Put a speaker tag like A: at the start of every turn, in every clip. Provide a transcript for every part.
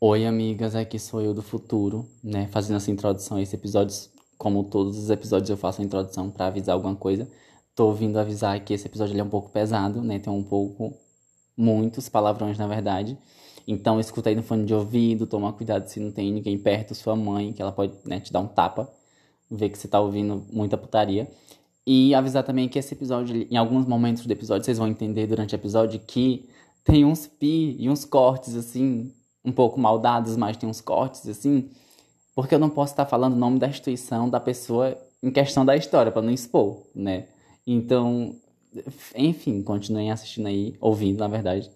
A: Oi, amigas, aqui sou eu do futuro, né? Fazendo essa introdução a esse episódio, como todos os episódios eu faço a introdução para avisar alguma coisa. Tô vindo avisar que esse episódio ele é um pouco pesado, né? Tem um pouco, muitos palavrões na verdade. Então escuta aí no fone de ouvido, toma cuidado se não tem ninguém perto, sua mãe, que ela pode né, te dar um tapa, ver que você tá ouvindo muita putaria. E avisar também que esse episódio, em alguns momentos do episódio, vocês vão entender durante o episódio que tem uns pi e uns cortes, assim, um pouco mal dados, mas tem uns cortes, assim, porque eu não posso estar falando o nome da instituição da pessoa em questão da história, para não expor, né? Então, enfim, continuem assistindo aí, ouvindo, na verdade,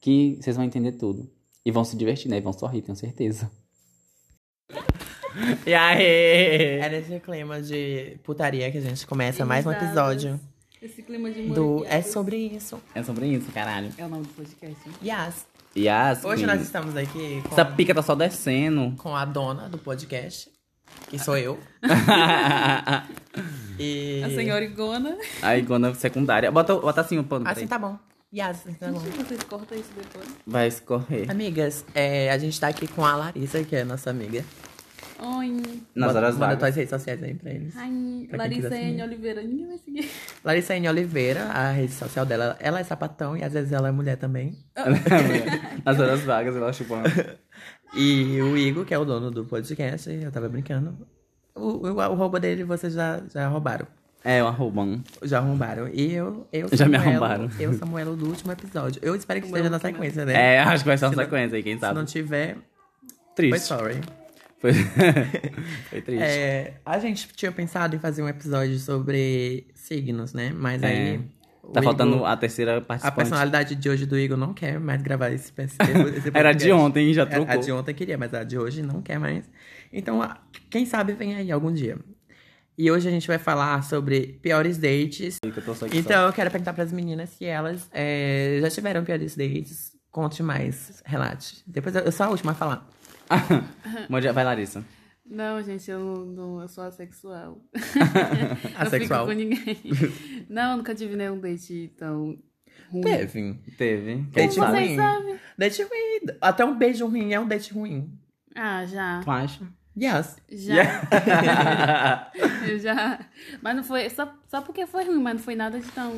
A: que vocês vão entender tudo. E vão se divertir, né? E vão sorrir, tenho certeza.
B: E aí? É nesse clima de putaria que a gente começa mais um
C: Risadas.
B: episódio
C: Esse clima de
B: do
C: humor.
B: É Sobre Isso.
A: É sobre isso, caralho.
C: É o nome do podcast. hein?
B: Yes.
A: E as
B: Hoje
A: meninas,
B: nós estamos aqui
A: Essa
B: com,
A: pica tá só descendo.
B: com a dona do podcast, que sou eu. E...
C: A senhora Igona.
A: aí, quando é secundária. Bota, bota assim o pano.
B: Assim
A: peraí.
B: tá bom. Yes, assim tá bom.
C: Vocês cortam isso depois.
B: tá-
A: Vai escorrer.
B: Amigas, é, a gente tá aqui com a Larissa, que é nossa amiga.
C: Oi.
A: Nas
B: Bota- tá
A: horas
B: Manda
A: vagas.
B: tuas redes sociais aí pra eles.
C: Ai,
B: Pra quem
C: Larissa
B: quiser
C: N.
B: seguir.
C: Oliveira. Ninguém vai seguir.
B: Larissa N. Oliveira, a rede social dela, ela é sapatão e às vezes ela é mulher também.
A: Nas horas vagas, ela chupando.
B: E o Igor, que é o dono do podcast, eu tava brincando. O, o, o roubo dele vocês já, já roubaram.
A: É, um arrobão.
B: Já arrombaram. E eu, eu
A: Já me
B: Samuel,
A: arrombaram.
B: Eu, Samuel, do último episódio. Eu espero que esteja na sequência, né?
A: É, acho que vai ser uma
B: Se não-
A: sequência aí, quem
B: Se não
A: sabe.
B: tiver, foi
A: Triste.
B: sorry.
A: Foi, Foi triste.
B: É, a gente tinha pensado em fazer um episódio sobre signos, né? Mas
A: É.
B: aí. o
A: tá
B: Igor-
A: faltando a terceira
B: A
A: participante.
B: personalidade de hoje do Igor não quer mais gravar esse, esse, esse
A: Era de
B: podcast.
A: ontem, já
B: A-
A: trocou.
B: A de ontem queria, mas a de hoje não quer mais. Então, a- quem sabe vem aí algum dia. E hoje a gente vai falar sobre piores dates.
A: Que eu tô só aqui
B: Então, eu quero perguntar pras meninas se elas eh, já tiveram piores dates. Conte mais, relate. Depois eu, eu sou a última a falar.
A: só. Bom dia, Vai, Larissa.
C: Não, gente, eu, não, não- eu sou assexual.
B: Asexual.
C: Não fico com ninguém. Não, nunca tive nenhum date tão ruim.
B: Teve.
A: Teve. Quem
B: Date
C: Como
A: sabe?
C: vocês
B: ruim.
C: sabem?
B: Date ruim. Até um beijo ruim é um date ruim.
C: Ah, já.
A: Tu acha?
B: Yes.
C: Já. Eu já. Mas não foi. Só, só porque foi ruim, mas não foi nada de tão.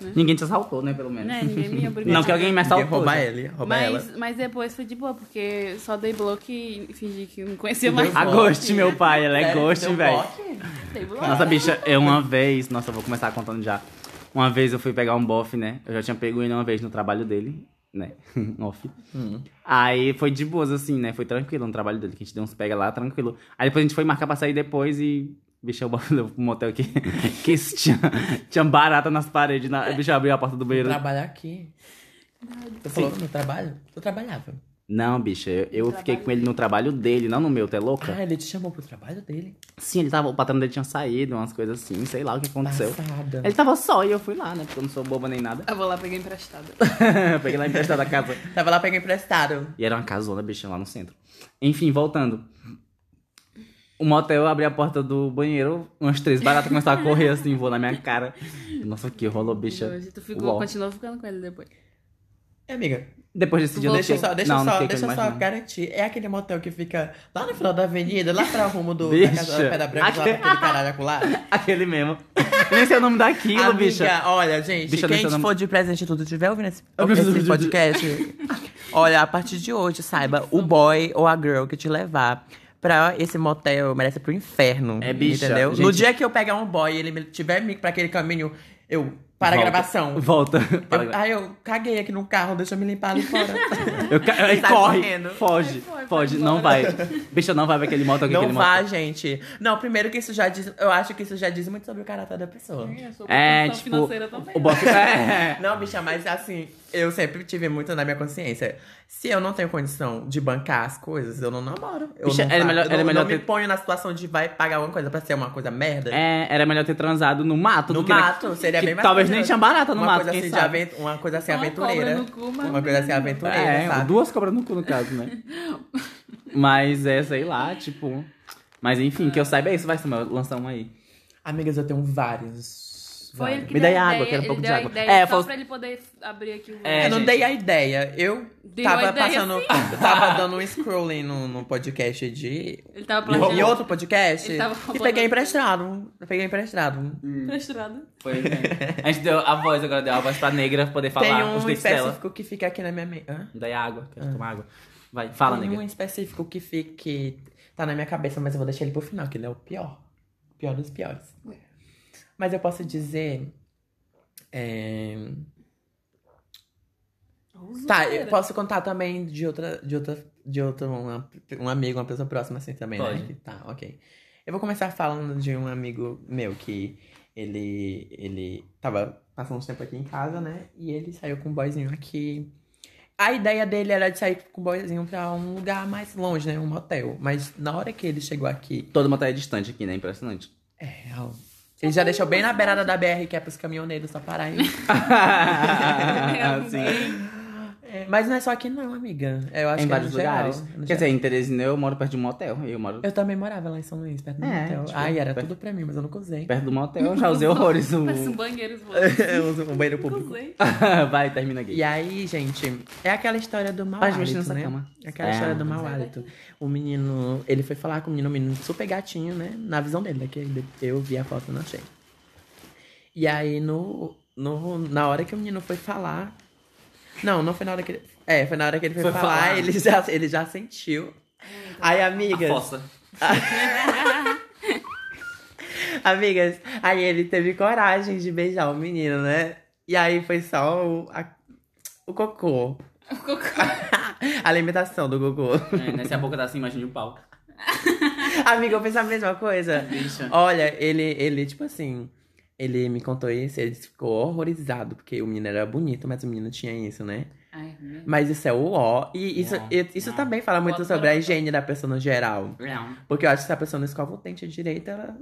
A: Ninguém te assaltou, né, pelo menos.
C: Né? Ninguém me obrigou.
A: Não que alguém me
B: Quer
A: assaltou.
B: roubar
A: já.
B: ele, roubar
C: Mas,
B: ela.
C: mas depois foi de boa, porque só dei bloco e fingi que não conhecia
B: Deu
C: mais. Tipo,
A: A
B: bloco.
A: Ghost, meu pai, ela é
B: Sério,
A: Ghost,
B: deu
A: velho.
B: bloco?
C: Dei bloco.
A: Nossa, bicha, eu uma vez. Nossa, eu vou começar contando já. Uma vez eu fui pegar um bofe, né? Eu já tinha pego ele uma vez no trabalho dele, né? Off. Aí foi de boas, assim, né? Foi tranquilo no trabalho dele, que a gente deu uns pega lá, tranquilo. Aí depois a gente foi marcar pra sair depois e. Bicho, eu bofe levou pro motel que, que isso tinha, tinha barata nas paredes. Na, bicho abriu a porta do banheiro.
B: Trabalhar aqui. Tu falou no trabalho? Tu trabalhava.
A: Não, bicha, eu, eu fiquei
C: trabalho
A: com ele no trabalho dele, não no meu, tu é louca?
B: Ah, ele te chamou pro trabalho dele?
A: Sim, ele tava. O patrão dele tinha saído, umas coisas assim, sei lá o que aconteceu.
B: Passada.
A: Ele tava só e eu fui lá, né? Porque eu não sou boba nem nada.
C: Eu vou lá pegar emprestado.
A: Peguei lá emprestada a casa.
B: Tava lá, peguei emprestado.
A: E era uma casona, bichinha, lá no centro. Enfim, voltando. O motel, eu abri a porta do banheiro, umas três baratas começaram a correr assim, voou na minha cara. Nossa, que rolou, bicha.
C: Hoje tu ficou,
A: Uau.
C: continuou ficando com ele depois.
B: É, amiga,
A: Depois desse dia, eu
B: deixa eu
A: não
B: só,
A: fiquei-
B: deixa eu
A: não, não
B: só,
A: fiquei
B: deixa eu
A: com ele
B: só
A: mais, não.
B: garantir. É aquele motel que fica lá no final da avenida, lá pra rumo do, da
A: Bicha.
B: casa da Pedra Branca, lá
A: Aquele-
B: pra aquele caralho acolá.
A: Aquele mesmo. Nem sei o nome daquilo,
B: Amiga,
A: bicha.
B: olha, gente,
A: Bicha,
B: quem
A: deixa eu não-
B: for de presente e tudo tiver ouvindo esse,
A: Eu preciso
B: esse
A: de-
B: podcast, olha, a partir de hoje, saiba, o boy ou a girl que te levar pra esse motel merece pro inferno.
A: É, bicha,
B: Entendeu?
A: gente-
B: No dia que eu pegar um boy e ele me- tiver me pra aquele caminho, eu. Para a
A: Volta.
B: gravação.
A: Volta. Para a
B: Eu, ai, eu caguei aqui no carro, deixa eu me limpar ali fora.
A: Eu ca- Aí
B: Sai
A: corre,
B: tá correndo.
A: foge,
C: Aí foi, foi
A: foge, não vai.
C: embora.
A: Bicha, não vai pra aquele motel. que
B: Não
A: aquele
B: vá,
A: motel.
B: gente. Não, primeiro que isso já diz. Eu acho que isso já diz muito sobre o caráter da pessoa.
A: É,
C: Condição
A: tipo,
C: financeira também.
A: o bofe... É.
B: Não, bicha, mas assim, eu sempre tive muito na minha consciência. Se eu não tenho condição de bancar as coisas, eu não namoro. Eu
A: Bicha,
B: não,
A: era
B: fa-
A: melhor-
B: eu
A: era
B: não,
A: melhor
B: não me
A: ter-
B: ponho na situação de vai pagar alguma coisa pra ser uma coisa merda.
A: É, era melhor ter transado no mato
B: No
A: do que na-
B: mato, seria
A: que
B: bem mais
A: Talvez nem
B: prazeroso.
A: tinha barata no
B: uma
A: mato,
B: coisa
A: quem
B: assim
A: sabe?
B: De aven- uma coisa assim,
C: Uma
B: aventureira.
C: cobra no cu, mas
B: uma coisa assim, aventureira,
A: É,
B: sabe?
A: duas cobras no cu, no caso, né? Mas é, sei lá, tipo. Mas enfim, que eu saiba é isso, vai, Samuel, lança um aí.
B: Amigas, eu tenho vários. Vamos.
C: Foi ele
B: vai.
C: que
B: Me
C: deu
B: dei
C: a
B: água,
C: ideia,
B: quero um
C: ele
B: pouco de
C: deu a
B: água.
C: ideia
B: É,
C: só
B: foi-
C: pra ele poder abrir aqui o...
B: É,
C: É,
B: eu não
D: gente.
B: dei a ideia. Eu
C: Deu a
B: tava
C: ideia,
B: passando. Tava dando um scrolling no, no podcast de.
C: Ele tava
B: Em
C: planejando...
B: outro podcast.
C: Ele tava
B: E
C: roubando-
B: peguei emprestado. Eu peguei emprestado.
C: Frustrado.
A: Foi, gente. é. A gente deu a voz agora, deu a voz pra negra poder falar
B: Tem
A: os
B: um
A: dentes dela.
B: específico que fica aqui na minha mente. Hã?
A: Daí água, quero tomar água. Vai, fala,
B: Tem um
A: negra.
B: específico que fica. que Tá na minha cabeça, mas eu vou deixar ele pro final, que ele é o pior. O pior dos piores.
C: Ué.
B: Mas eu posso dizer. é, Tá, eu posso contar também de outra. De outra. De outra. Uma, um amigo, uma pessoa próxima assim também,
A: Pode.
B: né? Que- Tá, ok. Eu vou começar falando de um amigo meu que ele. ele tava passando um tempo aqui em casa, né? E ele saiu com um boyzinho aqui. A ideia dele era de sair com o boyzinho pra um lugar mais longe, né? Um motel. Mas na hora que ele chegou aqui,
A: Todo mundo tá distante aqui, né? Impressionante.
B: é real. Ele já deixou bem na beirada da BR, que é pros caminhoneiros só pararem.
C: É,
B: Ah,
A: Ah, Sim.
B: É, mas não é só aqui não, amiga. Eu acho
A: Em
B: que é no
A: vários
B: geral,
A: lugares.
B: no
A: Quer
B: geral.
A: dizer, em Teresina eu moro perto de um motel. Eu moro
B: Eu também morava lá em São Luís, perto do
A: É,
B: motel.
A: tipo,
B: Ai, era
A: perto-
B: tudo pra mim, mas eu nunca usei.
A: perto do motel. Já usei horrores. o-
C: Parece um banheiro esvoado.
B: eu uso um banheiro
C: Cruzei.
A: Vai, termina aqui.
B: E aí, gente, é aquela história do mau
A: Mas mexe
B: hálito,
A: nessa
B: né?
A: cama.
B: É Aquela
A: É.
B: história do mau hálito. O menino, ele foi falar com o menino, o menino super gatinho, né? Na visão dele, daqui eu vi a foto e não achei. E aí, no, no, na hora que o menino foi falar... Não, não foi na hora que ele... É, foi na hora que ele foi,
A: Foi
B: falar,
A: falar.
B: Ele, já, ele já sentiu. Aí,
A: A
B: amigas...
A: fossa.
B: Amigas, aí ele teve coragem de beijar o menino, né? E aí foi só o, a- o cocô.
C: O cocô.
B: a alimentação do cocô.
A: É, né? Se a boca tá assim, imagina um pau.
B: Amiga, eu pensei a mesma coisa.
A: Bicha.
B: Olha, ele, ele, tipo assim, ele me contou isso, ele ficou horrorizado, porque o menino era bonito, mas o menino tinha isso, né?
C: Ai, meu
B: Mas isso é o ó. E isso,
A: Uó,
B: e- isso
A: uó.
B: também fala muito
C: Uó,
B: sobre a
C: uó.
B: higiene da pessoa no geral.
A: Não.
B: Porque eu acho que se a pessoa não escova o dente direito, ela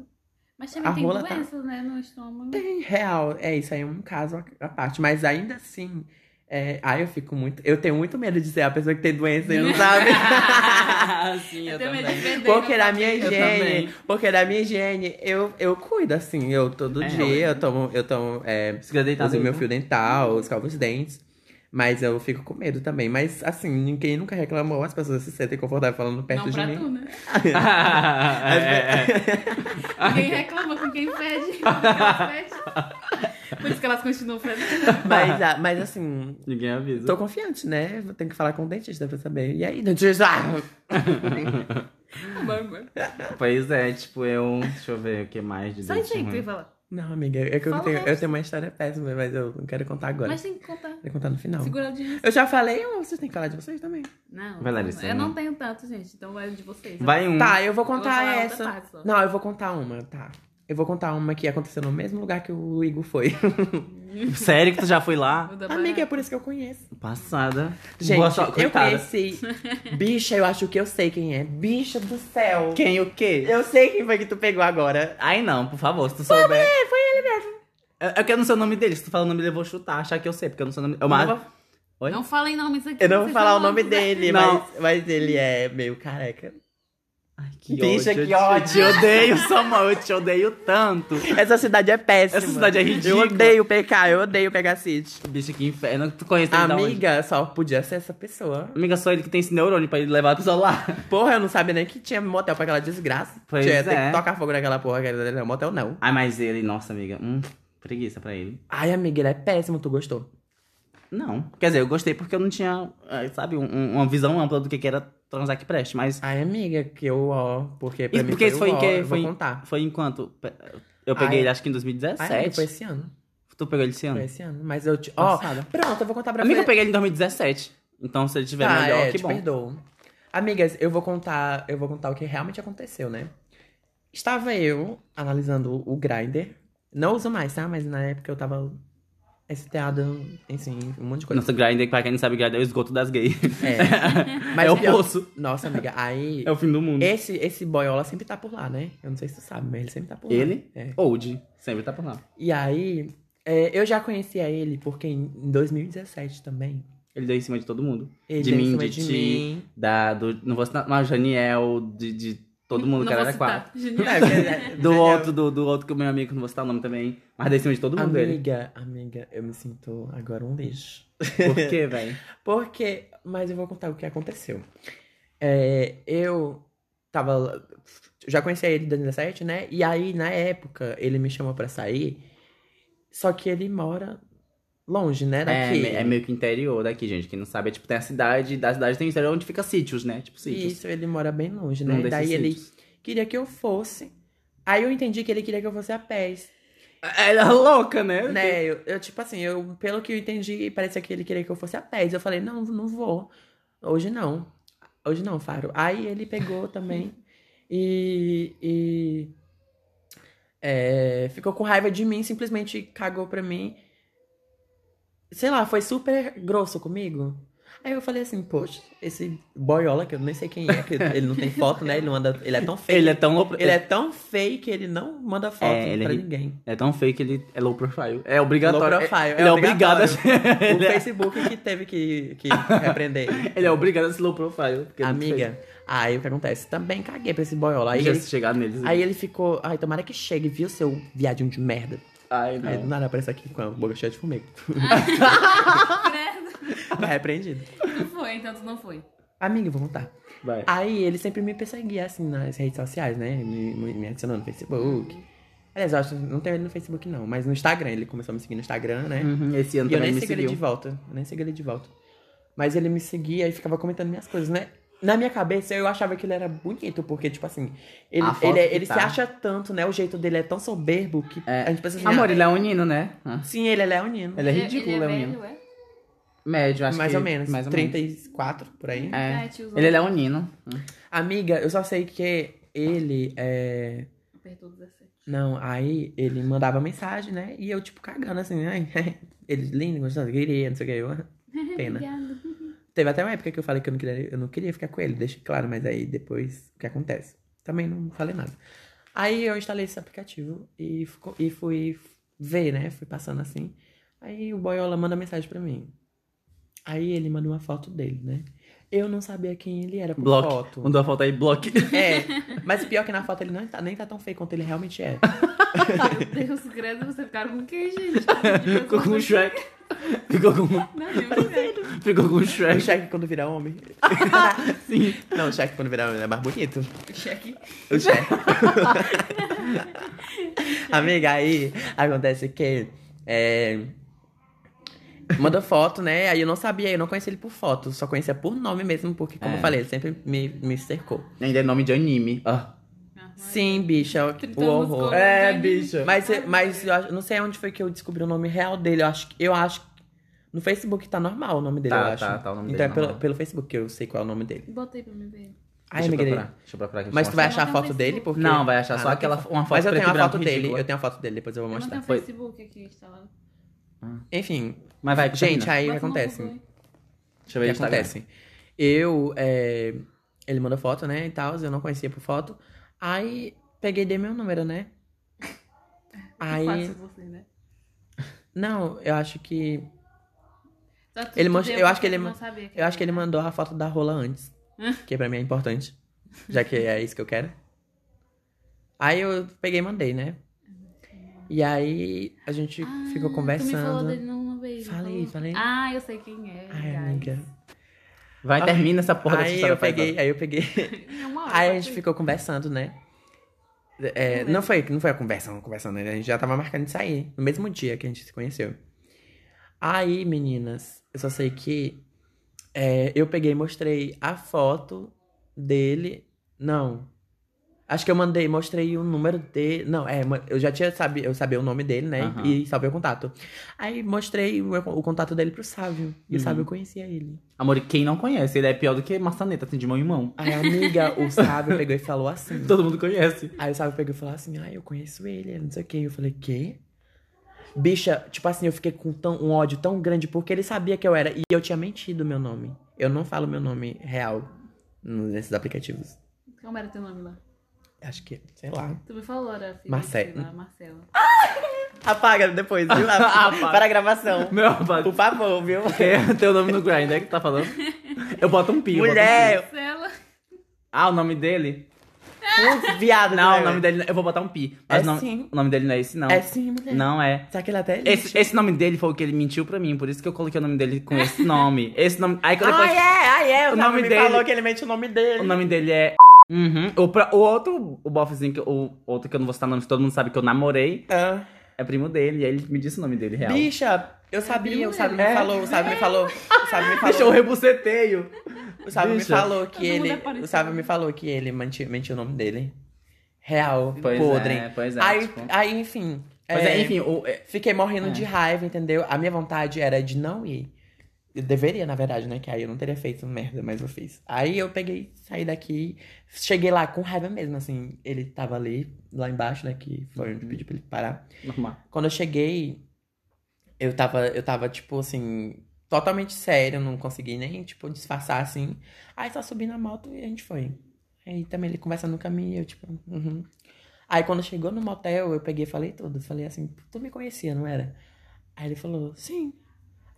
C: Mas também
B: A
C: tem
B: rola tá-
C: doenças, né, no estômago.
B: Tem real, é isso aí é um caso à parte, mas ainda assim, é, ai eu fico muito, eu tenho muito medo de ser a pessoa que tem doença e não sabe.
A: Ah, Sim,
C: Eu tenho medo de perder,
B: Porque
C: né?
B: na minha
A: Eu
B: higiene,
A: também.
B: porque na minha higiene, eu, eu cuido assim, eu todo
A: É,
B: dia, eu tomo, eu tomo, é,
A: Fica deitado
B: uso
A: aí,
B: meu
A: né?
B: fio dental, escovo os dentes, mas eu fico com medo também, mas assim, ninguém nunca reclamou, as pessoas se sentem confortáveis falando perto
C: Não
B: de
C: pra
B: mim.
C: tu, né?
A: É, é.
C: Ninguém reclama com quem pede. com quem elas pedem. Por isso que elas continuam fazendo.
B: Mas, ah, mas assim,
A: Ninguém avisa.
B: Tô confiante, né? Vou ter que falar com o dentista pra saber. E aí, dentista?
C: Mama.
A: Pois é, tipo, eu. Deixa eu ver o que mais de
C: Só
A: dente
C: isso aí que tu
A: ruim.
C: ia falar.
B: Não, amiga, é que eu
C: Fala
B: tenho,
C: o resto.
B: eu tenho uma história péssima, mas eu não quero contar agora.
C: Mas tem que contar.
B: Quero contar no final.
C: Segura o de
B: Eu já falei, ou vocês têm que falar de vocês também.
C: Não.
A: Vai, Larissa,
C: Eu
A: né?
C: não tenho tanto, gente. Então vai de vocês.
A: Vai um.
B: Tá, eu vou
C: vou
B: contar
C: falar outra
B: essa.
C: parte só.
B: Não, eu vou contar uma, tá. Eu vou contar uma que aconteceu no mesmo lugar que o Igor foi.
A: Sério que tu já foi lá?
C: O da
B: Amiga, é
C: barata.
B: por isso que eu conheço.
A: Passada.
B: Gente,
A: Boa sorte,
B: eu
A: coitada.
B: conheci. Bicha, eu acho que eu sei quem é. Bicha do céu.
A: Quem o quê?
B: Eu sei quem foi que tu pegou agora.
A: Ai não, por favor, se tu souber. Foi, ele mesmo. Eu, eu quero não sei o nome dele. Se tu fala o nome dele, eu vou chutar, achar que eu sei, porque eu não sei o nome. É Eu,
B: Não
A: mas...
B: vou-
A: Oi?
C: Não falem nomes aqui.
B: Eu não vou
C: vocês
B: falar o
C: vão
B: nome
C: dizer.
B: dele,
A: Não.
B: mas, mas ele é meio careca.
A: Ai, que
B: Bicha,
A: ódio.
B: que
A: Eu te-
B: ódio.
A: Eu te odeio, Samuel. Eu te odeio tanto.
B: Essa cidade é péssima.
A: Essa cidade é ridícula.
B: Eu odeio PK, eu odeio Pegacite.
A: Bicha, que um inferno. Tu conhece ele da onde?
B: Amiga, só podia ser essa pessoa.
A: Amiga, só ele que tem esse neurônio pra ele levar pro celular.
B: Porra, eu não sabia nem que tinha motel pra aquela desgraça.
A: Pois
B: tinha,
A: é.
B: Tem que tocar fogo naquela porra, que era motel não.
A: Ai, mas ele, nossa, amiga. Hum, preguiça pra ele.
B: Ai, amiga, ele é péssimo, tu gostou?
A: Não. Quer dizer, eu gostei porque eu não tinha, eh, sabe, um- um- uma visão ampla do que que era transar que preste, mas.
B: Ai, amiga, que eu, ó, porque pra
A: Isso
B: mim
A: porque isso foi
B: o
A: em
B: ó,
A: que?
B: eu
A: Foi,
B: vou
A: em-
B: contar.
A: foi enquanto? Eu peguei
B: Ai.
A: ele acho que em
B: Ai, amiga,
A: 2017.
B: foi esse ano.
A: Tu pegou ele esse ano?
B: Foi esse ano, mas eu te... Ó,
A: Passada.
B: pronto, eu vou contar pra
A: Amiga, eu
B: você.
A: peguei ele em 2017. Então se ele tiver
B: Tá,
A: melhor,
B: é,
A: que
B: te
A: bom.
B: perdoo. Amigas, eu vou contar, eu vou contar o que realmente aconteceu, né? Estava eu analisando o Grindr. Não uso mais, tá? Mas na época eu tava STAda, enfim, um monte de coisa.
A: Nossa, Grindr, pra quem não sabe, Grindr é o esgoto das gays.
B: É. Mas
A: é o
B: pior-
A: poço.
B: Nossa, amiga, aí
A: É o fim do mundo.
B: esse esse boiola sempre tá por lá, né? Eu não sei se tu sabe, mas ele sempre tá por lá.
A: Ele?
B: É.
A: Old. Sempre tá por lá.
B: E aí, é, eu já conhecia ele porque em 2017 também.
A: Ele deu em cima de todo mundo.
B: Ele
A: De
B: deu em
A: mim,
B: cima
A: de ti. Da, do, não vou citar, mas Janiel, de, de Todo mundo
C: Não
A: que era
C: vou citar.
A: 4.
C: Genial.
B: É, porque-
A: Do outro, do, do outro que o meu amigo, que eu não vou citar o nome também. Mas desse de todo mundo dele.
B: Amiga, amiga, eu me sinto agora um lixo.
A: Por quê, velho?
B: Porque, mas eu vou contar o que aconteceu. É, eu tava. Já conhecia ele em 2017, né? E aí, na época, ele me chamou pra sair. Só que ele mora longe, né?
A: É,
B: Daqui.
A: me- é meio que interior daqui, gente. Quem não sabe, é tipo, tem a cidade, da cidade tem o interior onde fica sítios, né? Tipo, sítios.
B: Isso, ele mora bem longe, né?
A: Um desses
B: Daí ele
A: sítios.
B: queria que eu fosse. Aí eu entendi que ele queria que eu fosse a pés.
A: Ela é louca, né?
B: Né, eu, eu, tipo assim, eu, pelo que eu entendi, parecia que ele queria que eu fosse a pés. Eu falei, não, não vou. Hoje não. Hoje não, Faro. Aí ele pegou também e. e é, ficou com raiva de mim, simplesmente cagou pra mim. Sei lá, foi super grosso comigo. Aí eu falei assim, poxa, esse boiola, que eu nem sei quem é, que ele não tem foto, né? Ele não anda. Ele é tão feio.
A: Ele é tão louco.
B: ele é tão feio que ele não manda foto
A: É, ele é
B: pra
A: ri-
B: ninguém.
A: É tão feio que ele é low profile. É obrigatório.
B: Low profile,
A: Ele
B: é
A: é obrigado a
B: obrigatório.
A: ser.
B: O
A: ele, é...
B: Facebook que teve que, que repreender ele.
A: ele é obrigado a ser low profile. porque ele é muito feio.
B: Amiga, aí o que acontece? Também caguei pra esse boiola. Aí
A: Aí já
B: ele,
A: se chegar neles. né?
B: aí ele ficou. Ai, tomara que chegue, viu, seu viadinho de merda.
A: Ai,
B: Aí do
A: não.
B: nada aparece aqui com a boca cheia de fumego.
C: Credo.
B: Repreendido.
C: Não foi, então tu não foi.
B: Amiga, vou contar.
A: Vai.
B: Aí ele sempre me perseguia, assim, nas redes sociais, né? Me, me me adicionou no Facebook. Aliás, eu acho, não tenho ele no Facebook, não, mas no Instagram. Ele começou a me seguir no Instagram, né?
A: Uhum, Esse ano
B: E eu
A: também
B: nem
A: me
B: segui ele de
A: seguiu.
B: volta. Eu nem segui ele de volta. Mas ele me seguia e ficava comentando minhas coisas, né? Na minha cabeça, eu achava que ele era bonito, porque, tipo assim, ele,
A: A foto
B: ele, é-
A: que
B: ele se
A: tá.
B: acha tanto, né? O jeito dele é tão soberbo que
A: É.
B: a gente pensa assim,
A: Amor,
B: ah,
A: ele é unino, né? Ah.
B: sim, ele é leonino.
A: Ele é ridículo,
C: ele é
A: leonino.
C: velho, é?
A: Médio, acho
B: mais
A: que...
B: ou menos,
A: Mais ou
B: 34, por aí.
A: É.
C: É, tiozão.
A: Ele é leonino.
B: Amiga, eu só sei que ele é...
C: Apertou 17.
B: Não, aí ele mandava mensagem, né? E eu, tipo, cagando assim, ai, ele lindo, gostoso, queria, não sei o que. Eu... Pena.
C: Obrigado.
B: Teve até uma época que eu falei que eu não queria, eu não queria ficar com ele, deixa claro, mas aí depois o que acontece? Também não falei nada. Aí eu instalei esse aplicativo e, fico- e fui ver, né? Fui passando assim. Aí o boiola manda mensagem pra mim. Aí ele manda uma foto dele, né? Eu não sabia quem ele era por
A: Block.
B: foto.
A: Mandou a foto aí, block.
B: É, mas pior que na foto ele não tá, nem tá tão feio quanto ele realmente é.
C: Meu Deus, credo, você ficaram com quem, gente?
A: Ficou com o Shrek. Ficou com, um,
C: Não, Deus, credo.
A: ficou com o
B: O
A: Shrek.
B: Shaq quando virar homem.
A: Sim.
B: Não, o Shaq quando virar homem é mais bonito.
C: Cheque.
B: O chefe. Amiga, aí acontece que. É, mandou foto, né? Aí eu não sabia, eu não conhecia ele por foto, só conhecia por nome mesmo, porque, como
A: É.
B: eu falei, ele sempre me, me cercou.
A: Ainda é nome de anime. Ah.
C: Ah, mas-
B: Sim, bicha, o
C: Tritando os
B: horror.
C: corpos. É,
A: bicho.
B: Mas, mas eu acho- não sei onde foi que eu descobri o nome real dele. Eu acho, que- eu acho que no Facebook tá normal o nome dele,
A: Tá,
B: eu acho.
A: tá, tá o nome
B: então
A: dele
B: é pelo,
A: normal.
B: pelo Facebook que eu sei qual é o nome dele.
C: Botei pra mim ver.
B: Ai,
A: Deixa eu
B: amiga dele.
A: procurar. Deixa eu procurar aqui.
B: Mas tu vai
C: Eu não
B: achar a
C: tenho
B: foto dele?
C: Facebook.
B: Porque...
A: Não, vai achar
B: Ah,
A: só
B: não
A: aquela
B: tem
A: uma foto
B: Mas eu
A: preto
B: tenho
A: e
B: a
A: branco
B: foto dele,
A: ridícula.
B: eu tenho a foto dele, depois eu vou
C: Eu não
B: mostrar.
C: tenho
A: Foi.
C: Facebook aqui instalado.
B: Enfim,
A: Mas vai,
B: gente,
A: termina.
B: aí o que
C: Bota no
B: acontece?
C: Google, hein?
A: Deixa eu
B: O
A: ver tá assim.
B: que
A: o Instagram.
B: acontece? Eu, é, ele mandou foto, né, e tal, eu não conhecia por foto. Aí, peguei e dei meu número, né? Aí,
C: Fácil você, né?
B: não, eu acho que,
C: Só tu-
B: Ele
C: tu
B: mostra-
C: deu
B: eu
C: pra
B: acho que
C: quem é.
B: ele
C: não
B: ma-
C: sabia
B: eu acho que ele
C: era.
B: mandou a foto da rola antes.
C: Hã?
B: Que pra mim é importante, já que é isso que eu quero. Aí eu peguei e mandei, né? E aí, a gente
C: Ah,
B: ficou
C: Tu me falou
B: conversando.
C: dele não, não veio.
B: Falei,
C: falou.
B: falei.
C: Ah, eu sei quem é.
B: Ai,
C: guys.
B: amiga.
A: Vai, termina essa porra dessa
B: Aí
A: história.
B: eu peguei, aí eu peguei.
C: É uma hora,
B: Aí a
C: pode
B: gente
C: ir.
B: ficou conversando, né? É, não, foi, não foi a conversa, não conversando, né? A gente já tava marcando de sair, no mesmo dia que a gente se conheceu. Aí, meninas, eu só sei que é, eu peguei e mostrei a foto dele. Não. Acho que eu mandei, mostrei o número dele. Não, é, ma- eu já tinha sabi, eu sabia o nome dele, né?
A: Aham.
B: E salvei o contato. Aí mostrei o, meu- o contato dele pro Sávio. E o
A: Uhum.
B: Sávio conhecia ele.
A: Amor, e quem não conhece, ele é pior do que maçaneta, assim, de mão em mão.
B: Aí a amiga, o Sábio, pegou e falou assim.
A: Todo mundo conhece.
B: Aí o Sábio pegou e falou assim, ah, eu conheço ele, não sei o quê. Eu falei, quê? Bicha, tipo assim, eu fiquei com tão, um ódio tão grande porque ele sabia que eu era. E eu tinha mentido o meu nome. Eu não falo meu nome real no- nesses aplicativos.
C: Como era teu nome lá?
B: Acho que, sei lá.
C: Tu me falou, era filho,
B: Marcelo.
C: sei lá, Marcela.
B: Apaga depois, viu? Para a gravação.
A: Meu rapaz,
B: Por favor, viu?
A: é teu nome no grind, é que tu tá falando? Eu boto um pi. eu boto um pi.
B: Mulher!
C: Marcela.
A: Ah, o nome dele?
B: Um viado.
A: Não,
B: né,
A: o nome
B: velho?
A: dele. Eu vou botar um pi. Mas
B: É
A: não-
B: sim.
A: o nome dele não é esse, não.
B: É sim, mulher.
A: Não é.
B: Será que ele até é lixo?
A: Esse, esse nome dele foi o que ele mentiu pra mim, por isso que eu coloquei o nome dele com esse nome. Esse nome. Aí que eu depois.
B: Ah, é, ah, é. O,
A: O
B: nome
A: nome
B: me
A: dele-
B: falou que ele mente o nome dele.
A: O nome dele é. Uhum. O, pra- o outro, o bofezinho, que, o outro que eu não vou citar o nome, que todo mundo sabe que eu namorei,
B: Ah.
A: é primo dele, e aí ele me disse o nome dele, real.
B: Bicha, eu sabia, o Sábio me
A: É.
B: falou, o Sábio me falou, o Sábio me
A: Bicho, eu
B: falou,
A: rebuceteio.
B: o Sábio me
A: bicha.
B: falou que
C: Todo mundo
B: ele,
C: é parecido.
B: o Sábio me falou que ele menti- mentiu o nome dele. Real,
A: Pois
B: podre.
A: é, pois é.
B: aí,
A: tipo.
B: aí, enfim.
A: Mas
B: é,
A: é, enfim, o, é,
B: Fiquei morrendo
A: É.
B: de raiva, entendeu? A minha vontade era de não ir. Eu deveria, na verdade, né? Que aí eu não teria feito merda, mas eu fiz. Aí eu peguei, saí daqui, cheguei lá com raiva mesmo, assim. Ele tava ali, lá embaixo, né? Que foi
A: Uhum.
B: onde eu pedi pra ele parar.
A: normal.
B: Quando eu cheguei, eu tava, eu tava, tipo, assim, totalmente sério, não consegui nem, tipo, disfarçar, assim. Aí só subi na moto e a gente foi. Aí também ele conversando no caminho, eu, tipo, uhum. Aí quando chegou no motel, eu peguei e falei tudo. Falei assim, tu me conhecia, não era? Aí ele falou, sim.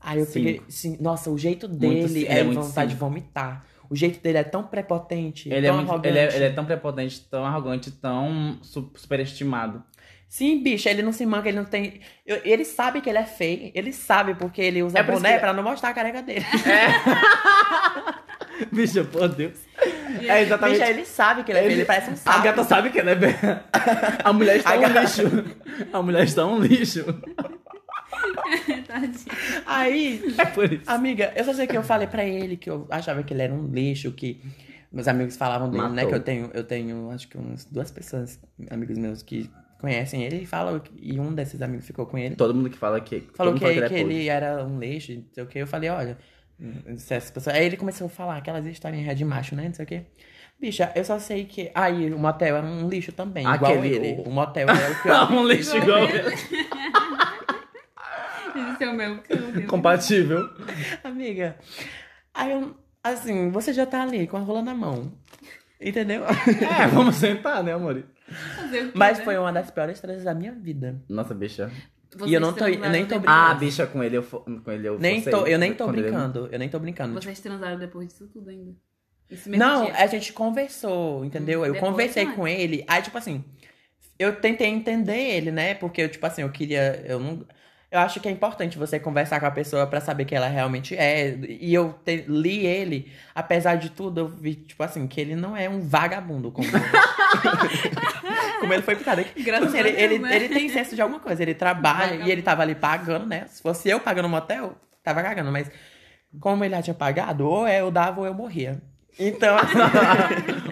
B: Aí eu
A: Sim.
B: peguei, sim. Nossa, o jeito
A: Muito
B: dele
A: sim,
B: é,
A: é muito
B: vontade
A: sim.
B: de vomitar. O jeito dele é tão prepotente,
A: Ele é,
B: tão
A: muito,
B: arrogante.
A: ele, é, ele é tão prepotente, tão arrogante, tão su- superestimado.
B: Sim, bicho, ele não se manca, ele não tem. eu- Ele sabe que ele é feio, ele sabe porque ele usa
A: É por isso
B: boné
A: que-
B: pra não mostrar a careca dele.
A: Bicho, por Deus.
C: E
A: É
C: aí-
A: exatamente.
B: Bicho, ele sabe que ele é feio, ele parece um
A: A
B: sapo.
A: gata sabe que ela é bem. A mulher está
B: A
A: um
B: gata-
A: lixo. A mulher está um lixo.
C: Tadinho.
B: Aí,
A: É por isso.
B: amiga, eu só sei que eu falei pra ele que eu achava que ele era um lixo, que meus amigos falavam dele, né?
A: Matou.
B: Que eu tenho, eu tenho, acho que umas duas pessoas, amigos meus, que conhecem ele e falam, e um desses amigos ficou com ele.
A: Todo mundo que fala que. é
B: Falou
A: todo mundo
B: que,
A: fala
B: que
A: podre.
B: ele era um leixo, não sei o que. Eu falei, olha, não sei essas pessoas. Aí ele começou a falar aquelas historinhas de macho, né? Não sei o que. Bicha, eu só sei que. Aí o motel era um lixo também. igual
A: Aquele.
B: ele. O motel era o pior.
A: um lixo igual ele.
C: Esse é o meu cão, meu.
A: Compatível.
B: Amiga. Aí eu. Assim, você já tá ali com a rola na mão. Entendeu?
A: É, vamos sentar, né, amor?
C: Fazer o quê,
B: Mas
C: né?
B: foi uma das piores transas da minha vida.
A: Nossa, bicha.
C: Vocês
B: E eu não tô- eu
C: transaram
B: nem tô
C: depois-
A: Ah, bicha, com ele eu, fo- com ele eu
B: Nem
A: forcei.
B: tô, eu nem tô
A: Quando ele-
B: brincando. Eu nem tô brincando.
C: Vocês transaram depois disso tudo ainda. Esse mesmo
B: Não,
C: dia.
B: a gente conversou, entendeu? Eu
C: Depois,
B: conversei
C: né?
B: com ele, aí, tipo assim, eu tentei entender ele, né? Porque, eu, tipo assim, eu queria. Eu não. Eu acho que é importante você conversar com a pessoa pra saber que ela realmente é. E eu te- li ele, apesar de tudo, eu vi, tipo assim, que ele não é um vagabundo como, como ele foi pintado. Tipo
C: Graças
B: assim,
C: a
B: ele,
C: Deus,
B: ele,
C: né?
B: ele tem senso de alguma coisa. Ele trabalha
C: Vagabundo.
B: e ele tava ali pagando, né? Se fosse eu pagando o motel, tava cagando. Mas como ele já tinha pagado, ou é eu dava ou eu morria. Então,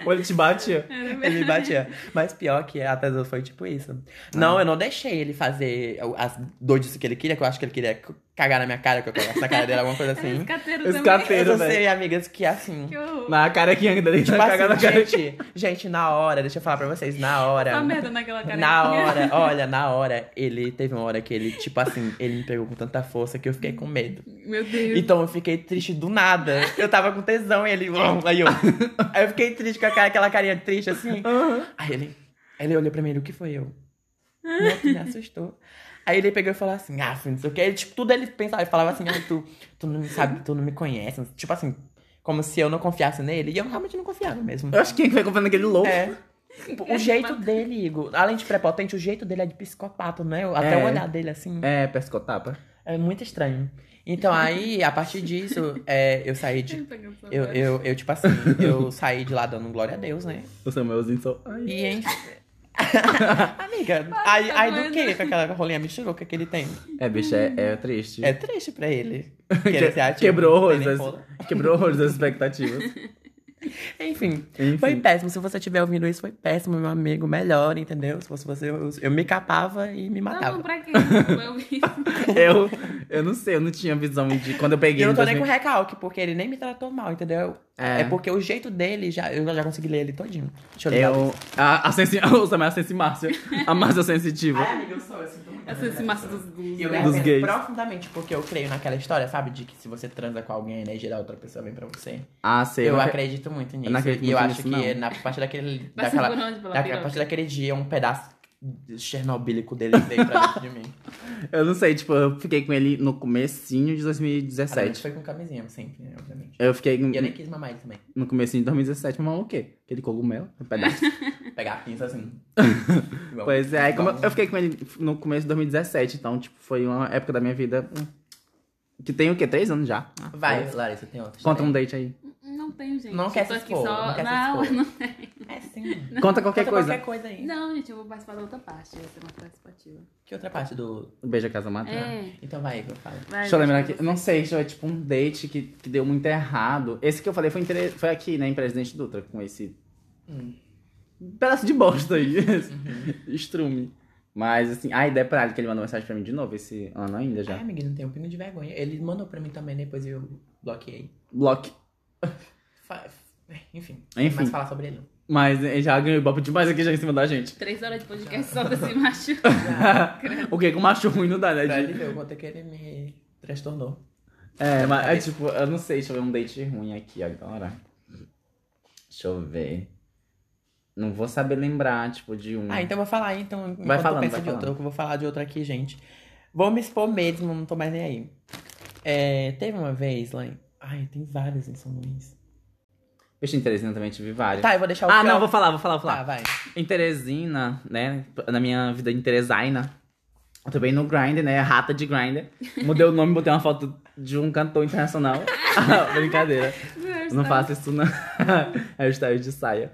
A: Ou ele te batia.
C: Era mesmo.
B: ele batia. Mas pior que a Teseu foi tipo isso. Não, eu não deixei ele fazer o- as doidices que ele queria, que eu acho que ele queria c- cagar na minha cara, que eu colocasse na cara dele, alguma coisa
C: Era
B: assim.
C: escateiro
A: Esse
C: também.
A: cate-
B: Eu só
A: velho.
B: sei, amigas, que assim.
C: é Que horror.
A: Na carequinha dele,
B: Tipo
A: na cagada
B: assim,
A: na carequinha.
B: gente, gente, na hora, deixa eu falar pra vocês, na hora.
C: Só Tá merda naquela cara.
B: Na hora, olha, na hora, ele teve uma hora que ele, tipo assim, ele me pegou com tanta força que eu fiquei com medo.
C: Meu Deus.
B: Então eu fiquei triste do nada. Eu tava com tesão e ele. Aí eu. Aí eu fiquei triste com aquela, aquela carinha triste assim. Aí ele. Aí ele olhou pra mim e o que foi eu? Nossa, me assustou. Aí ele pegou e falou assim, ah, filho, não sei o que. Ele, tipo, tudo ele pensava, ele falava assim, ah, tu, tu não me sabe, tu não me conhece. Tipo assim, como se eu não confiasse nele. E eu realmente não confiava mesmo.
A: Eu acho que quem foi comprando aquele louco.
B: É. O jeito dele, Igor, além de prepotente, o jeito dele é de psicopata, né? Até o
A: É.
B: olhar dele, assim,
A: É, pescotapa.
B: é muito estranho. Então aí, a partir disso, é, eu saí de. Eu, eu, eu, tipo assim, eu saí de lá dando glória a Deus, né?
A: O Samuelzinho só. Ai.
B: E hein? Amiga, aí, aí do que com aquela rolinha michuruca que ele tem?
A: É, bicho, é, é triste.
B: É triste pra ele.
A: Que-
B: Que ele se um ative,
A: quebrou
B: não tem
A: horrores
B: nem
A: as,
B: rola.
A: quebrou horrores as expectativas.
B: Enfim,
A: Enfim.
B: foi péssimo. Se você estiver ouvindo isso, foi péssimo, meu amigo. Melhor, entendeu? Se fosse você, eu, eu me capava e me
C: Ah, Não,
B: matava.
C: não, pra quê? Eu vi.
A: Eu, eu não sei, eu não tinha visão de quando eu peguei.
B: E eu não
A: em
B: tô nem
A: 2000
B: com recalque, porque ele nem me tratou mal, entendeu? É,
A: É.
B: porque o jeito dele, já, eu já consegui ler ele todinho. Deixa eu ler.
A: Eu. A, a sensi... O Samuel é a sensi Márcia. A Márcia sensitiva.
B: amiga, eu sou, eu sinto muito.
C: Essa esse massa dos gus.
B: E eu me
C: né?
A: Dos
B: arrependo
A: gays.
B: profundamente, porque eu creio naquela história, sabe? De que se você transa com alguém, a energia da outra pessoa vem pra você.
A: Ah, sei.
B: Eu,
A: mas-
B: acredito muito nisso.
A: acredito
B: e eu
A: muito
B: acho
A: nisso,
B: que
A: não.
B: na a partir daquele.
C: Vai
B: daquela,
C: segurando pela
B: daquela- a
C: piroca.
B: partir daquele dia, um pedaço chernobílico dele veio pra dentro de mim.
A: Eu não sei, tipo, eu fiquei com ele no comecinho de
B: A gente
A: 2017.
B: foi com camisinha sempre, né, obviamente.
A: Eu fiquei
B: E eu nem quis mamar ele também.
A: no comecinho de 2017, mas o quê? Aquele cogumelo, um pedaço.
B: Pegar a pinça assim. Igual-
A: pois é, aí como eu,
B: igual-
A: eu fiquei com ele no começo de 2017, então, tipo, foi uma época da minha vida hum, que tem o quê? Três anos já. Ah,
B: Vai, Larissa, tem outro.
A: Conta um date aí.
C: Não tem, gente.
B: Não
C: Eu
B: quer
C: tô
B: se
C: aqui
B: expor,
C: só-
B: não quer se
C: não,
B: expor.
C: não,
B: É sim.
A: Conta qualquer
B: Conta
A: coisa.
B: qualquer coisa aí.
C: não, gente, eu vou participar da outra parte. Essa é uma participativa.
B: Que outra parte do...
A: Beija Casa Mata.
C: É.
B: Então vai, eu falo.
C: Vai,
A: Deixa eu lembrar
C: vai.
A: aqui. Não sei, foi tipo um date que, que deu muito errado. Esse que eu falei foi, inter- foi aqui, né, em Presidente Dutra, com esse
B: Hum. Uhum.
A: pedaço de bosta aí. esse Estrume. Mas assim, a ideia pra ele que ele mandou mensagem pra mim de novo esse ano ainda
B: Ai,
A: já.
B: amiga, não tem um pingo de vergonha. Ele mandou pra mim também, depois eu bloqueei.
A: Block.
B: Fa- é, Enfim,
A: Enfim.
B: mas falar sobre ele.
A: Mas ele já ganhou ibope demais aqui já em cima da gente.
C: Três horas de podcast só desse macho.
A: o que com macho ruim não dá, né?
B: Pra ele
A: gente?
B: ver o quanto é que ele me transtornou.
A: É, mas é tipo, eu não sei, deixa eu ver um date ruim aqui agora. Deixa eu ver. Não vou saber lembrar, tipo, de um.
B: Ah, então eu vou falar aí, então. enquanto eu
A: falando,
B: penso
A: vai
B: de
A: falando.
B: outro, eu vou falar de outro aqui, gente. Vou me expor mesmo, não tô mais nem aí. É, teve uma vez lá em... Ai, tem vários em São Luís.
A: Peixe em Teresina também tive vários.
B: Tá, eu vou deixar o
A: ah,
B: pior.
A: não, vou falar, vou falar, vou
B: Tá,
A: falar.
B: vai.
A: Em Teresina, né? Na minha vida em Teresaina. Eu também no Grindr, né? Rata de Grindr. Mudei o nome, botei uma foto de um cantor internacional. Ah, Brincadeira. Eu não faço isso, não. é o estágio de saia.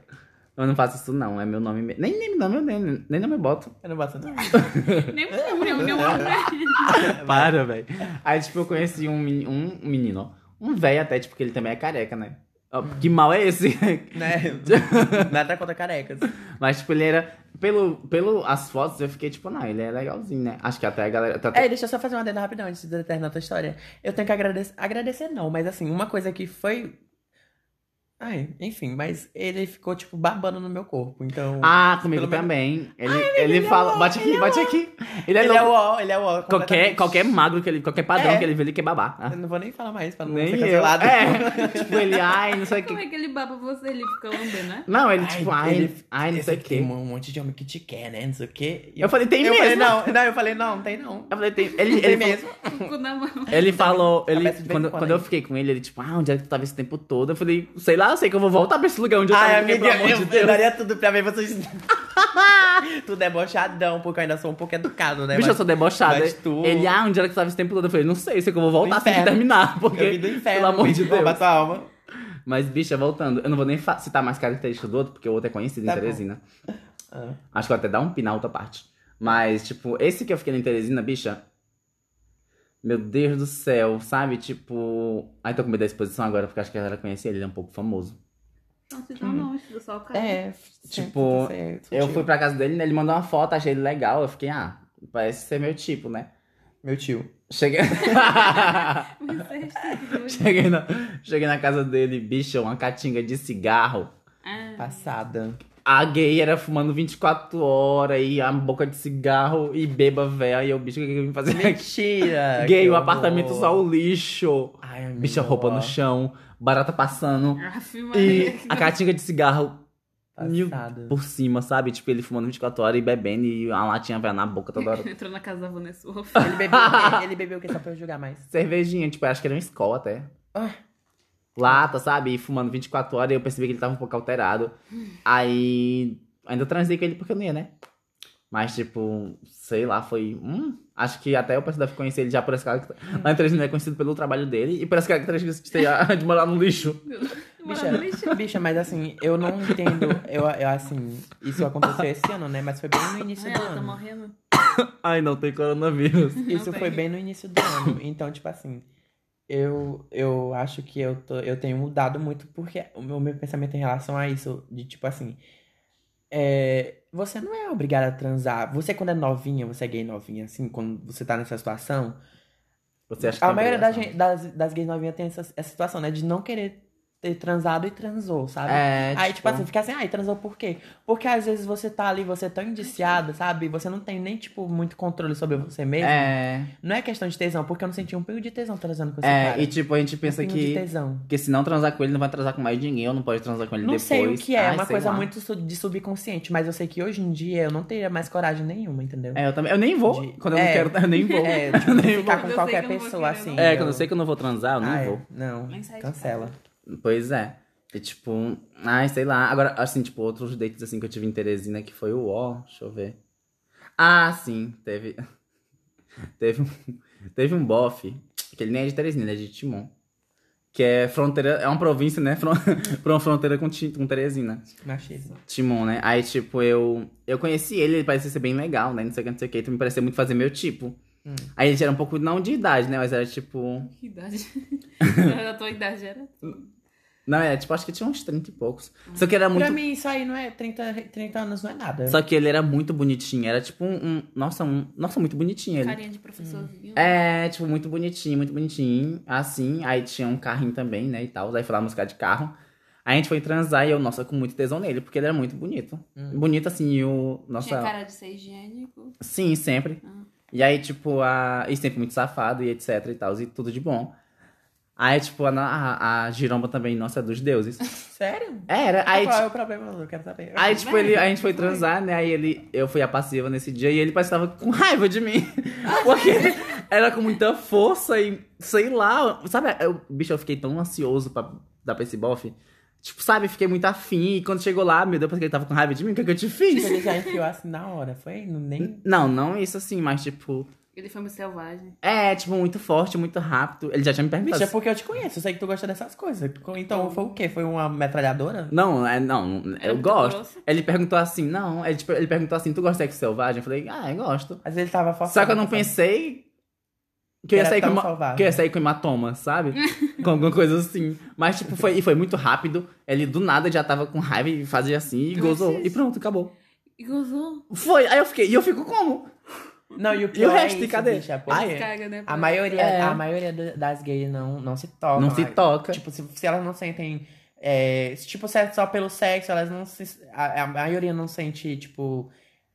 A: Eu não faço isso, não. É meu nome. me- Nem nem nome eu nem, nem nome eu boto.
B: Eu não boto nada.
C: Nem um, nem um, nem um.
A: Para, velho. Aí, tipo, eu conheci um, meni- um um menino, ó. Um velho até, tipo, que ele também é careca, né? Ó, Que mal é esse?
B: né? Nada contra carecas.
A: Mas, tipo, ele era. Pelo, pelo as fotos, eu fiquei, tipo, não, ele é legalzinho, né? Acho que até a galera. tá-
B: É, deixa eu só fazer uma adenda rapidão antes de terminar a tua história. Eu tenho que agradecer. Agradecer não, mas assim, uma coisa que foi. Ai, enfim, mas ele ficou, tipo, babando no meu corpo. Então.
A: Ah, comigo
B: Pelo menos-
A: também.
B: é
A: Ele, ele, fala. bate aqui, bate aqui. Ele é
B: ele é
A: louco.
B: o ó, ele é o ó.
A: Qualquer,
B: completamente.
A: qualquer magro que ele. Qualquer padrão
B: É. tá
A: que ele vê, ele quer babar. Ah,
B: Eu não vou nem falar mais pra não
A: Nem
B: ser
A: eu.
B: cancelado.
A: É. tipo, ele, ai, não sei o
C: Como
A: que.
C: é que ele baba você? Ele fica lambendo, né?
A: Não, ele,
B: Ai,
A: tipo, ai,
B: ele-
A: ai, não
B: Esse
A: sei o
B: aqui tem
A: que.
B: um monte de homem que te quer, né? Não sei o quê. E
A: Eu falei, tem
B: eu
A: mesmo.
B: falei, não, não, eu falei, não, tem não.
A: Eu falei, tem. Ele,
B: Tem
A: ele, falou-
B: mesmo. Tá
C: Com o cu na mão.
A: Ele falou, ele,
B: Cabeça de vez em
A: quando,
B: quando
A: quando eu
B: aí.
A: fiquei com ele, ele tipo, ah, onde é que tu tava esse tempo todo? Eu falei, sei lá, eu sei que eu vou voltar pra esse lugar onde eu tava,
B: Ai,
A: porque,
B: amiga,
A: pelo
B: eu,
A: amor de
B: eu
A: Deus.
B: daria tudo pra ver vocês. tudo debochadão, porque eu ainda sou um pouco educado, né?
A: Bicho, eu
B: Mas-
A: sou debochada.
B: mas tu-
A: Ele, ah, onde era que tu tava esse tempo todo? Eu falei, não sei, sei que eu vou
B: Do
A: voltar assim que
B: inferno.
A: terminar, porque,
B: Eu vim do inferno.
A: pelo amor de
B: vim roubar
A: Deus.
B: tua alma.
A: Mas, bicha, voltando, eu não vou nem fa- citar mais características do outro, porque o outro é conhecido
B: Tá
A: em
B: bom.
A: Teresina.
B: Ah.
A: Acho que eu até dar um pin na outra parte. Mas, tipo, esse que eu fiquei em Teresina, bicha. Meu Deus do céu, sabe? Tipo. Ai, tô com medo da exposição agora, porque acho que a galera conhece ele, ele é um pouco famoso.
C: Não se dá
B: Hum.
C: não, estuda só o cara.
B: É,
A: Tipo, Eu fui pra casa dele, né? Ele mandou uma foto, achei ele legal. Eu fiquei, ah, parece ser meu tipo, né?
B: Meu tio.
A: Cheguei.
C: Mas é estudo.
A: cheguei, na... cheguei na casa dele, bicho, uma catinga de cigarro.
C: Ah,
B: Passada.
A: A gay era fumando 24 horas e a boca de cigarro e beba véia. E eu, bicho, o que que eu vim fazer aqui?
B: Mentira!
A: Gay,
B: que
A: o
B: horror.
A: apartamento só o lixo.
B: Ai, amiga,
A: Bicha, roupa
B: ó.
A: no chão, barata passando.
C: Rafi,
A: E
C: Maria.
A: a catinga de cigarro mil
B: Passada.
A: por cima, sabe? Tipo, ele fumando 24 horas e bebendo e a latinha velha na boca toda hora.
C: Entrou na casa da Vanessa Wolff.
B: Ele bebeu, ele bebeu o que só pra eu julgar mais.
A: cervejinha, tipo, acho que era um Skol até.
B: Ah.
A: Lata, sabe? E fumando 24 horas, e eu percebi que ele tava um pouco alterado. Aí, ainda transei com ele porque eu não ia, né? Mas, tipo, sei lá, foi... Hum, acho que até eu pensei deve conhecer ele já por essa característica. Lá em Teresina ele é conhecido pelo trabalho dele e por essa característica de morar no lixo.
C: Morar no lixo.
B: Bicha, bicha, mas assim, eu não entendo. Eu, eu assim, isso aconteceu esse ano, né? Mas foi bem no início
C: Ah,
B: do
C: Ela tá
B: ano.
C: morrendo.
A: Ai, não, tem coronavírus.
B: Isso
C: Não tem.
B: foi bem no início do ano. Então, tipo assim, eu, eu acho que eu, tô, eu tenho mudado muito porque o meu, meu pensamento em relação a isso, de tipo assim, é, você não é obrigada a transar. Você, quando é novinha, você é gay novinha, assim, quando você tá nessa situação,
A: Você acha que
B: a
A: tem
B: maioria da
A: obrigação?
B: gen- das, das gays novinhas tem essa, essa situação, né? De não querer ter transado e transou, sabe?
A: É,
B: Aí,
A: tipo-
B: tipo assim, fica assim, ai, transou por quê? Porque às vezes você tá ali, você é tão indiciado, sabe? Você não tem nem, tipo, muito controle sobre você mesmo.
A: É.
B: Não é questão de tesão, porque eu não senti um pingo de tesão transando com esse
A: É,
B: cara.
A: e tipo, a gente pensa
B: um pingo de
A: que.
B: tesão.
A: Porque se não transar com ele, não vai transar com mais ninguém, ou não pode transar com ele
B: Não
A: depois.
B: sei o que é, é
A: Ai,
B: uma
A: sei
B: coisa
A: lá.
B: muito su- de subconsciente, mas eu sei que hoje em dia eu não teria mais coragem nenhuma, entendeu?
A: É, eu também. Eu nem vou.
B: De-
A: Quando eu
B: É.
A: não quero, eu nem vou.
B: É, tipo,
A: nem
B: você
C: vou.
B: ficar
C: Eu sei
B: com
C: que
B: qualquer
C: eu não vou
B: pessoa
C: querer,
B: assim.
C: não.
A: É, quando eu sei que eu não vou transar, eu não
B: Ah, é.
A: vou.
B: Não,
C: Nem sai de
B: cancela.
A: Pois é. E tipo, ai, sei lá. Agora, assim, tipo, outros dates assim que eu tive em Teresina que foi o ó, deixa eu ver. Ah, sim, teve. Teve um, teve um bofe, que ele nem é de Teresina, ele é de Timon. Que é fronteira, é uma província, né? Fron, pra uma fronteira com, Ti- com Teresina.
B: Machismo.
A: Timon, né? Aí, tipo, eu. Eu conheci ele, ele parecia ser bem legal, né? Não sei o que, não sei o que. Então me parecia muito fazer meu tipo.
B: Hum.
A: Aí ele já era um pouco, não de idade, né? Mas era tipo.
C: Que idade? a tua idade era?
A: Não, era tipo, acho que tinha uns 30 e poucos. Só que era Tá muito
B: Pra mim, isso aí não é 30, 30 anos, não é nada.
A: Só que ele era muito bonitinho, era tipo um. um- nossa, um, nossa, muito bonitinho ele.
C: Carinha de professorzinho.
A: É, tipo, muito bonitinho, muito bonitinho. Assim, aí tinha um carrinho também, né? E tal. Aí foi lá buscar de carro. Aí a gente foi transar e eu, nossa, com muito tesão nele, porque ele era muito bonito.
B: Hum.
A: Bonito assim, e o. Nossa.
C: Tinha cara de ser higiênico.
A: Sim, sempre.
C: Ah.
A: E aí, tipo, a. E sempre muito safado e etc e tal, e tudo de bom. Aí, tipo, a, a, a giromba também, nossa, é dos deuses.
B: Sério?
A: Era, aí,
B: Qual é o problema, Lu? Eu quero saber.
A: Aí, tipo, ele, a gente foi transar, né? Aí ele, eu fui a passiva nesse dia e ele passava com raiva de mim. Porque era com muita força e sei lá. Sabe, eu, bicho, eu fiquei tão ansioso pra dar pra esse bofe. Tipo, sabe, fiquei muito afim. E quando chegou lá, meu Deus, porque ele tava com raiva de mim, o que, é que eu te
B: Tipo,
A: fiz?
B: ele já enfiou assim na hora, foi? Não, nem...
A: Não, não isso assim, mas tipo.
C: Ele foi muito selvagem.
A: É, tipo, muito forte, muito rápido. Ele já tinha me perguntado. assim.
B: Bicho, é porque eu te conheço, eu sei que tu gosta dessas coisas. Então, foi o quê? Foi uma metralhadora?
A: Não, é, não,
C: Era
A: eu
C: muito
A: gosto.
C: grosso.
A: Ele perguntou assim, não. Ele, tipo, ele perguntou assim, tu gosta de sexo selvagem? Eu falei, ah, eu gosto.
B: Às vezes tava forçando.
A: Só que eu não pensei que eu ia
B: então? Era
A: sair com
B: tão
A: uma,
B: saudável.
A: que eu ia sair com hematoma, sabe? com alguma coisa assim. Mas tipo, foi, e foi muito rápido. Ele do nada já tava com raiva e fazia assim e
C: Mas
A: gozou
C: isso-
A: e pronto, acabou.
C: E gozou.
A: Foi. Aí eu fiquei, e eu fico como?
B: Não, e o
A: E
B: pior
A: o resto,
B: é isso,
A: cadê?
B: bicha, porque
A: Ah, é.
C: Caga, né?
B: A maioria,
A: É.
B: a maioria do- das gays não, não se toca.
A: Não se toca.
B: Tipo, se, se elas não sentem. é, se, tipo, se é só pelo sexo, elas não se. A, a maioria não sente, tipo.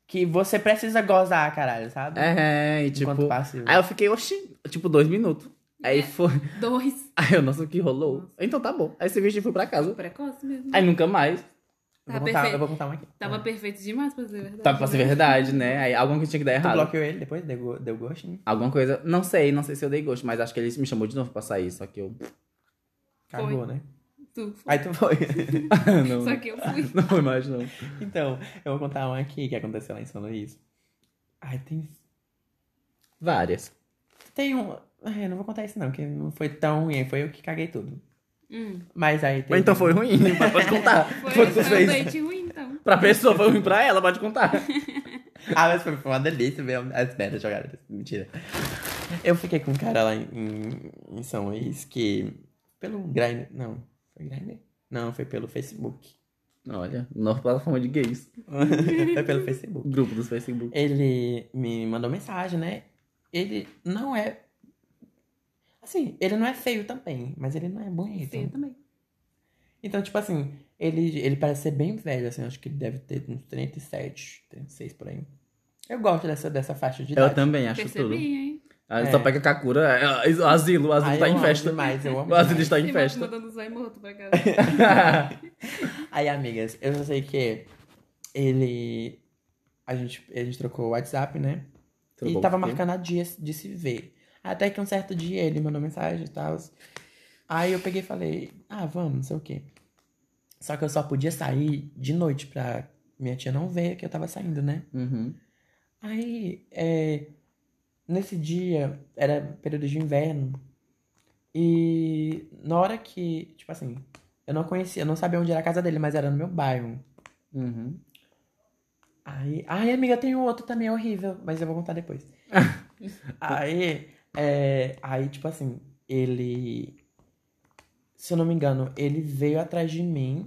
B: Que você precisa gozar, caralho, sabe?
A: É, e tipo.
B: Enquanto né? passivo.
A: Aí eu fiquei, oxi, tipo, dois minutos. Aí foi.
C: Dois.
A: Aí eu, nossa, o que rolou? Então tá bom. Aí você vestiu e fui pra casa.
C: Precoce mesmo.
A: Aí nunca mais.
B: Eu
C: tá
B: vou, contar,
C: perfeito.
B: eu vou contar uma aqui. Uhum.
C: Tava perfeito demais pra ser verdade.
A: Tá É. pra ser verdade, né? Aí alguma coisa tinha que dar
B: Tu
A: errado.
B: bloqueou ele depois? Deu, go- deu gosto? em mim?
A: Alguma coisa. Não sei, não sei se eu dei gosto, mas acho que ele me chamou de novo pra sair, só que eu.
C: Foi.
B: Cagou, né?
C: Tu foi.
B: Aí tu foi.
A: não, né?
C: Só que eu fui.
A: não foi mais, não.
B: então, eu vou contar uma aqui que aconteceu lá em São Luís. Ai, tem.
A: Várias.
B: Tem um. Ai, eu não vou contar isso, não, que não foi tão ruim. Foi eu que caguei tudo.
C: Hum.
B: Mas aí teve-
A: Ou então foi ruim, mas pode contar.
C: Foi,
A: Foi o que tu
C: foi um
A: fez.
C: date ruim, então.
A: Pra pessoa, foi ruim pra ela, pode contar.
B: Ah, mas foi, foi uma delícia ver as merdas jogadas. Mentira. Eu fiquei com um cara lá em, em- em São Luís que. Pelo Grindr. Não, foi Grindr? Não, foi pelo Facebook.
A: Olha, nova plataforma de gays.
B: foi pelo Facebook.
A: Grupo dos Facebook.
B: Ele me mandou mensagem, né? Ele não é. Assim, ele não é feio também, mas ele não é bonito.
C: Sim, eu também.
B: Então, tipo assim, ele, ele parece ser bem velho, assim, acho que ele deve ter uns 37, 36 por aí. Eu gosto dessa, dessa faixa de idade.
A: Eu também acho
C: Percebi,
A: tudo.
C: hein?
A: Ah,
B: É.
A: Só pega Kakura. é, é, Asilo, o asilo
B: Ai,
A: tá
B: eu
A: em
B: amo
A: festa.
B: demais, eu amo
A: O asilo
B: demais.
A: está Tá em
C: Tem mais
A: festa.
C: mandando os vai morto pra casa.
B: Aí, amigas, eu só sei que ele. A gente, a gente trocou o WhatsApp, né?
A: Tudo
B: e
A: bom,
B: tava
A: filho?
B: marcando a dia de se ver. Até que um certo dia ele mandou mensagem e tal. Aí eu peguei e falei, ah, vamos, não sei o quê. Só que eu só podia sair de noite pra minha tia não ver que eu tava saindo, né?
A: Uhum.
B: Aí, é, nesse dia, era período de inverno, e na hora que, tipo assim, eu não conhecia, eu não sabia onde era a casa dele, mas era no meu bairro.
A: Uhum.
B: Aí, ai amiga, tem um outro também horrível, mas eu vou contar depois. Aí, é, aí, tipo assim, ele, se eu não me engano, ele veio atrás de mim,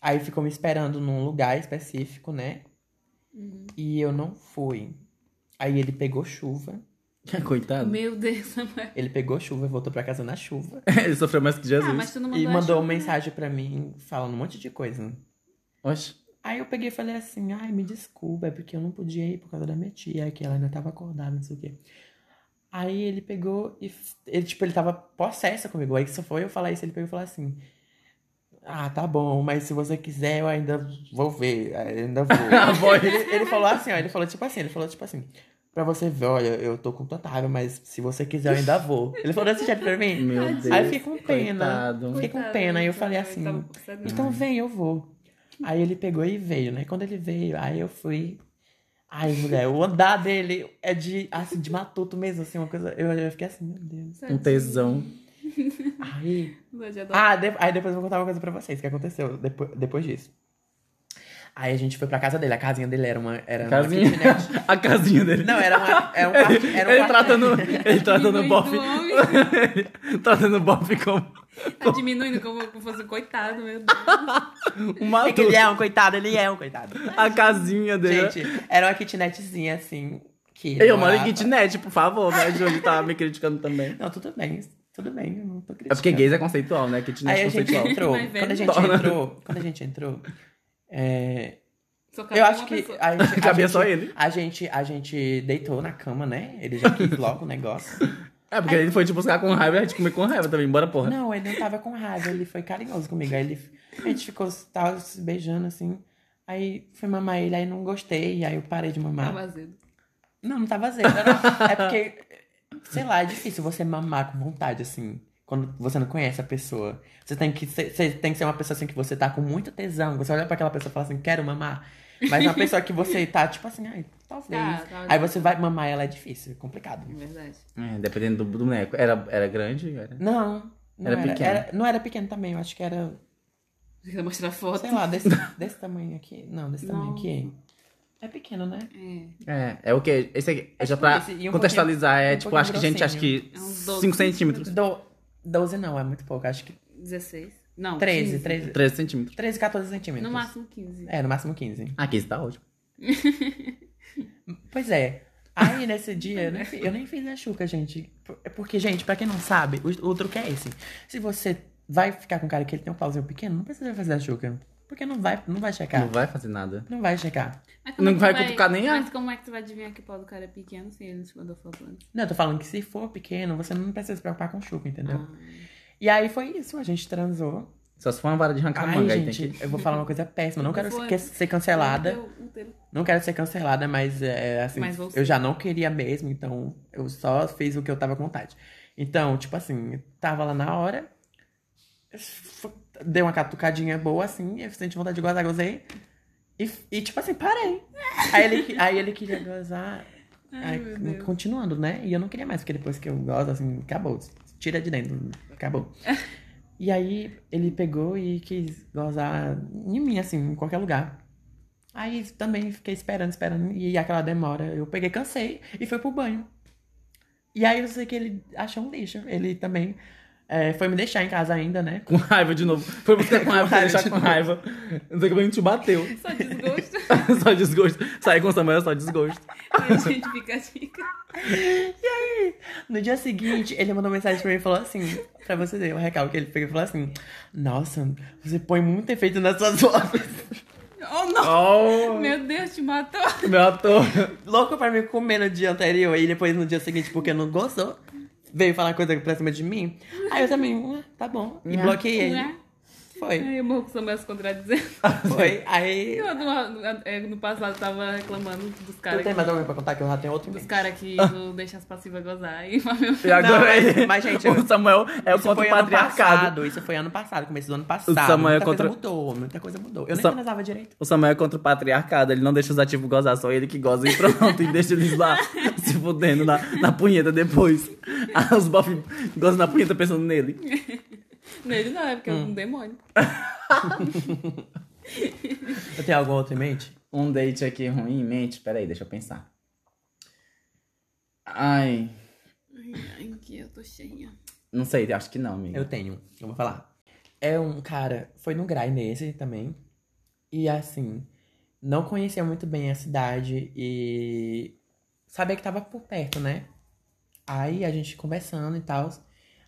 B: aí ficou me esperando num lugar específico, né?
C: Uhum.
B: E eu não fui. Aí ele pegou chuva.
A: É, Coitado.
C: Meu Deus, Samuel.
B: Ele pegou chuva e voltou pra casa na chuva.
A: Ele sofreu mais que Jesus.
C: Ah, mas tu não mandou
B: e
C: a
B: mandou
C: chuva,
B: uma
C: né?
B: mensagem pra mim falando um monte de coisa.
A: Oxe.
B: Aí eu peguei e falei assim, ai, me desculpa, é porque eu não podia ir por causa da minha tia, que ela ainda tava acordada, não sei o quê. Aí ele pegou e. f- Ele, tipo, ele tava possessa comigo. Aí só foi eu falar isso, ele pegou e falou assim. Ah, tá bom, mas se você quiser, eu ainda vou ver. eu Ainda vou. ele, ele falou assim, ó, ele falou tipo assim, ele falou tipo assim. Pra você ver, olha, eu tô com tanta raiva, mas se você quiser, eu ainda vou. Ele falou desse jeito pra mim.
A: Meu Deus.
B: Aí eu fiquei com pena.
A: Coitado.
B: Fiquei com pena, aí eu falei assim,
C: né? Tava processando.
B: Então vem, eu vou. Aí ele pegou e veio, né? Quando ele veio, aí eu fui. Ai, mulher, o andar dele é de, assim, de matuto mesmo, assim, uma coisa. Eu, eu fiquei assim, meu Deus.
A: Um tesão.
B: Aí.
C: Eu já dou-
B: Ah, de- aí depois eu vou contar uma coisa pra vocês, que aconteceu depois, depois disso. Aí a gente foi pra casa dele, a casinha dele era uma. Era
A: Casinha.
B: Uma kitnet.
A: A casinha dele.
B: é Não, era, uma, era um quarto. Era um
A: ele
B: quarto-
A: tratando, ele tá tratando o
C: Diminuindo
A: Bob.
C: o homem.
A: ele tratando o Bob como
C: Tá diminuindo como se fosse um coitado, meu Deus.
A: um
B: É que
A: maluco.
B: ele é um coitado, ele é um coitado.
A: A casinha dele.
B: Gente, era uma kitnetzinha assim. Que ele
A: eu moro em
B: morava.
A: kitnet, por favor, né? Júlio tá me criticando também.
B: Não, tudo bem, tudo bem, eu não tô criticando.
A: É porque gays é conceitual, né? Kitnet
B: Aí
A: é
B: a gente
A: conceitual.
B: entrou.
C: Mais velho.
B: Quando a gente
A: Torna.
B: entrou, quando a gente entrou, é,
C: Só cabe
B: eu
C: uma
B: acho que
C: pessoa.
B: a gente, a
A: Cabia
B: gente-
A: só ele.
B: A gente, a gente deitou na cama, né? Ele já quis logo o negócio.
A: É porque ele foi te buscar com raiva e a gente comeu com raiva também. Bora, porra.
B: Não, ele não tava com raiva, ele foi carinhoso comigo. Aí ele, a gente ficou tava se beijando assim. Aí fui mamar ele, aí não gostei, aí eu parei de mamar.
C: Tava azedo.
B: Não, não tava zero. não. É porque, sei lá, é difícil você mamar com vontade, assim, quando você não conhece a pessoa. Você tem que ser, você tem que ser uma pessoa assim que você tá com muito tesão. Você olha pra aquela pessoa e fala assim, quero mamar. Mas uma pessoa que você tá, tipo assim, ai, talvez.
C: Tá, tá.
B: Aí você vai mamar ela é difícil, é complicado.
C: É Verdade.
A: É, dependendo do boneco. Era, era grande? Era.
B: Não, não
A: Era
B: era,
A: pequeno.
B: não era pequeno também, eu acho que era,
C: Deixa eu mostrar a foto.
B: sei lá, desse, desse tamanho aqui. Não, desse tamanho
C: Não.
B: aqui. É pequeno, né?
C: É.
A: É, é o quê? Esse aqui, é
B: É
A: já
B: tipo
A: pra
B: esse, e um
A: contextualizar, é
B: um
A: tipo,
B: pouquinho
A: acho que, gente, acho que
C: É uns 12
A: 5 centímetros.
B: Do, 12 não, é muito pouco, acho que
C: 16. Não,
B: 13,
C: 15.
B: 13.
A: 13 centímetros. Ah,
B: 13, 14 centímetros.
C: No máximo 15.
B: É, no máximo 15.
A: Aqui está tá ótimo.
B: Pois é. Aí, nesse dia, eu nem, fi- eu nem fiz a chuca, gente. Por- é Porque, gente, pra quem não sabe, o, o truque é esse. Se você vai ficar com um cara que ele tem um pauzinho pequeno, não precisa fazer a chuca. Porque não vai, não vai checar.
A: Não
B: Não vai,
A: vai fazer nada.
B: checar.
C: Mas como é
A: Não
C: que
A: vai
C: tu
A: cutucar nem a-
C: Mas como é que tu vai adivinhar que o pau do cara é pequeno se ele não te mandou foto antes?
B: Não, eu tô falando que se for pequeno, você não precisa se preocupar com chuca, entendeu?
C: Ah.
B: E aí foi isso, a gente transou.
A: Só se for uma vara de arrancar
B: Ai,
A: manga aí tem que.
B: gente, eu vou falar uma coisa péssima. Não quero
C: Foi.
B: que- ser cancelada.
C: Teu útero.
B: Não quero ser cancelada, mas é, assim,
C: Mas você-
B: eu já não queria mesmo, então eu só fiz o que eu tava com vontade. Então, tipo assim, tava lá na hora, f- dei uma catucadinha boa, assim, eu senti vontade de gozar, gozei. E, e, tipo assim, parei. Aí ele, aí ele queria gozar,
C: Ai,
B: aí,
C: meu Deus.
B: continuando, né? E eu não queria mais, porque depois que eu gozo, assim, acabou. Tira de dentro, acabou. E aí ele pegou e quis gozar em mim, assim, em qualquer lugar. Aí também fiquei esperando, esperando, e aquela demora. Eu peguei, cansei e fui pro banho. E aí eu sei que ele achou um lixo. Ele também eh, foi me deixar em casa ainda, né?
A: Com raiva de novo. Foi buscar com raiva, foi deixar com raiva. Daqui a pouco te bateu.
C: Só desgosto.
A: só desgosto. Sair com o Samuel é só desgosto.
C: Mas, gente, fica assim. a dica.
B: No dia seguinte, ele mandou mensagem pra mim e falou assim, pra você ver o recalque, ele pegou e falou assim, nossa, você põe muito efeito nas suas vozes.
C: Oh, não.
A: Oh,
C: Meu Deus, te matou.
A: meu ator.
B: Louco pra me comer no dia anterior e depois no dia seguinte, porque não gostou, veio falar coisa pra cima de mim. Aí eu também, "Ué, tá bom, e bloqueei ele.
C: Né?
B: Foi,
C: Ai, eu morro com o Samuel se contradizendo.
B: foi. Aí...
C: Eu, no, é, no passado tava reclamando dos
B: Tu tá
C: caras
B: tem
C: que,
B: mais alguém pra contar que eu já tenho outro
C: dos
B: e-mail?
C: cara que não deixam as passivas gozar. E mas meu
A: E agora
B: mas- mas, gente,
A: o Samuel é o
B: Isso
A: contra
B: foi
A: o
B: ano
A: patriarcado.
B: passado, isso foi ano passado, começo do ano passado.
A: Samuel
B: muita
A: contra-
B: coisa mudou, muita coisa mudou. Eu nem
A: Sam-
B: transava direito.
A: O Samuel é contra o patriarcado, ele não deixa os ativos gozar, só ele que goza e pronto, e deixa eles lá se fudendo na, na punheta depois. Ah, os bof gozam na punheta pensando nele.
C: Nele não, é porque é um demônio.
B: Eu tenho algum outro em mente?
A: Um date aqui ruim em mente, peraí, deixa eu pensar. Ai,
C: Ai, que eu tô cheia.
A: não sei, acho que não, amiga.
B: Eu tenho, eu vou falar. É um cara, foi no Grai nesse também. E assim, não conhecia muito bem a cidade e sabia que tava por perto, né? Aí a gente conversando e tal.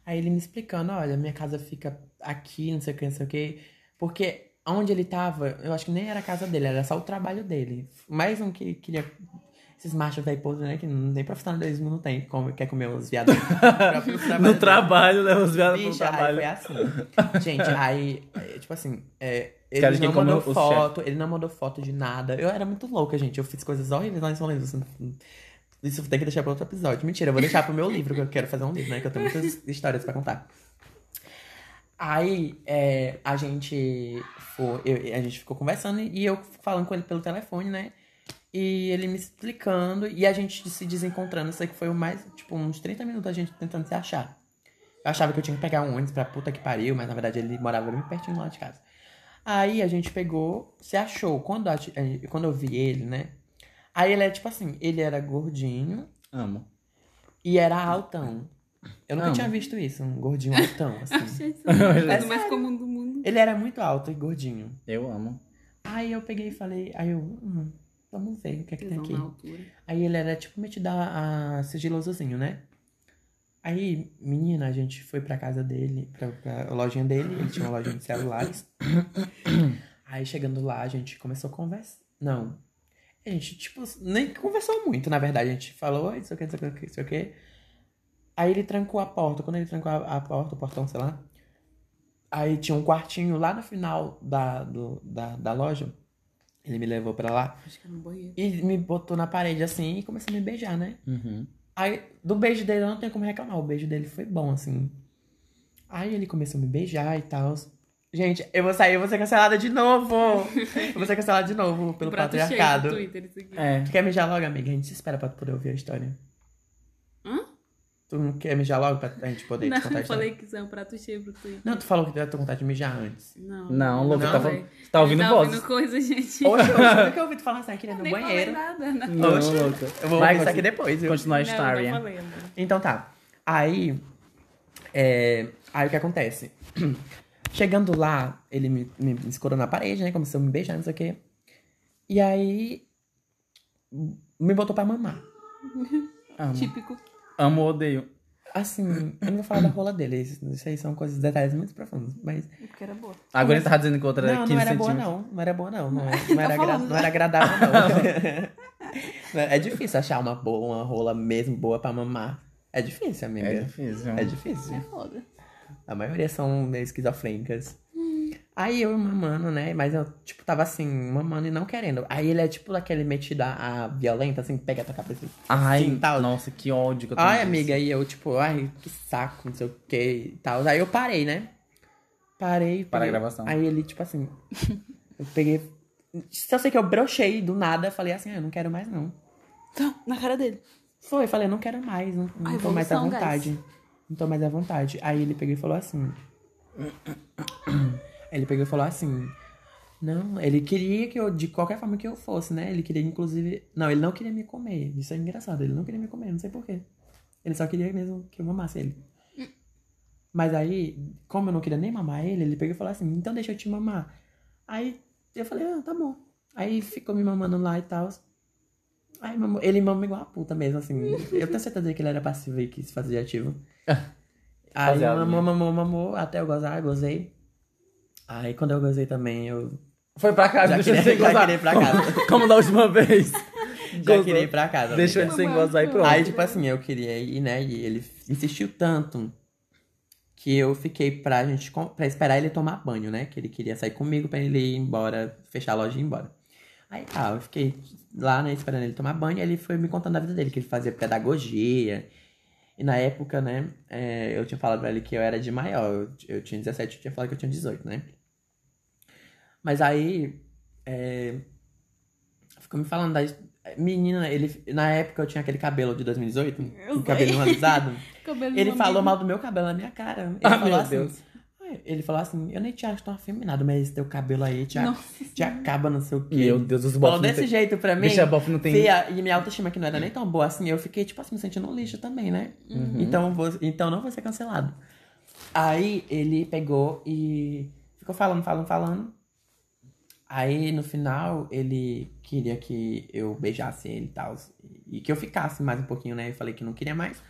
B: Aí ele me explicando, olha, minha casa fica aqui, não sei o que, não sei o que. Porque onde ele tava, eu acho que nem era a casa dele, era só o trabalho dele. Mais um que queria. Esses machos velho podre, né? Que não tem profissionalismo, não tem. Como, quer comer uns viados. no próprio
A: No
B: dele.
A: trabalho, né? Os viados pro
B: Bicha, aí
A: trabalho.
B: foi assim. Gente, aí, é, tipo assim, é, ele
A: Cara de quem
B: não
A: comeu
B: mandou
A: o
B: foto, ele não mandou foto de nada. Eu era muito louca, gente. Eu fiz coisas horríveis lá em São Luís. Isso, isso tem que deixar pra outro episódio. Mentira, eu vou deixar pro meu livro, que eu quero fazer um livro, né? Que eu tenho muitas histórias pra contar. Aí é, a gente foi, eu- a gente ficou conversando e eu falando com ele pelo telefone, né? E ele me explicando e a gente se desencontrando. Isso aí que foi o mais, tipo, uns 30 minutos a gente tentando se achar. Eu achava que eu tinha que pegar um ônibus pra puta que pariu, mas na verdade ele morava bem pertinho lá de casa. Aí a gente pegou, se achou. Quando, a ti- a- quando eu vi ele, né? Aí ele é tipo assim, ele era gordinho
A: Amo.
B: e era altão. Eu nunca
A: Amo.
B: tinha visto isso, um gordinho altão, assim.
C: Achei isso É a coisa mais comum do mundo.
B: ele era muito alto e gordinho.
A: Eu amo.
B: Aí eu peguei e falei, aí eu, hum, vamos ver o que é que tem
C: Visão
B: aqui.
C: na altura.
B: Aí ele era tipo metido a, a sigilosozinho, né? Aí, menina, a gente foi pra casa dele, pra, pra lojinha dele, ele tinha uma lojinha de celulares. Aí chegando lá, a gente começou a conversar. Não. A gente, tipo, nem conversou muito, na verdade. A gente falou, "Oi, isso aqui, isso aqui, isso aqui. Aí ele trancou a porta. Quando ele trancou a, a porta, o portão, sei lá. Aí tinha um quartinho lá no final da, do- da, da loja. Ele me levou pra lá.
C: Acho que era um banheiro.
B: E me botou na parede assim e começou a me beijar, né?
A: Uhum.
B: Aí, do beijo dele eu não tenho como reclamar, o beijo dele foi bom, assim. Aí ele começou a me beijar e tal. Gente, eu vou sair, eu vou ser cancelada de novo! eu vou ser cancelada de novo pelo
C: Um Prato cheio de
B: patriarcado.
C: Twitter, isso aqui.
A: É.
B: Tu quer mijar logo, amiga? A gente se espera pra tu poder ouvir a história.
C: Hã?
B: Tu não quer mijar logo pra gente poder te
C: Não,
B: contar a
C: eu
B: história?
C: falei que isso é um prato cheio pro Twitter.
B: Não, tu falou que tu ia ter vontade de mijar antes.
C: Não.
A: Não, Lou,
B: Não, né?
A: tá,
C: falei.
A: falando- tá ouvindo
C: Ele tá
A: vozes.
C: ouvindo coisa, gente.
B: Hoje, hoje, nunca ouvi tu falar assim, queria
C: Eu
B: no
C: nem falei
B: banheiro.
C: nada. né? Não,
A: Não,
B: Oxe.
A: louca.
B: Eu vou
A: Vai,
B: ouvir isso aqui
A: continu-
B: depois, viu?
A: Continuar a
C: não,
A: história.
C: não falei. né? Não.
B: Então tá. Aí. é, aí o que acontece? Chegando lá, ele me, me escorou na parede, né? Começou a me beijar, não sei o quê. E aí. Me botou pra mamar.
A: Amo.
C: Típico.
A: Amo, odeio.
B: Assim, eu não vou falar da rola dele. Isso, isso aí são coisas, detalhes muito profundos. Mas.
C: Porque era boa.
A: Agora ele tava dizendo que o outro era
B: Não,
A: 15
B: não era boa,
A: centímetros.
B: não. Não era boa, não. Não, era- não, era, agra-
C: falando,
B: não era agradável, não. é difícil achar uma boa, uma rola mesmo boa pra mamar. É difícil, amiga.
A: É difícil.
B: é difícil.
C: É foda.
B: A maioria são meio esquizofrênicas. Hum. Aí eu mamando, né? Mas eu, tipo, tava assim, mamando e não querendo. Aí ele é tipo daquele metido a, a violenta, assim, pega tua cabeça. assim.
A: Ai,
B: Sim, tá.
A: nossa, que ódio que eu tô
B: Ai, amiga, e eu, tipo, ai, que saco, não sei o que e tal. Aí eu parei, né? Parei.
A: Para a
B: peguei-
A: gravação.
B: Aí ele, tipo assim, eu peguei. Só sei que eu brochei do nada, falei assim, ah, eu não quero mais, não.
C: Então, na cara dele.
B: Foi, falei, não quero mais, não, não
C: A
B: tô mais à
C: evolução,
B: vontade. Não tô mais à vontade. Aí ele pegou e falou assim. Aí ele pegou e falou assim. Não, ele queria que eu, de qualquer forma que eu fosse, né? Ele queria, inclusive. Não, ele não queria me comer. Isso é engraçado, ele não queria me comer, não sei porquê. Ele só queria mesmo que eu mamasse ele. Mas aí, como eu não queria nem mamar ele, ele pegou e falou assim: então deixa eu te mamar. Aí eu falei: ah, tá bom. Aí ficou me mamando lá e tal. Aí mamou- ele mamou igual a puta mesmo, assim. Eu tenho certeza que ele era passivo e quis fazer de ativo. Aí
A: Ah, Fazer algo, né?
B: mamou, mamou, mamou, até eu gozar, gozei. Aí quando eu gozei também, eu
A: Foi pra casa,
B: Já
A: deixa ele
B: queria-
A: sem
B: já
A: gozar.
B: queria ir pra casa.
A: Como da última vez.
B: já
A: Gozou.
B: queria ir pra casa.
A: Deixa
B: amiga.
A: ele sem
C: Mamãe,
A: gozar e
C: não.
A: pronto.
B: Aí, tipo assim, eu queria ir, né? E ele insistiu tanto que eu fiquei pra gente com- pra esperar ele tomar banho, né? Que ele queria sair comigo pra ele ir embora, fechar a loja e ir embora. Aí tá, eu fiquei lá, né, esperando ele tomar banho, e ele foi me contando da vida dele, que ele fazia pedagogia. E na época, né, é, eu tinha falado pra ele que eu era de maior. Eu, eu tinha 17, eu tinha falado que eu tinha 18, né? Mas aí. é, ficou me falando da. Menina, ele, na época eu tinha aquele cabelo de 2018,
C: Eu
B: o cabelo
C: sei.
B: um alisado.
C: Cabelo
B: Ele
C: de
B: falou
C: mamilo.
B: mal do meu cabelo na minha cara. Ele
A: Ah,
B: falou
A: meu
B: assim,
A: Deus.
B: "Ai", Ele falou assim, eu nem te acho tão afeminado, mas esse teu cabelo aí te, a-
C: Nossa
B: te acaba, não sei o quê.
A: Meu Deus, os
B: falou
A: bofs não
B: desse
A: tem...
B: jeito pra mim.
A: Bicha, bof não tem...
B: Fia, e minha autoestima que não era nem tão boa assim, eu fiquei, tipo assim, me sentindo um lixo também, né? Então, vou, então não vou ser cancelado. Aí ele pegou e ficou falando, falando, falando. Aí no final ele queria que eu beijasse ele e tal. E que eu ficasse mais um pouquinho, né? Eu falei que não queria mais.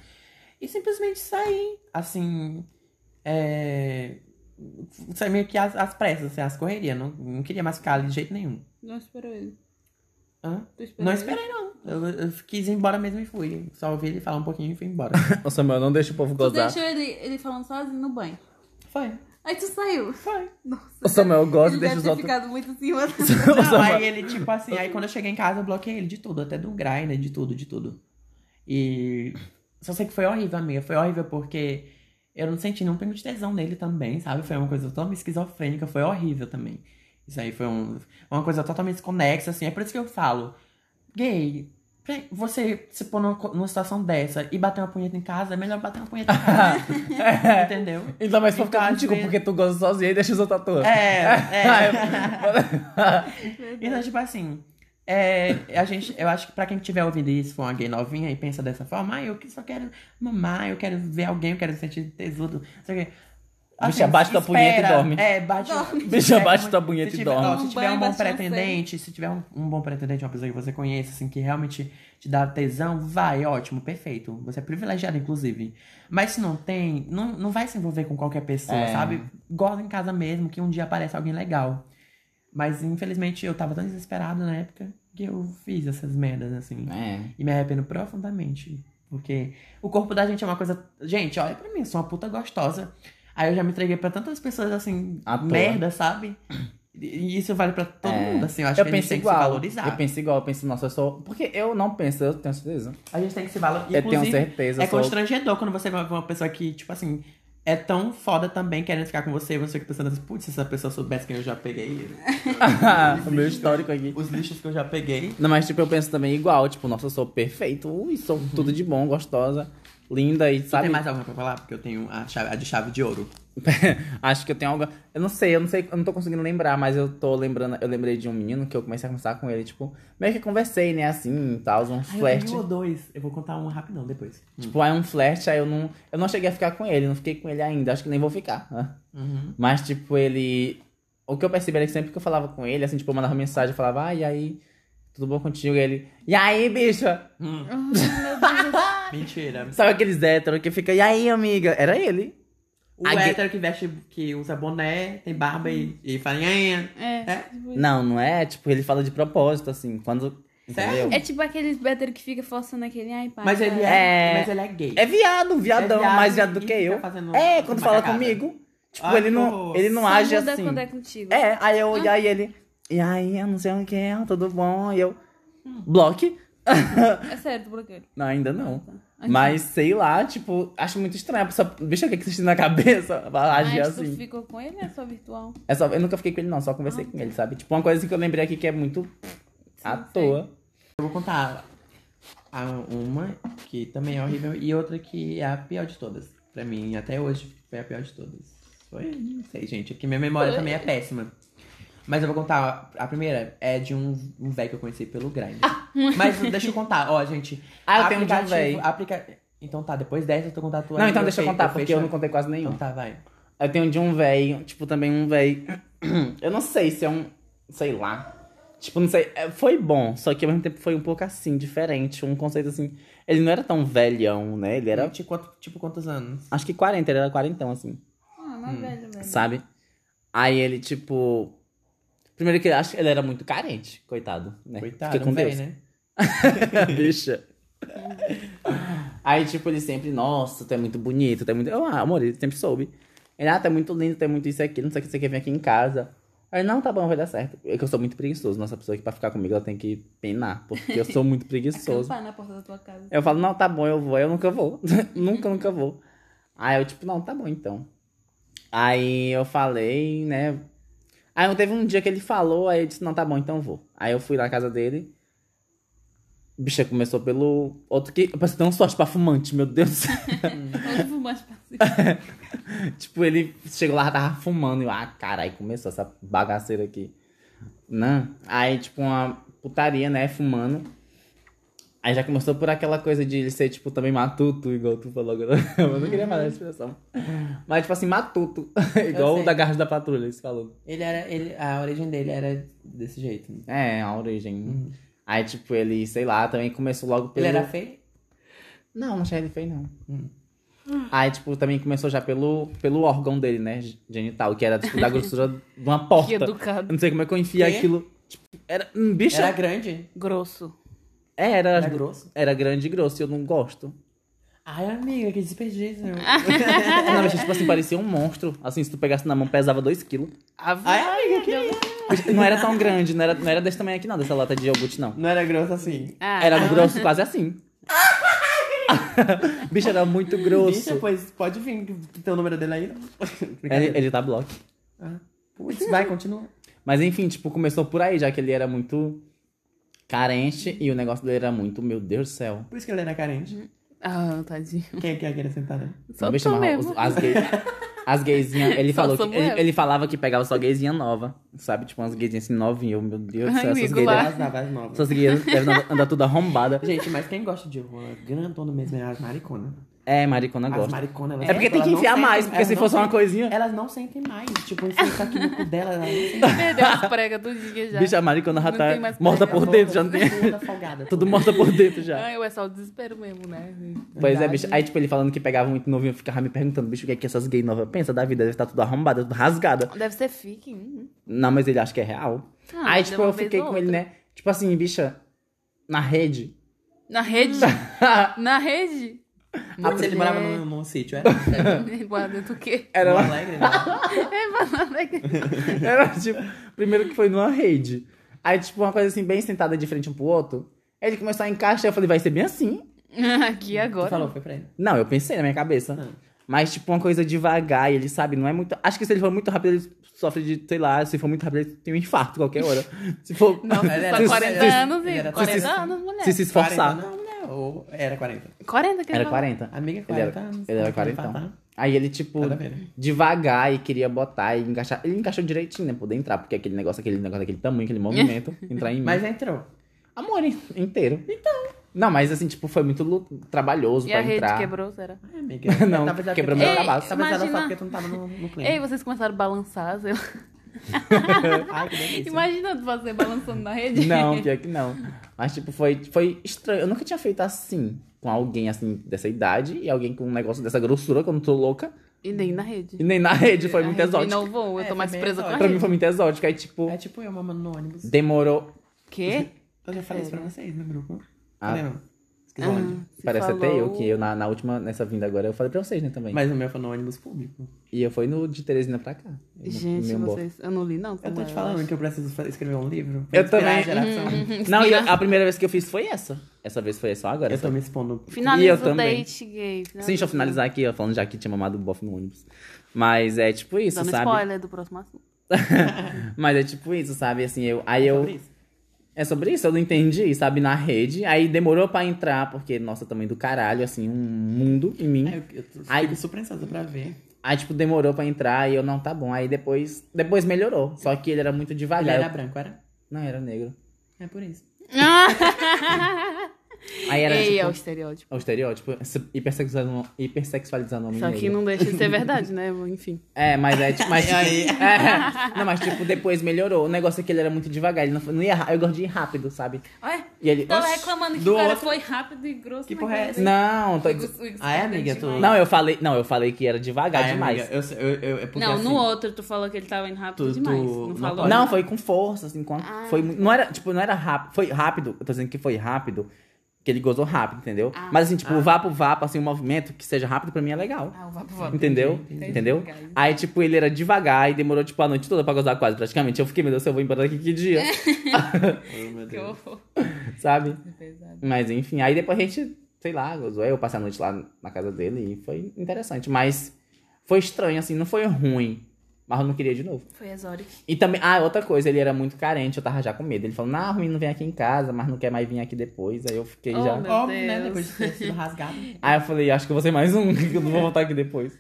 B: e simplesmente saí, assim, é... Saí meio que às, às pressas, assim, às correrias, não, não queria mais ficar ali de jeito nenhum.
C: Não esperou ele.
B: Hã?
C: Tu esperou
B: Não
C: ele?
B: esperei, não. Eu, eu quis ir embora mesmo e fui. Só ouvi ele falar um pouquinho e fui embora.
A: Ô, Samuel, não deixa o povo
C: Tu
A: gozar.
C: deixou ele, ele falando sozinho no banho.
B: Foi,
C: Aí tu saiu.
B: foi.
C: Nossa.
A: O Samuel gosta e
C: ele
A: deixa
C: deve
A: os
C: ter
A: outros.
C: ficado muito em cima.
A: O
B: Não, aí
A: Samuel...
B: ele, tipo assim, aí quando eu cheguei em casa, eu bloqueei ele de tudo, até do grinder, de tudo, de tudo. E só sei que foi horrível, amiga. Foi horrível porque eu não senti nenhum pingo de tesão nele também, sabe? Foi uma coisa totalmente esquizofrênica, foi horrível também. Isso aí foi um- uma coisa totalmente desconexa, assim. É por isso que eu falo, gay, pra- você se pôr numa, co- numa situação dessa e bater uma punheta em casa, é melhor bater uma punheta em casa, entendeu?
A: Então, mas pra ficar
B: Então, às
A: contigo,
B: vezes-
A: porque tu gosta sozinho e deixa os outros à toa.
B: É, é. Então,
C: Verdade.
B: tipo assim, é, a gente, eu acho que pra quem tiver ouvindo isso, for uma gay novinha e pensa dessa forma, ah, eu que só quero mamar, eu quero ver alguém, eu quero sentir tesudo, não sei o quê. Assim,
A: Bicha, bate tua punheta e dorme.
B: É, bate.
C: Dorme.
A: Bicha,
B: é,
A: bate
B: como-
A: tua punheta
B: se
A: e
B: tiver-
A: dorme.
B: ó, se
C: Um
B: tiver
C: banho,
B: um bom
C: bate uma
B: pretendente, se tiver um, um bom pretendente, uma pessoa que você conheça, assim, que realmente te dá tesão, vai, ótimo, perfeito. Você é privilegiado, inclusive. Mas se não tem, não, não vai se envolver com qualquer pessoa,
A: É.
B: sabe? Gosta em casa mesmo, que um dia aparece alguém legal. Mas infelizmente eu tava tão desesperado na época que eu fiz essas merdas, assim.
A: É.
B: E me arrependo profundamente. Porque o corpo da gente é uma coisa. Gente, olha pra mim, eu sou uma puta gostosa. Aí eu já me entreguei pra tantas pessoas assim,
A: À toa.
B: merda, sabe? E e isso vale pra todo
A: É.
B: mundo, assim. Eu acho
A: Eu
B: que a gente
A: penso
B: tem
A: igual.
B: que se valorizar.
A: Eu penso igual, eu penso, nossa, eu sou. Porque eu não penso, eu tenho certeza.
B: A gente tem que se valorizar.
A: eu tenho
B: Inclusive,
A: certeza.
B: é
A: eu sou...
B: constrangedor quando você vê uma pessoa que, tipo assim, é tão foda também querendo ficar com você, e você fica pensando assim, putz, se essa pessoa soubesse que eu já peguei.
A: o meu histórico aqui.
B: Os lixos que eu já peguei.
A: Não, mas tipo, eu penso também igual, tipo, nossa, eu sou perfeito, ui, sou tudo de bom, gostosa, linda e
B: Sabe?
A: sabe.
B: Tem mais alguma pra falar? Porque eu tenho a, chave- a de chave de ouro.
A: Acho que eu tenho algo. Eu não sei, eu não sei, eu não tô conseguindo lembrar, mas eu tô lembrando, eu lembrei de um menino que eu comecei a conversar com ele, tipo, meio que conversei, né, assim, e tal, um
B: Ah, eu
A: flerte.
B: tenho um ou dois. Eu vou contar um rapidão depois.
A: Tipo, aí um flerte, aí eu não. Eu não cheguei a ficar com ele, não fiquei com ele ainda, acho que nem vou ficar. né?
B: Uhum.
A: Mas, tipo, ele. O que eu percebi era que sempre que eu falava com ele, assim, tipo, eu mandava mensagem, eu falava, ah, e aí, tudo bom contigo? E ele, e aí, bicha?
C: Ah, meu Deus do céu.
B: Hum,
A: Ah,
B: Mentira.
A: Sabe aqueles héteros que fica, e aí, amiga? Era ele.
B: O
A: A gay-
B: hétero que veste, que usa boné, tem barba e, e fala nhanha.
C: É,
B: É?
C: tipo isso.
A: Não, não é, tipo, ele fala de propósito, assim, quando. Entendeu?
C: É tipo aquele better que fica forçando aquele. Ai, pai.
B: Mas ele é,
A: É.
B: mas ele é gay.
A: É viado, viadão,
B: É viado
A: mais viado
B: e
A: do que
B: fica
A: eu.
B: fazendo
A: É, quando fala
B: macacada.
A: comigo, tipo,
B: Ai,
A: ele não,
B: que
A: ele não
C: Só
A: age
C: muda
A: assim.
C: quando é contigo.
A: É, aí eu, e aí ele, e aí, eu não sei o que é, tudo bom, e eu, bloque?
C: É sério, tu bloqueia ele.
A: Não, ainda não.
C: Ai, tá.
A: Mas sei lá, tipo, acho muito estranho. A pessoa, bicho, o que é que vocês têm na cabeça? Vai
C: Mas
A: agir
C: tu
A: assim.
C: ficou com ele ou é só virtual?
A: É só, eu nunca fiquei com ele, não, só conversei com ele, sabe? Tipo, uma coisa que eu lembrei aqui que é muito à
C: Ah, tá. Sim, sim.
A: toa.
B: Eu vou contar a- uma que também é horrível e outra que é a pior de todas. Pra mim, até hoje, foi a pior de todas. Foi? Não sei, gente. Aqui minha memória também é péssima. Mas eu vou contar. A primeira é de um, um velho que eu conheci pelo Grindr. Mas deixa eu contar. Ó, gente.
A: Ah, eu tenho um de um
B: aplicativo-
A: véi.
B: aplica- Então tá, depois dessa eu tô contando a tua.
A: Não,
B: aí,
A: então deixa eu
B: sei,
A: contar, porque
B: fecho
A: eu
B: a-
A: não contei quase nenhum.
B: Então tá, vai.
A: Eu tenho de um véi, tipo, também um véi. Eu não sei se é um. Sei lá. Tipo, não sei. é, Foi bom, só que ao mesmo tempo foi um pouco assim, diferente. Um conceito assim. Ele não era tão velhão, né? Ele era.
B: Tipo, quanto- tipo, quantos anos?
A: Acho que 40, ele era 40, assim,
C: Ah, não é velho, velho.
A: sabe? Aí ele, tipo. Primeiro que eu acho que ele era muito carente, coitado, né?
B: Coitado,
A: Fica com
B: um véi,
A: Deus.
B: né?
A: Bicha. Aí, tipo, ele sempre, nossa, tu é muito bonito, tu é muito. Eu, ah, amor, ele sempre soube. Ele, ah, tu é muito lindo, tu é muito isso e aquilo, não sei o que, você quer vir aqui em casa. Aí, não, tá bom, vai dar certo. É que eu sou muito preguiçoso. Nossa, a pessoa que pra ficar comigo, ela tem que penar, porque eu sou muito preguiçoso.
C: Acampar na porta da tua casa.
A: Eu falo, não, tá bom, eu vou, eu nunca vou. nunca, nunca vou. Aí eu, tipo, não, tá bom então. Aí eu falei, né? Aí teve um dia que ele falou, aí eu disse, não, tá bom, então eu vou. Aí eu fui na casa dele. Bicha começou pelo. Outro que. Eu pensei, dando sorte pra fumante, meu Deus do céu.
C: Todo fumante passivo.
A: Tipo, ele chegou lá, tava fumando. E eu, ah, caralho, começou essa bagaceira aqui. Né? Aí, tipo, uma putaria, né? Fumando. Aí já começou por aquela coisa de ele ser, tipo, também matuto, igual tu falou agora. Eu não queria falar essa expressão. Mas, tipo assim, matuto. igual
B: sei.
A: o da Garra da Patrulha, ele falou.
B: Ele era. Ele, a origem dele era desse jeito. né?
A: É, a origem.
B: Uhum.
A: Aí, tipo, ele, sei lá, também começou logo pelo...
B: Ele era feio?
A: Não, não achei ele feio, não.
B: Hum.
A: Aí, tipo, também começou já pelo, pelo órgão dele, né? Genital, que era tipo, da grossura de uma porta.
C: Que
A: Eu
C: educado.
A: não sei como é que eu enfiei
B: Quê?
A: aquilo. Tipo, era. hum, Bicha.
B: Era
A: Era,
B: grande?
C: Grosso.
A: é, era,
B: Era grosso?
A: era grande e grosso, e eu não gosto.
B: Ai, amiga, que desperdício.
A: Na verdade, tipo assim, parecia um monstro. Assim, se tu pegasse na mão, pesava 2kg.
C: Ave
A: Ah, é?
B: Ai, amiga, que isso?
A: Não era tão grande, não era, não era desse tamanho aqui, não, dessa lata de iogurte, não.
B: Não era grosso assim.
C: Ah,
A: Era grosso quase assim. Bicho, era muito
B: Bicha,
A: grosso.
B: pois pode vir, que tem o número dele aí.
A: Ele, ele tá bloco.
B: Putz, vai, continua.
A: Mas enfim, tipo, começou por aí, já que ele era muito carente e o negócio dele era muito, meu Deus do céu.
B: Por isso que ele era
A: Uhum.
B: carente.
C: Ah, tadinho.
B: Quem é que ia querer sentar nele?
C: Só
A: Não, bicho,
C: tu
A: mas
C: mesmo.
A: os- as gays. As gaysinhas, ele
C: Só
A: falou que,
C: somos eu.
A: ele, ele falava que pegava só gaysinha nova, sabe? Tipo, umas gaysinhas assim novinhas, eu, meu Deus do céu,
C: Ai,
A: essas
C: amigo,
A: gays,
C: lá.
A: devem-
B: As navas novas.
A: essas gays devem andar- andar tudo arrombada.
B: Gente, mas quem gosta de rola grandona mesmo é as mariconas.
A: É, maricona
B: As
A: gosta.
B: mariconas, elas
A: É porque tem
B: elas
A: que
B: não
A: enfiar
B: sentem-
A: mais, porque
B: elas
A: se
B: não
A: fosse uma
B: sentem-
A: coisinha.
B: Elas não sentem mais. Tipo, enfia isso aqui no cu dela, elas não sentem mais.
C: Perdeu as pregas do dia já.
A: Bicho, a maricona já
C: É. Não
A: tá
C: tem mais
A: morta
C: pra-
A: por dentro, já não tem.
B: Toda folgada.
A: Tudo morta por dentro já.
C: Ah, eu é só o desespero mesmo, né?
A: Pois é,
B: Verdade.
A: bicho. Aí, tipo, ele falando que pegava muito novinho, eu ficava me perguntando, bicho, o que é que essas gays novas pensam da vida? Deve estar tudo arrombada, tudo rasgada.
C: Deve ser fique. hum.
A: Não, mas ele acha que é real.
C: Ah,
A: aí,
C: de
A: tipo,
C: uma
A: eu
C: vez
A: fiquei
C: ou
A: com ele,
C: outra.
A: né? Tipo assim, bicha, na rede.
C: Na rede? Na rede?
B: Ah, mas ele
C: Mulher.
B: morava num, num sítio, é?
C: Bora dentro do quê?
B: Era
A: Era,
B: um
A: lá-
B: alegre, né?
A: era tipo, primeiro que foi numa rede. Aí, tipo, uma coisa assim, bem sentada de frente um pro outro. Aí Ele começou a encaixar, eu falei, vai ser bem assim.
C: Aqui agora.
B: Tu falou, foi pra ele.
A: Não, eu pensei na minha cabeça.
B: Ah.
A: Mas, tipo, uma coisa devagar, e ele sabe, não é muito. Acho que se ele for muito rápido, ele sofre de, sei lá, se for muito rápido, ele tem um infarto qualquer hora. Se for.
C: Não,
B: Ele
C: só
B: era-
C: 40
B: ele-
C: tá anos,
B: ele era-
C: e 40
A: se-
C: anos, mulher.
A: se se esforçar.
B: 40, não, né? Ou era 40.
C: 40 que ele
A: Era
C: falou.
A: 40.
B: Amiga,
A: Ele
B: 40
A: era,
B: anos.
A: ele era
B: tá
A: 40.
B: pra matar.
A: Aí ele, tipo,
B: Nada a ver, né?
A: devagar e queria botar e encaixar. Ele encaixou direitinho, né? Poder entrar, porque aquele negócio, aquele negócio, aquele tamanho, aquele movimento, entrar em mim.
B: Mas entrou.
A: amor hein? inteiro. Então. Não, mas assim, tipo, foi muito lu- trabalhoso
C: E
A: pra
C: a rede
A: entrar.
C: quebrou, será?
B: Ai, amiga.
A: Não,
B: Talvez ela
A: quebrou
B: fique-
A: meu
B: Ei,
A: cabaço.
B: Talvez ela só
C: Imagina-
B: porque tu não tava no, no clima.
A: É.
C: Ei, vocês começaram a balançar. sei lá.
B: Ai, que delícia.
C: Imagina você balançando na rede.
A: Não, pior que não. Mas, tipo, foi, foi estranho. Eu nunca tinha feito assim com alguém, assim, dessa idade e alguém com um negócio dessa grossura, que eu não tô louca.
C: E nem na rede.
A: E nem na rede, foi
C: A
A: muito
C: rede
A: exótico.
C: Inovou, eu
B: É,
C: tô
B: foi
C: mais
B: bem
C: presa com a
B: exótico.
A: Pra mim
C: rede.
A: foi muito exótico. Aí, tipo,
B: É tipo eu mamando no ônibus.
A: demorou.
C: Quê? Ah,
B: Eu já falei isso pra vocês no grupo.
A: Ah.
B: Lembra? Esqueci o
C: Ah,
B: ônibus.
C: se
A: Parece até
C: falou-
A: eu, que eu na, na última, nessa vinda agora, eu falei pra vocês, né, também.
B: Mas o meu foi no ônibus público.
A: E eu fui no de Teresina pra cá.
C: Gente,
A: Meu bofe.
C: vocês... Eu não li, não. Uhum.
B: Eu tô
C: Samuel,
B: te falando que eu preciso fa- escrever um livro. pra
A: Eu
B: inspirar
A: também.
B: A geração.
A: Não, e a primeira vez que eu fiz foi essa. Essa vez foi só agora.
B: Eu tô
A: sabe?
B: me expondo.
C: Finaliza
A: E eu
C: o
A: também.
C: date gay. finaliza.
A: Sim, deixa eu finalizar aqui, ó, falando já que tinha mamado o bofe no ônibus. Mas é tipo isso,
C: Dando
A: sabe?
C: spoiler do próximo assunto.
A: Mas é tipo isso, sabe? Assim, eu. Aí eu.
B: sobre isso.
A: É sobre isso, eu não entendi, sabe? Na rede. Aí demorou pra entrar, porque, nossa, também do caralho, assim, um mundo em mim.
C: É.
B: Ai, eu, eu tô,
A: Ai.
B: fico super ansiosa pra ver.
A: Aí, tipo, demorou pra entrar e eu não, tá bom. Aí depois. Depois melhorou. Só que ele era muito
B: Ele
A: devagar.
B: era
A: Eu-
B: branco, era?
A: Não, era negro.
B: É por isso.
A: Aí era.
C: Ei,
A: tipo,
C: é o estereótipo.
A: o estereótipo, hipersexualizando, hipersexualizando o homem
C: Só que
A: negro.
C: não deixa de ser verdade, né? Enfim.
A: É, mas é tipo. Mas, tipo
B: Aí-
A: é. não, mas tipo, depois melhorou. O negócio é que ele era muito devagar. Ele não, foi- não ia. Eu gosto de ir rápido, sabe?
C: Olha,
A: E ele.
C: tava
A: "Oxi".
C: reclamando que
B: do
C: o cara
B: outro-
C: foi rápido e grosso.
B: Que
C: na
B: porra é
C: cara
B: essa?
C: dele.
A: Não, tô...
C: O Igor- o Igor
B: Ah, é,
C: foi
B: amiga, tu-
C: demais.
A: não, eu falei. Não, eu falei que era devagar
B: Ai,
A: Tá demais.
B: amiga, eu, eu, eu, é porque
C: Não,
B: assim,
C: no outro tu falou que ele tava indo rápido
B: Tu-
C: demais.
B: tu-
C: Não
B: não
C: falou?
B: pode.
A: Não, foi com força, assim, com a-
C: Ah.
A: foi mu- não era, tipo, não era rápido, foi rápido, eu tô dizendo que foi rápido, que ele gozou rápido, entendeu?
C: Ah.
A: Mas assim, tipo, o vapo vapo, assim, um movimento que seja rápido pra mim é legal.
C: Ah, o Vapo Vapo.
A: Entendeu?
C: entendi.
A: Entendeu?
C: Entendi.
A: Aí, tipo, ele era devagar e demorou, tipo, a noite toda pra gozar quase, praticamente. Eu fiquei, meu Deus, eu vou embora daqui que dia,
C: É.
B: Oh, meu
C: Que
B: Deus.
C: horror.
A: sabe?
C: Pesado.
A: Mas, enfim, aí depois a gente, sei lá, gozou. Aí Eu passei a noite lá na casa dele e foi interessante. Mas foi estranho, assim, não foi ruim. Mas eu não queria de novo.
C: Foi exótico.
A: E também, ah, outra coisa, ele era muito carente, eu tava já com medo. Ele falou, não, ruim, não vem aqui em casa, mas não quer mais vir aqui depois. Aí eu fiquei
C: Oh,
A: já.
C: meu
B: Óbvio, né?
C: Deus.
B: Depois de ter sido rasgado.
A: Aí eu falei, acho que eu vou ser mais um, que eu não vou voltar aqui depois.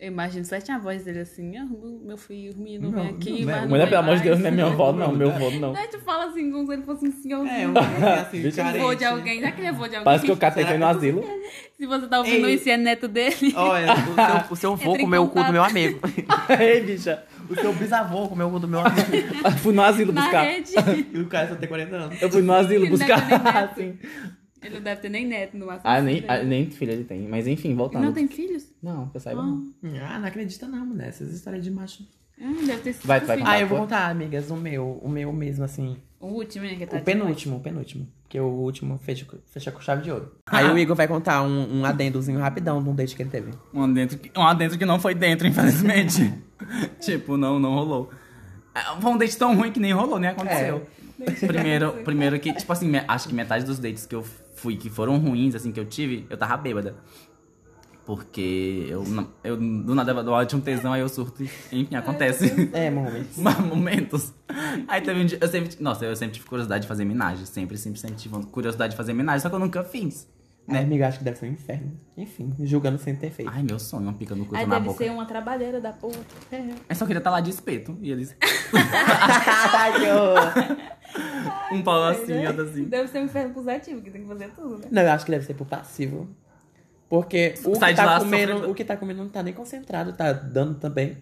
C: Eu imagino só tinha a voz dele assim, ah, meu filho, o menino vem
B: Não,
C: aqui,
B: não,
C: mas
B: não,
C: Ah, não
A: Mulher,
C: vai
A: pelo amor de Deus,
C: mais.
A: não é minha avó, não, meu avô, não.
C: Né, tu fala assim, como se ele fosse um
B: É,
C: senhorzinho.
B: um assim,
A: Bicho,
B: carente.
C: Vô de alguém, já que ele é vô de alguém.
A: Parece que eu catei foi
B: Será
A: no
B: que-
A: asilo.
C: Se você tá ouvindo
B: Ei.
C: isso e é neto dele.
B: Olha, o seu, o seu vô
C: Entra em
B: comeu o cu do
C: contato.
B: meu amigo.
A: Ei, bicha,
B: O seu bisavô comeu o cu do meu amigo.
A: fui no asilo
C: Na
A: buscar.
C: rede.
B: E o cara só tem 40 anos.
A: Eu fui no asilo
C: Negócio de
A: buscar,
C: neto.
A: assim.
C: Ele não deve ter nem neto no máximo.
E: Ah, nem, ah, nem filho ele tem. Mas enfim, voltando.
A: tá
C: Não tem filhos?
E: Não, que eu
A: É
E: saiba não.
C: Ah,
B: Ah, não acredita não, mulher. Essas histórias de macho.
C: hum, deve ter cinco
E: Vai, vai,
C: filhos.
B: Ah,
E: vai.
B: eu vou contar, amigas, o meu. O meu mesmo, assim.
C: O último, né? Que tá
B: O
C: de-
B: penúltimo, o penúltimo. Porque o último fecha, fecha com chave de ouro. Aí o Igor vai contar um, um adendozinho rapidão de um date que ele teve.
A: Um dentro que, um adentro que não foi dentro, infelizmente. tipo, não, não rolou. Ah, Foi um date tão ruim que nem rolou, nem aconteceu.
C: É.
A: Primeiro, primeiro que, tipo assim, me- acho que metade dos dates que eu fui, que foram ruins, assim, que eu tive, eu tava bêbada. Porque eu, não- eu do nada eu dou de um tesão, aí eu surto. Enfim, acontece.
B: É, momento.
A: Mas momentos. Aí teve um dia, eu sempre, nossa, eu sempre tive curiosidade de fazer minagem. Sempre, sempre, sempre tive curiosidade de fazer minagem, só que eu nunca fiz.
B: Né, amiga, acho que deve ser um inferno. Enfim, julgando sem ter feito.
A: Ai, meu sonho, um pica no cu
C: Aí
A: e na
C: Ah, deve
A: boca.
C: ser uma trabalheira da É, né? porra.
A: Eu só queria estar lá de espeto. E eles.
B: Caralho!
A: Um pau assim, outro assim.
C: Deve ser um inferno positivo, que tem que fazer tudo, né?
B: Não, eu acho que deve ser pro passivo. Porque o
A: Sai
B: que,
A: de
B: tá
A: lá
B: comendo,
A: sofrendo.
B: o que tá comendo não tá nem concentrado, tá dando também.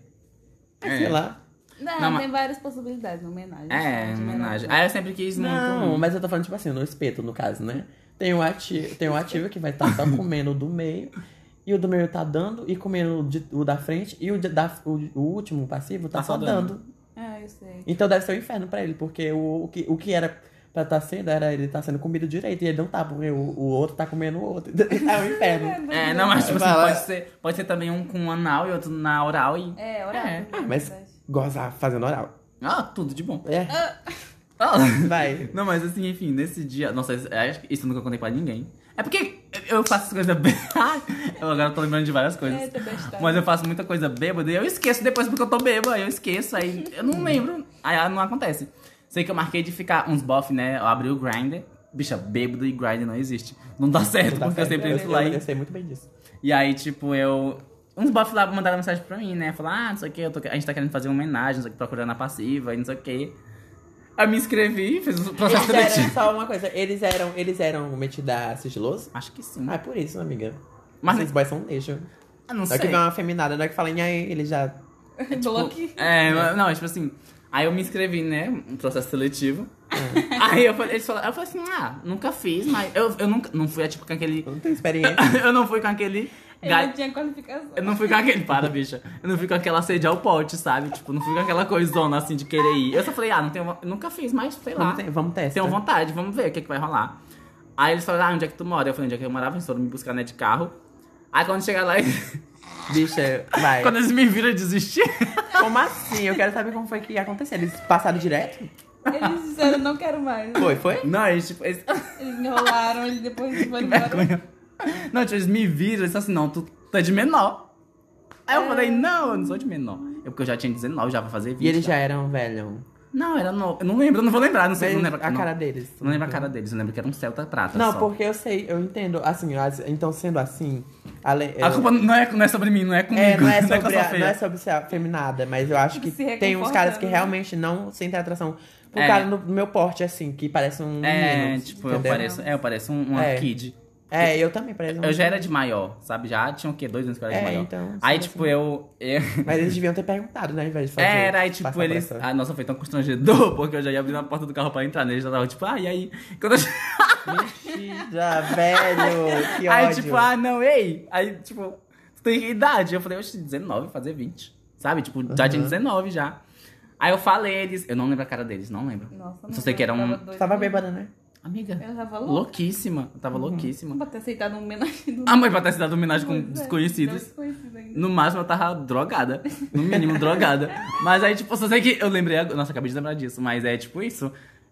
B: Sei lá.
C: Não,
A: Não, mas-
C: tem várias possibilidades, uma homenagem.
A: É,
C: De
A: homenagem. Ah, eu sempre quis muito.
B: Não, mas eu tô falando, tipo assim, no espeto, no caso, né? Tem o ativo, tem o ativo que vai estar só comendo o do meio, e o do meio tá dando, e comendo o, de- o da frente, e o, de- da, o, o último, o passivo, tá,
A: Tá
B: só
A: só
B: dando.
A: dando.
C: Ah, eu sei.
B: Então deve ser um inferno pra ele, porque o, o, que, o que era pra estar sendo, era ele tá sendo comido direito, e ele não tá, porque o, o outro tá comendo o outro. É um inferno.
A: É, não, mas tipo assim,
B: Fala.
A: pode ser, pode ser também um com anal e outro na oral e.
C: É, oral.
A: É.
C: também,
B: mas-
C: verdade.
B: Gozar fazendo oral.
A: Ah, tudo de bom.
B: É,
A: Ah.
B: vai.
A: Não, mas assim, enfim, nesse dia. Nossa, isso- é, acho que isso eu nunca contei pra ninguém. É porque eu faço coisa bem. eu agora tô lembrando de várias coisas.
C: É, tô bestada.
A: Mas eu faço muita coisa bêbada e eu esqueço depois porque eu tô bêbada, aí eu esqueço, aí eu não lembro, aí ela não acontece. Sei que eu marquei de ficar uns bof, né? Eu abri o grinder. Bicha, bêbado e grinder não existe. Não dá certo, É,
B: Tá
A: porque
B: certo.
A: eu sempre entro
B: eu,
A: lá
B: eu,
A: e.
B: eu sei muito bem disso.
A: E aí, tipo, eu. Uns bof lá mandaram mensagem pra mim, né? Falaram, ah, não sei o que, eu tô... a gente tá querendo fazer uma homenagem, não sei o que, procurando a passiva e não sei o que. Aí eu me inscrevi, fiz o processo
B: Eles
A: seletivo.
B: eram, só uma coisa, eles eram, eles eram metida sigiloso?
A: Acho que sim.
B: Ah, é por isso, amiga.
A: Mas
B: Mas Esses boys são um lixo.
A: Ah, não
B: Não é que um
A: sei.
B: vem uma feminada, não é que fala em aí, ele já...
C: Bloque.
A: É, mas- não, é tipo assim. Aí eu me inscrevi, né? Um processo seletivo.
B: É.
A: Aí eu falei, eles falaram, eu falei assim, ah, nunca fiz, mas eu, eu nunca, não fui, é, tipo, com aquele.
B: Não tem experiência.
A: eu não fui com aquele.
C: Ele
A: ga-
C: não tinha qualificação.
A: Eu não fui com aquele. Para, bicha. Eu não fui com aquela sede ao pote, sabe? Tipo, não fui com aquela coisona assim de querer ir. Eu só falei, ah, não tenho. vo- Eu nunca fiz, mas sei lá. um
B: Vamos, te- vamos testar.
A: Tenho vontade, vamos ver o que, que vai rolar. Aí eles falaram, ah, onde é que tu mora? Eu falei, onde é que eu morava? Eles foram me buscar, né, de carro. Aí quando chegar lá, eles-
B: Bicha, vai.
A: quando eles me viram eu desisti.
B: Como assim? Eu quero saber como foi que aconteceu. Eles passaram direto?
C: Eles disseram, não quero mais.
B: Foi, foi?
A: Não, eles, tipo, eles...
C: Eles enrolaram, eles depois foram embora.
A: Não, tipo, eles me viram, eles assim, não, tu tá de menor. Aí eu falei, não, eu não sou de menor. É porque eu já tinha 19, já vou fazer 20.
B: E eles
A: tá?
B: já eram velho.
A: Não, era novo. Eu não lembro, eu não vou lembrar, não sei, não
B: Mas
A: lembro
B: a
A: não,
B: cara deles.
A: Não lembro a cara deles, eu lembro que era um Celta Prata
B: Não,
A: só.
B: porque eu sei, eu entendo. Assim, as- então sendo assim. Ale,
A: A culpa não é, não é sobre mim, não é comigo.
B: é, não é
A: que eu
B: sobre,
A: sou
B: a-
A: feia.
B: não é sobre ser afeminada, mas eu acho que
C: Se
B: tem uns caras que
C: reconfortando, né?
B: realmente não sentem atração pro
A: É.
B: cara no, no meu porte, assim, que parece um
A: É,
B: menino.
A: tipo, eu
B: entendeu?
A: pareço, é, eu pareço um, uma
B: É.
A: kid.
B: É, eu também pareço um
A: Eu já era de maior, sabe? Já tinha o quê? Dois anos que eu era de
B: É,
A: maior.
B: então,
A: Aí,
B: sim,
A: tipo, eu... eu...
B: Mas eles deviam ter perguntado, né, ao invés de fazer.
A: Era, e tipo,
B: passar por
A: eles.
B: essa-
A: Ah, nossa, foi tão constrangedor, porque eu já ia abrir a porta do carro pra entrar, né? Eles já tava tipo, ah, e aí? Quando eu...
B: Já, velho, que ódio.
A: Ah. Aí, tipo, ah, não, ei! Aí, tipo, tu tem que idade? Eu falei, oxe, 19, fazer 20. Sabe? Tipo, já tinha 19 já. Aí eu falei, eles. Eu não lembro a cara deles, não lembro.
C: Nossa,
A: Só sei que era um-
C: doida.
B: Tava bêbada, né?
A: Amiga,
C: Ela tava louca. Uhum.
A: louquíssima. Eu tava louquíssima.
C: Pra ter aceitado um homenagem do...
A: A mãe pra ter se dado homenagem Ah, com
C: Pois é,
A: desconhecidos.
C: Desconhecido ainda.
A: No máximo eu tava drogada. No mínimo, drogada. Mas aí, tipo, só sei que eu lembrei agora. Nossa, acabei de lembrar disso, mas é tipo isso.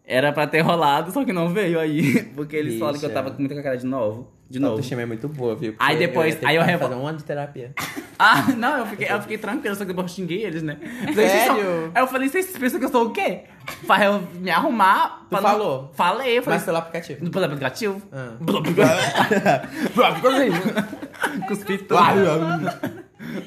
A: Era pra ter rolado, só que não veio aí. Porque eles falaram que eu
B: Bicha.
A: tava com muita cara de novo. De
B: Tua
A: novo.
B: autoestima é muito boa, viu?
A: Aí
B: Porque
A: depois-
B: ia ter
A: aí eu
B: que
A: revo-
B: fazer um ano de terapia.
A: Ah, não, eu fiquei, eu fiquei tranquila, só que depois eu xinguei eles, né? Eu falei, "Vocês são-"
B: Sério?
A: Aí eu falei, vocês pensam que eu sou o quê? Pra eu me arrumar. pra não-
B: falou?
A: Falei, eu falei.
B: Mas pelo aplicativo.
A: Pelo aplicativo?
B: Ah.
A: Pelo aplicativo. Cuspi tudo.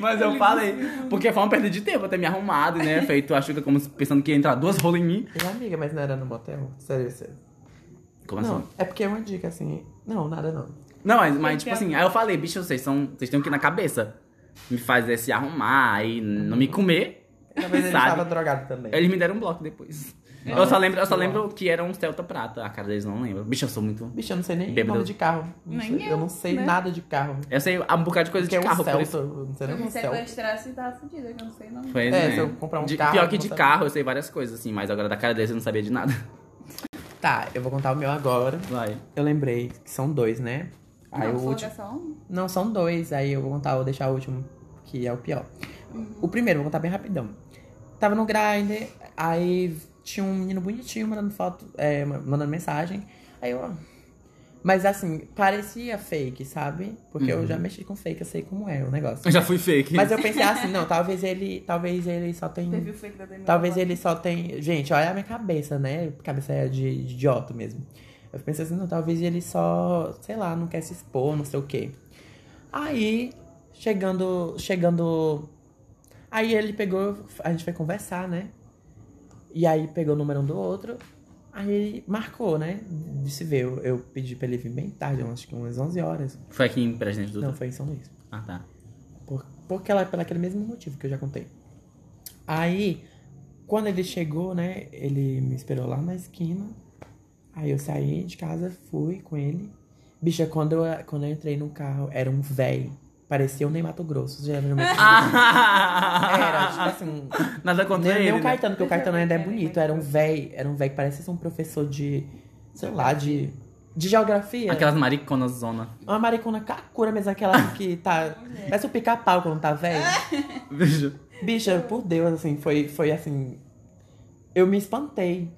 A: Mas eu falei, porque foi uma perda de tempo eu ter me arrumado, né? Feito a chuca como se- pensando que ia entrar duas rolas em mim.
B: E, amiga, mas não era no motel? Sério, sério.
A: Como assim?
B: Não, é porque é uma dica, assim. Não, nada não.
A: Não, mas, mas tipo assim, aí eu falei, bicho, vocês são. Vocês têm o que na cabeça? Me fazer se arrumar e não me comer.
B: Talvez ele
A: Sabe?
B: estava drogado também.
A: Eles me deram um bloco depois. Eu só lembro, eu só lembro que era um Celta Prata. A cara deles eu não lembro. Bicho, eu sou muito.
B: Bicho, eu não sei nem
A: Bêbado.
B: nome de carro. Não
F: Nem
B: sei-
F: eu,
B: eu não sei
F: né?
B: nada de carro.
A: Eu sei um bocado de coisa de
B: Porque é um
A: carro. por isso-
B: Celta, eu não sei
C: Se
B: nem
C: eu me
B: um Celta.
C: sequestrasse, tava fudida, que eu não sei não.
A: Pois
B: É, se eu comprar um
A: de,
B: carro,
A: Pior
B: eu
A: que
B: vou
A: de
B: saber.
A: carro, eu sei várias coisas, assim, mas agora da cara deles eu não sabia de nada.
B: Tá, eu vou contar o meu agora.
A: Vai.
B: Eu lembrei que são dois, né? Aí
C: não,
B: o
C: foda,
B: último.
C: só um.
B: Não, são dois. Aí eu vou contar, vou deixar o último, que é o pior.
C: Uhum.
B: O primeiro, vou contar bem rapidão. Tava no Grindr, aí tinha um menino bonitinho mandando foto, é, ma- mandando mensagem. Aí eu. ó. Mas assim, parecia fake, sabe? Porque
C: Uhum.
B: eu já mexi com fake, eu sei como é o negócio.
A: Eu já fui fake.
B: Mas eu pensei assim, não, talvez ele. Talvez ele só tem.
C: Teve o fake da Demi
B: Talvez
C: Lovato.
B: ele só tem. Gente, olha a minha cabeça, né? Cabeça é de, de idiota mesmo. Eu pensei assim, não, talvez ele só, sei lá, não quer se expor, não sei o quê. Aí, chegando. Chegando. Aí ele pegou, a gente foi conversar, né? E aí pegou o número um do outro. Aí ele marcou, né? De se ver. Eu, eu pedi pra ele vir bem tarde, eu acho que umas 11 horas.
A: Foi aqui em Presidente Dutra?
B: Não, foi em São Luís.
A: Ah, tá.
B: Por, porque ela, pelo aquele mesmo motivo que eu já contei. Aí, quando ele chegou, né? Ele me esperou lá na esquina. Aí eu saí de casa, fui com ele. Bicha, quando eu, quando eu entrei no carro, era um véi. Parecia o Ney Mato Grosso. Geralmente.
A: Ah!
B: era, tipo assim. um-
A: Nada contra
B: nem, nem
A: ele.
B: o
A: né?
B: Caetano, porque o
C: Deixa eu
B: Caetano
C: ver
B: ainda é
C: quem é Ney
B: bonito.
C: Mato
B: Era um véi. Era um véi que parecia ser um professor de. Sei lá, de. De geografia.
A: Aquelas mariconas zona.
B: Uma maricona cacura mesmo, aquela que tá. Parece o pica-pau quando tá velho.
A: Vejo.
B: Bicha, por Deus, assim, foi, foi assim. Eu me espantei.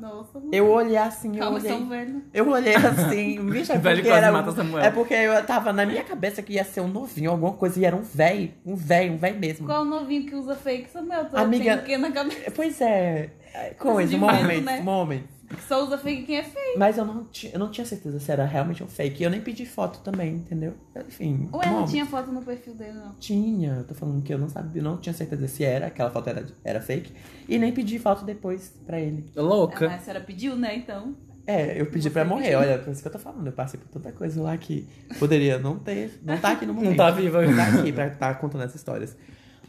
C: Nossa,
B: Eu olhei assim, eu
F: Calma,
B: olhei.
F: são velho.
B: Eu olhei assim, bicha,
A: Velho
B: porque
A: quase
B: era
A: mata
B: um-
A: Samuel.
B: É porque eu tava na minha cabeça que ia ser um novinho, alguma coisa, e era um velho, um velho, um velho mesmo.
C: Qual é o novinho que usa fake? Samuel, tu
B: Amiga-
C: tem o quê na cabeça?
B: Pois é, é, coisa,
C: de
B: momento,
C: medo, né?
B: momento.
C: Que só usa fake quem é fake.
B: Mas eu não, ti- eu não tinha certeza se era realmente um fake. Eu nem pedi foto também, entendeu? Enfim.
C: Ué, não
B: momento.
C: tinha foto no perfil dele, não.
B: Tinha, eu tô falando que eu não sabia, não tinha certeza se era, aquela foto era, era fake. E nem pedi foto depois pra ele.
C: Ah, mas
A: Louca.
C: a senhora pediu, né, então?
B: É, eu pedi
C: Você
B: pra morrer,
C: pediu.
B: olha, por isso que eu tô falando. Eu passei por tanta coisa lá que poderia não ter. Não tá aqui no momento.
A: Não tá viva.
B: Não tá aqui pra estar contando essas histórias.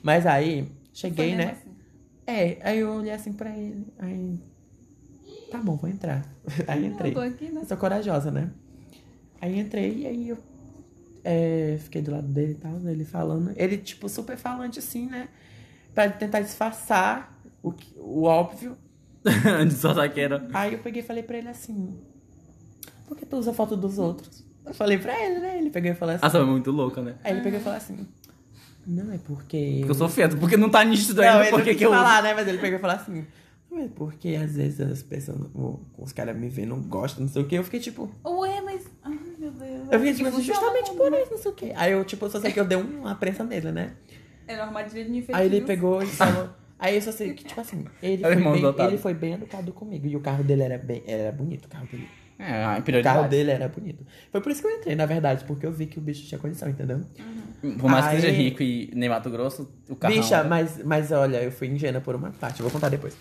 B: Mas aí, cheguei,
C: Foi
B: né?
C: mesmo assim.
B: É, aí eu olhei assim pra ele. Aí. Tá bom, vou entrar. Aí
C: Não, eu
B: entrei.
C: tô aqui, né?
B: Eu sou corajosa, né? Aí entrei e aí eu é, fiquei do lado dele e tal, né, ele falando. Ele, tipo, super falante assim, né? Pra tentar disfarçar o, que- o óbvio.
A: De só tá saqueira.
B: Aí eu peguei e falei pra ele assim: Por que tu usa foto dos outros? Eu falei pra ele, né? Ele pegou e falou assim.
A: Ah, Samuel é muito louca, né?
B: Aí ele pegou e falou assim: Não, é porque.
A: Porque eu sou feto. Porque não tá nítido
B: Não,
A: ainda.
B: ele não
A: Por que
B: quis
A: que eu.
B: falar, né? Mas ele pegou e falou assim. Não é porque às vezes as pessoas, o- os caras me veem, não gostam, não sei o quê. Eu fiquei tipo,
C: Ué, mas. Ai, meu Deus.
B: Eu fiquei tipo,
C: Funciona
B: justamente
C: como- um
B: por isso, não sei o quê. Aí eu, tipo, só sei que eu dei uma prensa nele, né?
C: Era uma armadilha é de infeliz.
B: Aí ele pegou e falou. Aí eu só sei que, tipo assim, ele
A: É o
B: foi,
A: irmão
B: bem,
A: adotado.
B: ele foi bem educado comigo. E o carro dele era bem. Era bonito o carro dele.
A: É, a
B: O carro
A: prioridade.
B: dele era bonito. Foi por isso que eu entrei, na verdade, porque eu vi que o bicho tinha condição, entendeu?
A: Por mais
B: Aí-
A: que seja rico e nem Mato Grosso, o carro.
B: Bicha, mas, mas olha, eu fui ingênua por uma parte, eu vou contar depois.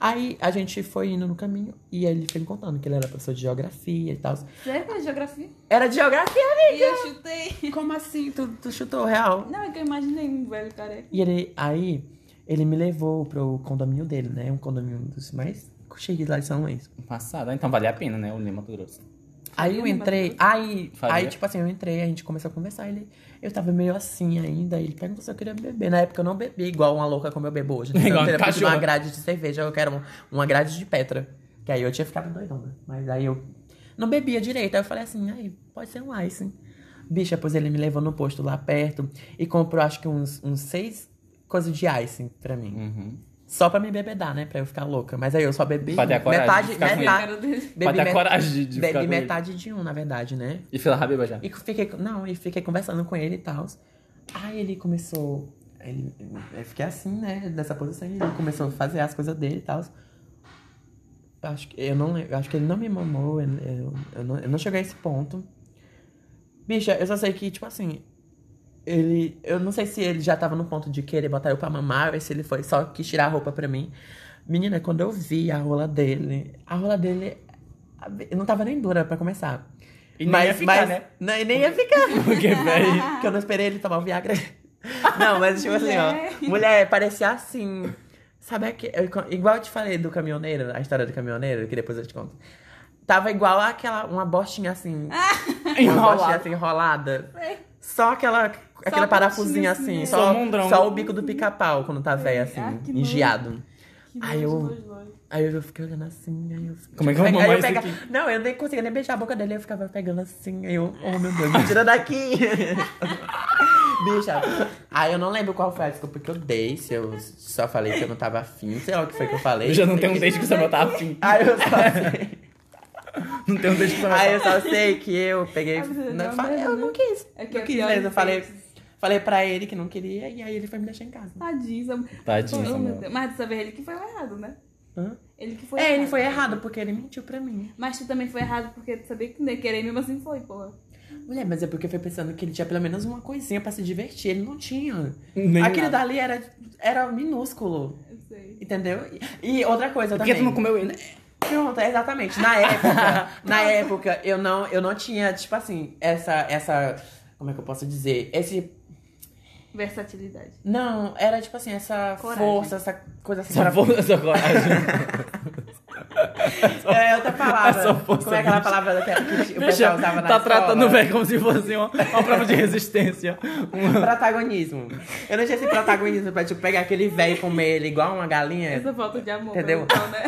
B: Aí a gente foi indo no caminho e ele foi me contando que ele era professor de geografia e tal.
C: Sério que era é geografia?
B: Era de geografia?
C: E eu chutei.
B: Como assim? Tu, tu chutou real?
C: Não, é que eu imaginei um velho careca.
B: E ele, aí, ele me levou pro condomínio dele, né? Um condomínio dos mais chiques lá de São Luís.
A: Passada. Então vale a pena, né? O nem Mato Grosso.
B: Aí eu entrei, aí,
A: Faria.
B: aí, tipo assim, eu entrei, a gente começou a conversar. Ele, eu tava meio assim ainda. Ele perguntou se eu queria beber. Na época eu não bebi igual uma louca como eu bebo hoje. Né?
A: Igual um
B: eu
A: uma
B: queria pedir uma
A: cachorra.
B: grade de cerveja, eu quero um- uma grade de Petra. Que aí eu tinha ficado doidona. Mas aí eu não bebia direito. Aí eu falei assim, aí pode ser um ice. Bicha, pois ele me levou no posto lá perto e comprou acho que uns, uns seis coisas de ice pra mim.
A: Uhum.
B: Só pra me bebedar, né? Pra eu ficar louca. Mas aí eu só bebi
A: Pra ter a coragem
B: metade,
A: de ficar com ele.
B: metade,
C: Cara dele.
A: Pra
B: bebi
A: ter a
B: met-
A: coragem de ficar
B: bebi
A: com ele.
B: metade de um, na verdade, né?
A: E fila Rabiba já.
B: E fiquei, não, e fiquei conversando com ele e tal. Aí ele começou. Ele, eu fiquei assim, né? Nessa posição. e Ele começou a fazer as coisas dele e tal. Acho que, eu não, eu acho que ele não me mamou. Eu, eu, eu não, eu não cheguei a esse ponto. Bicha, eu só sei que, tipo assim. Ele. Eu não sei se ele já tava no ponto de querer botar eu pra mamar, ou se ele foi só quis tirar a roupa pra mim. Menina, quando eu vi a rola dele. A rola dele. a- Não tava nem dura pra começar.
A: E nem
B: Mas-
A: ia ficar,
B: mas-
A: né?
B: Não, e nem ia ficar.
A: Porque, véi.
B: Porque eu não esperei ele tomar o Viagra. Não, mas tipo assim, ó. Mulher, parecia assim. Sabe aquele. Igual eu te falei do caminhoneiro, a história do caminhoneiro, que depois eu te conto. Tava igual aquela. Uma bostinha assim.
C: Ah.
A: é
B: Uma bostinha assim enrolada.
C: É,
B: Só aquela. Aquela
C: a
B: parafusinha
C: bostinha
B: assim.
C: assim,
B: Só,
A: Só um mondrão.
B: só o bico do pica-pau quando tá velho assim,
C: Ah, que nojo.
B: engiado.
C: Que
B: Ai,
C: nojo,
B: eu-
C: nojo, nojo.
B: Aí eu fiquei olhando assim, aí eu fiquei-
A: Como é que eu vou
B: aí
A: mamar isso
B: pega-
A: aqui?
B: Não, eu nem conseguia nem beijar a boca dele, eu ficava pegando assim, aí eu, oh meu Deus, me tira daqui! Bicha, aí eu não lembro qual foi a desculpa que eu dei, se eu só falei que eu não tava afim, sei lá o que foi que eu falei.
A: Eu já não tenho um date que você vai estar afim.
B: Aí eu só sei,
A: Não tenho um date que você vai
B: aí eu só sei que eu peguei,
C: Ah, você
B: não,
C: não
B: falei,
C: lembra,
B: eu não
C: né?
B: quis,
C: É que
B: não
C: é
B: quis
C: pior
B: mesmo, eu
C: que
B: falei,
C: fez.
B: falei pra ele que não queria, e aí ele foi me deixar em casa.
C: Tadinho, Samu-
A: Tadinho,
C: Oh, meu
A: Samuel.
C: Deus. Mas dessa vez ele que foi o errado, né?
B: Hã?
C: Ele que foi
B: é, ele foi errado, porque ele mentiu pra mim.
C: Mas tu também foi errado porque tu sabia que nem querer mesmo assim foi, porra.
B: Mulher, mas é porque eu fui pensando que ele tinha pelo menos uma coisinha pra se divertir. Ele não tinha.
A: Nem
B: Aquele
A: nada.
B: dali era, era minúsculo.
C: Eu sei.
B: Entendeu? E, e outra coisa
A: Por que tu
B: também.
A: não comeu ele?
B: Pronto, exatamente. Na época, na época, eu não, eu não tinha, tipo assim, essa, essa. Como é que eu posso dizer? Esse.
C: Versatilidade.
B: Não, era tipo assim, essa
C: Coragem.
B: força, essa coisa assim.
A: Só
B: pra-
A: vou essa coragem.
B: É outra palavra.
A: Essa força,
B: Como é aquela palavra que, que o pessoal
A: Bicha,
B: usava na
A: tá
B: escola?
A: tratando o velho como se fosse uma, uma prova de resistência.
B: Protagonismo. Eu não tinha esse protagonismo pra, tipo, pegar aquele velho e comer ele igual uma galinha.
C: Essa falta de amor
B: Entendeu?
C: pelo pau, né?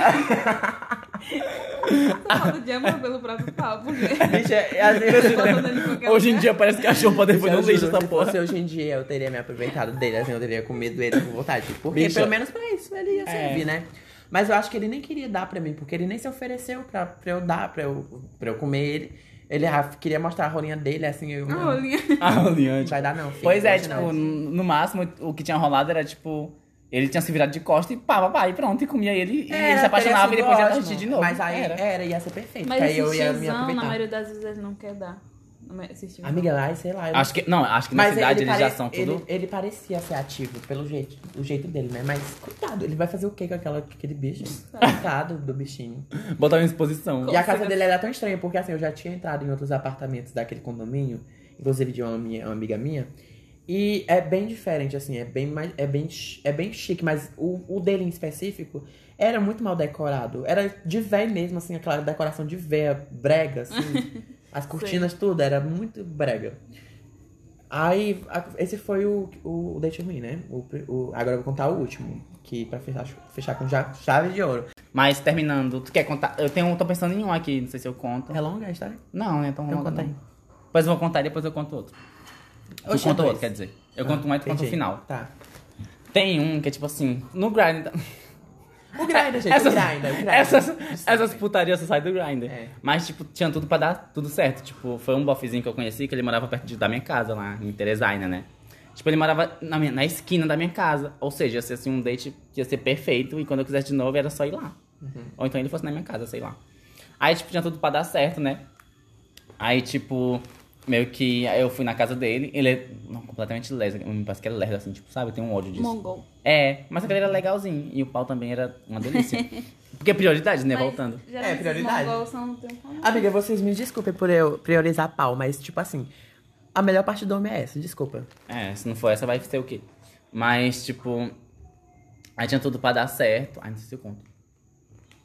C: Essa falta de amor pelo próprio né? pau, porque...
B: Bicha, às vezes.
C: Botando ele em qualquer
A: Hoje em
C: lugar.
A: dia parece cachorro pra depois
B: Eu
A: no lixo
B: juro,
A: essa
B: se
A: porra.
B: fosse hoje em dia, eu teria me aproveitado dele, assim, eu teria comido ele com vontade. Porque
A: Bicha.
B: pelo menos pra isso ele
A: É.
B: ia servir, né? Mas eu acho que ele nem queria dar pra mim, porque ele nem se ofereceu pra, pra eu dar, pra eu, pra eu comer ele. Ele ah, queria mostrar a rolinha dele, assim, eu.
C: A
B: Não,
C: rolinha.
A: Ah,
B: não
A: Leandro.
B: vai dar, não. filho,
A: Pois é,
B: hoje
A: tipo,
B: não.
A: n- no máximo o que tinha rolado era tipo. Ele tinha se virado de costa e pá, pá, pá, e pronto, e comia ele, e
B: É,
A: ele se
B: teria
A: apaixonava e
B: sido
A: depois ia
B: ótimo,
A: assistir de novo.
B: Mas aí é-
A: Era.
B: era, ia ser perfeito.
G: Mas
B: que aí eu
G: esse
B: ia me
G: tesão, na
B: aproveitar.
G: maioria das vezes, ele não quer dar. Na maioria- Esse tesão.
B: Amiga, lá, sei lá. eu não
A: Acho que, não, acho que na
B: Mas
A: cidade
B: ele
A: eles já
B: parece-
A: são tudo.
B: Ele, ele parecia ser ativo, pelo jeito, o jeito dele, né? Mas, coitado, ele vai fazer o quê com aquela, com aquele bicho? Coitado do bichinho.
A: Botar em exposição.
B: E a casa dele era tão estranha, porque assim, eu já tinha entrado em outros apartamentos daquele condomínio, inclusive de uma, minha- uma amiga minha. E é bem diferente, assim, é bem, mais- é bem, chi- é bem chique, mas o, o dele em específico era muito mal decorado. Era de véi mesmo, assim, aquela decoração de véia, brega, assim. as cortinas, tudo, era muito brega. Aí, a- esse foi o, o date ruim, né? O, pri- o- agora eu vou contar o último, que pra fechar, fechar com ja- chave de ouro.
A: Mas terminando, tu quer contar? Eu tenho, tô pensando em um aqui, não sei se eu conto.
B: É longa a história?
A: Não, né? Então,
B: Então
A: logo
B: conta
A: não.
B: aí.
A: Depois eu vou contar e depois eu conto outro. Eu
B: Oxe,
A: conto
B: dois.
A: outro, quer dizer. Eu conto um e tu conta o
B: Ah, Entendi.
A: final.
B: Tá.
A: Tem um que é tipo assim, no grind.
B: O grinder, gente.
A: essas,
B: o grinder, o grinder.
A: essas, essas putarias só saem do grinder.
B: É.
A: Mas, tipo, tinha tudo pra dar tudo certo. Tipo, foi um bofezinho que eu conheci, que ele morava perto de- da minha casa lá, em Teresaina, né? Tipo, ele morava na, minha- na esquina da minha casa. Ou seja, ia ser assim, um date que ia ser perfeito. E quando eu quisesse de novo, era só ir lá.
B: Uhum.
A: Ou então ele fosse na minha casa, sei lá. Aí, tipo, tinha tudo pra dar certo, né? Aí, tipo, meio que eu fui na casa dele. Ele é não, completamente lerdo. Me parece que é lerdo, assim, tipo, sabe? Eu tenho um ódio disso.
G: Mongol.
A: É, mas aquele era legalzinho. E o pau também era uma delícia. Porque é prioridade, né?
G: Mas,
A: Voltando.
G: geralmente,
B: É, prioridade.
C: Os mongols são... tem um pau.
B: Amiga, vocês me desculpem por eu priorizar pau, mas, tipo assim, a melhor parte do homem é essa, desculpa.
A: É, se não for essa, vai ser o quê? Mas, tipo. Aí tinha tudo pra dar certo. Ai, não sei se eu conto.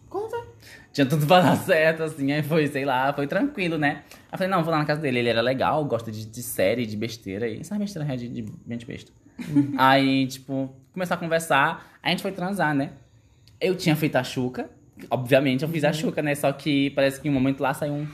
B: Conta.
A: Tinha tudo pra dar certo, assim. Aí foi, sei lá, foi tranquilo, né? Aí eu falei, não, vou lá na casa dele. Ele era legal, gosta de, de série, de besteira. E sabe besteira, é de, de gente besta. Aí, tipo, começou a conversar. Aí a gente foi transar, né? Eu tinha feito a chuca. Obviamente, eu fiz a chuca, né? Só que parece que em um momento lá saiu um.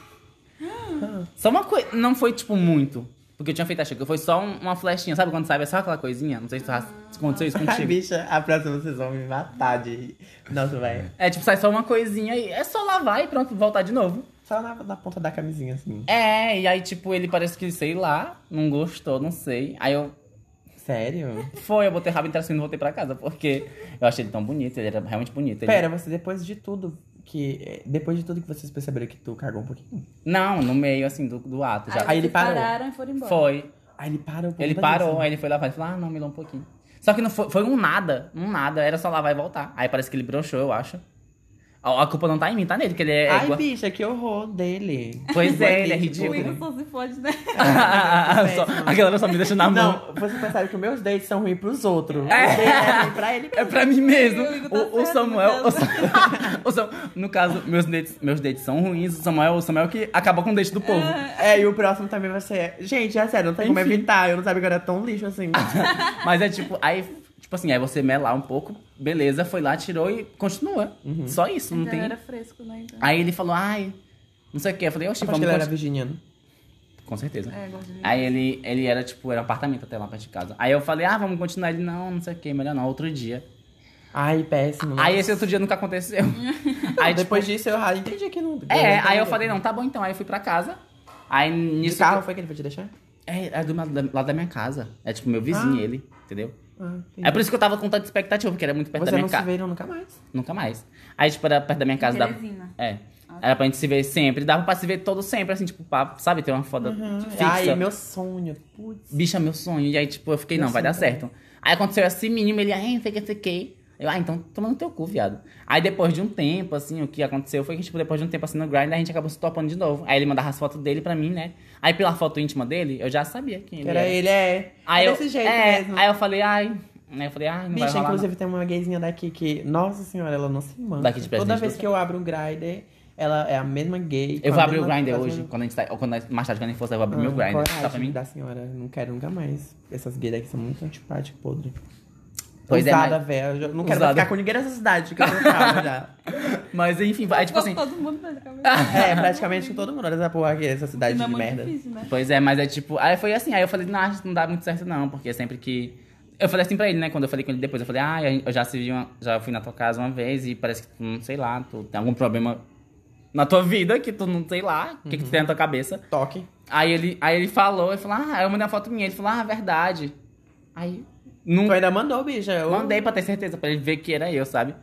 A: Só uma coisa. Não foi, tipo, muito. Porque eu tinha feito a chuca. Foi só um- uma flechinha. Sabe quando sai? É só aquela coisinha? Não sei se tu já- se aconteceu isso
B: A
A: contigo.
B: bicha, a próxima vocês vão me matar de rir. Nossa, vai.
A: É, tipo, sai só uma coisinha e é só lavar e pronto, voltar de novo.
B: Só na, na ponta da camisinha, assim.
A: É, e aí, tipo, ele parece que, sei lá, não gostou, não sei. Aí eu.
B: Sério?
A: Foi, eu botei rabo entre as unhas e voltei pra casa, porque eu achei ele tão bonito, ele era realmente bonito. ele-
B: Pera, você depois de tudo que... eh, Depois de tudo que vocês perceberam que tu cagou um pouquinho.
A: Não, no meio, assim, do, do ato já.
B: Aí ele parou.
C: pararam e foram embora.
A: Foi.
B: Aí ele parou. por
A: Ele
B: conta
A: parou,
B: disso.
A: aí ele foi lavar e falou, ah, não, melou um pouquinho. Só que não foi, foi um nada, um nada, era só lavar e voltar. Aí parece que ele broxou, eu acho. A a culpa não tá em mim, tá nele, que ele é.
B: Ai,
A: igual-
B: bicha, que horror dele.
A: Pois é, ele é
B: tipo
C: O
A: ridículo.
C: Igor só se fode, né?
A: Só- a galera só me deixa na mão.
B: Não, você percebe que meus dates são ruins pros outros. É. é ruim pra ele
A: É
B: mesmo.
A: pra mim mesmo.
C: Eu digo, tá
A: O, o
C: certo,
A: Samuel.
C: meu
A: O Sam- o Sam- no caso, meus dates, meus dates são ruins. O Samuel, o Samuel que acabou com o date do povo.
B: É, e o próximo também vai ser. Gente, é sério, não tem como
A: Enfim.
B: evitar. Eu não sabia que eu era tão lixo assim.
A: Mas é tipo, aí, tipo assim, aí você melar um pouco, beleza, foi lá, tirou e continua.
B: Uhum.
A: Só isso, não
C: Então
A: tem.
C: era fresco, né? Então.
A: Aí ele falou, ai, não sei o que. Eu falei, oxi,
B: Acho
A: vamos.
B: que ele era
A: conti-
B: virginiano.
A: Com certeza.
C: É, gordinho.
A: Aí ele, ele era, tipo, era um apartamento até lá perto de casa. Aí eu falei, ah, vamos continuar. Ele, não, não sei o que, melhor não, outro dia.
B: Ai, péssimo. né?
A: Aí esse outro dia nunca aconteceu. aí tipo,
B: Depois disso eu ah, entendi que não.
A: É, aí eu falei, não, tá bom então. Aí eu fui pra casa. Aí
B: De
A: nisso.
B: carro foi que ele foi te deixar?
A: É, é do lado da, lá da minha casa. É tipo meu vizinho, ele, entendeu?
B: Ah,
A: É por isso que eu tava com tanta expectativa, porque era muito perto da
B: Vocês
A: minha
B: não se
A: casa.
B: viram nunca mais.
A: Nunca mais. Aí, tipo, era perto da minha casa. Dava...
C: Teresina.
A: É. Era pra gente se ver sempre. Dava pra se ver todo sempre, assim, tipo, pra, sabe, ter uma foda fixa.
B: Uhum. Ai, meu sonho. Putz.
A: Bicha, meu sonho. E aí, tipo, eu fiquei, não, vai dar certo. Aí aconteceu esse mínimo, ele, ah, não sei o que, não sei o que. Eu, ah, então toma no teu cu, viado. Aí depois de um tempo, assim, o que aconteceu foi que, tipo, depois de um tempo assim no grind, a gente acabou se topando de novo. Aí ele mandava as fotos dele pra mim, né? Aí pela foto íntima dele, eu já sabia quem ele era.
B: Era ele, é.
A: Aí
B: é
A: eu,
B: desse jeito
A: é,
B: mesmo.
A: Aí eu falei, ai. Aí eu falei, ai, não vai
B: Bicha,
A: rolar, né?
B: inclusive tem uma gayzinha daqui que, nossa senhora, ela não se manda.
A: Daqui de
B: Toda
A: Presidente
B: vez
A: do
B: que eu abro um grinder, ela é a mesma
A: não. Eu
B: gay. com
A: vou
B: a
A: abrir o
B: mesma-
A: grinder
B: com a
A: hoje,
B: mesma-
A: quando a gente tá, ou quando a- mais tarde, quando a gente for, eu vou abrir meu
B: Ah,
A: grinder. Tá pra
B: coragem
A: mim?
B: da senhora, não quero nunca mais. Essas gays daqui são muito antipáticas, podre.
A: Pois é,
B: Usada,
A: mas-
B: velho. Eu Não quero
A: Usada.
B: ficar com ninguém nessa cidade, que eu não tava já.
A: Mas enfim, vai, tipo assim.
C: Todo mundo tá praticamente.
B: É, praticamente todo mundo olha essa porra aqui, essa cidade
C: Não é
B: de
C: muito
B: merda.
C: difícil, né?
A: Pois é, mas é tipo. Aí foi assim, aí eu falei, não, acho que não dá muito certo, não, porque sempre que. Eu falei assim pra ele, né? Quando eu falei com ele depois, eu falei, ah, eu já se vi uma- já fui na tua casa uma vez e parece que tu, não sei lá, tu tem algum problema na tua vida que tu não sei lá, o que, que tu tem na tua cabeça.
B: Toque.
A: Aí ele, aí ele falou, eu falei, ah, aí eu mandei uma foto minha, ele falou, ah, verdade. Aí.
B: Tu
A: Nunca
B: ainda mandou, bicha. Eu...
A: mandei pra ter certeza, pra ele ver que era eu, sabe?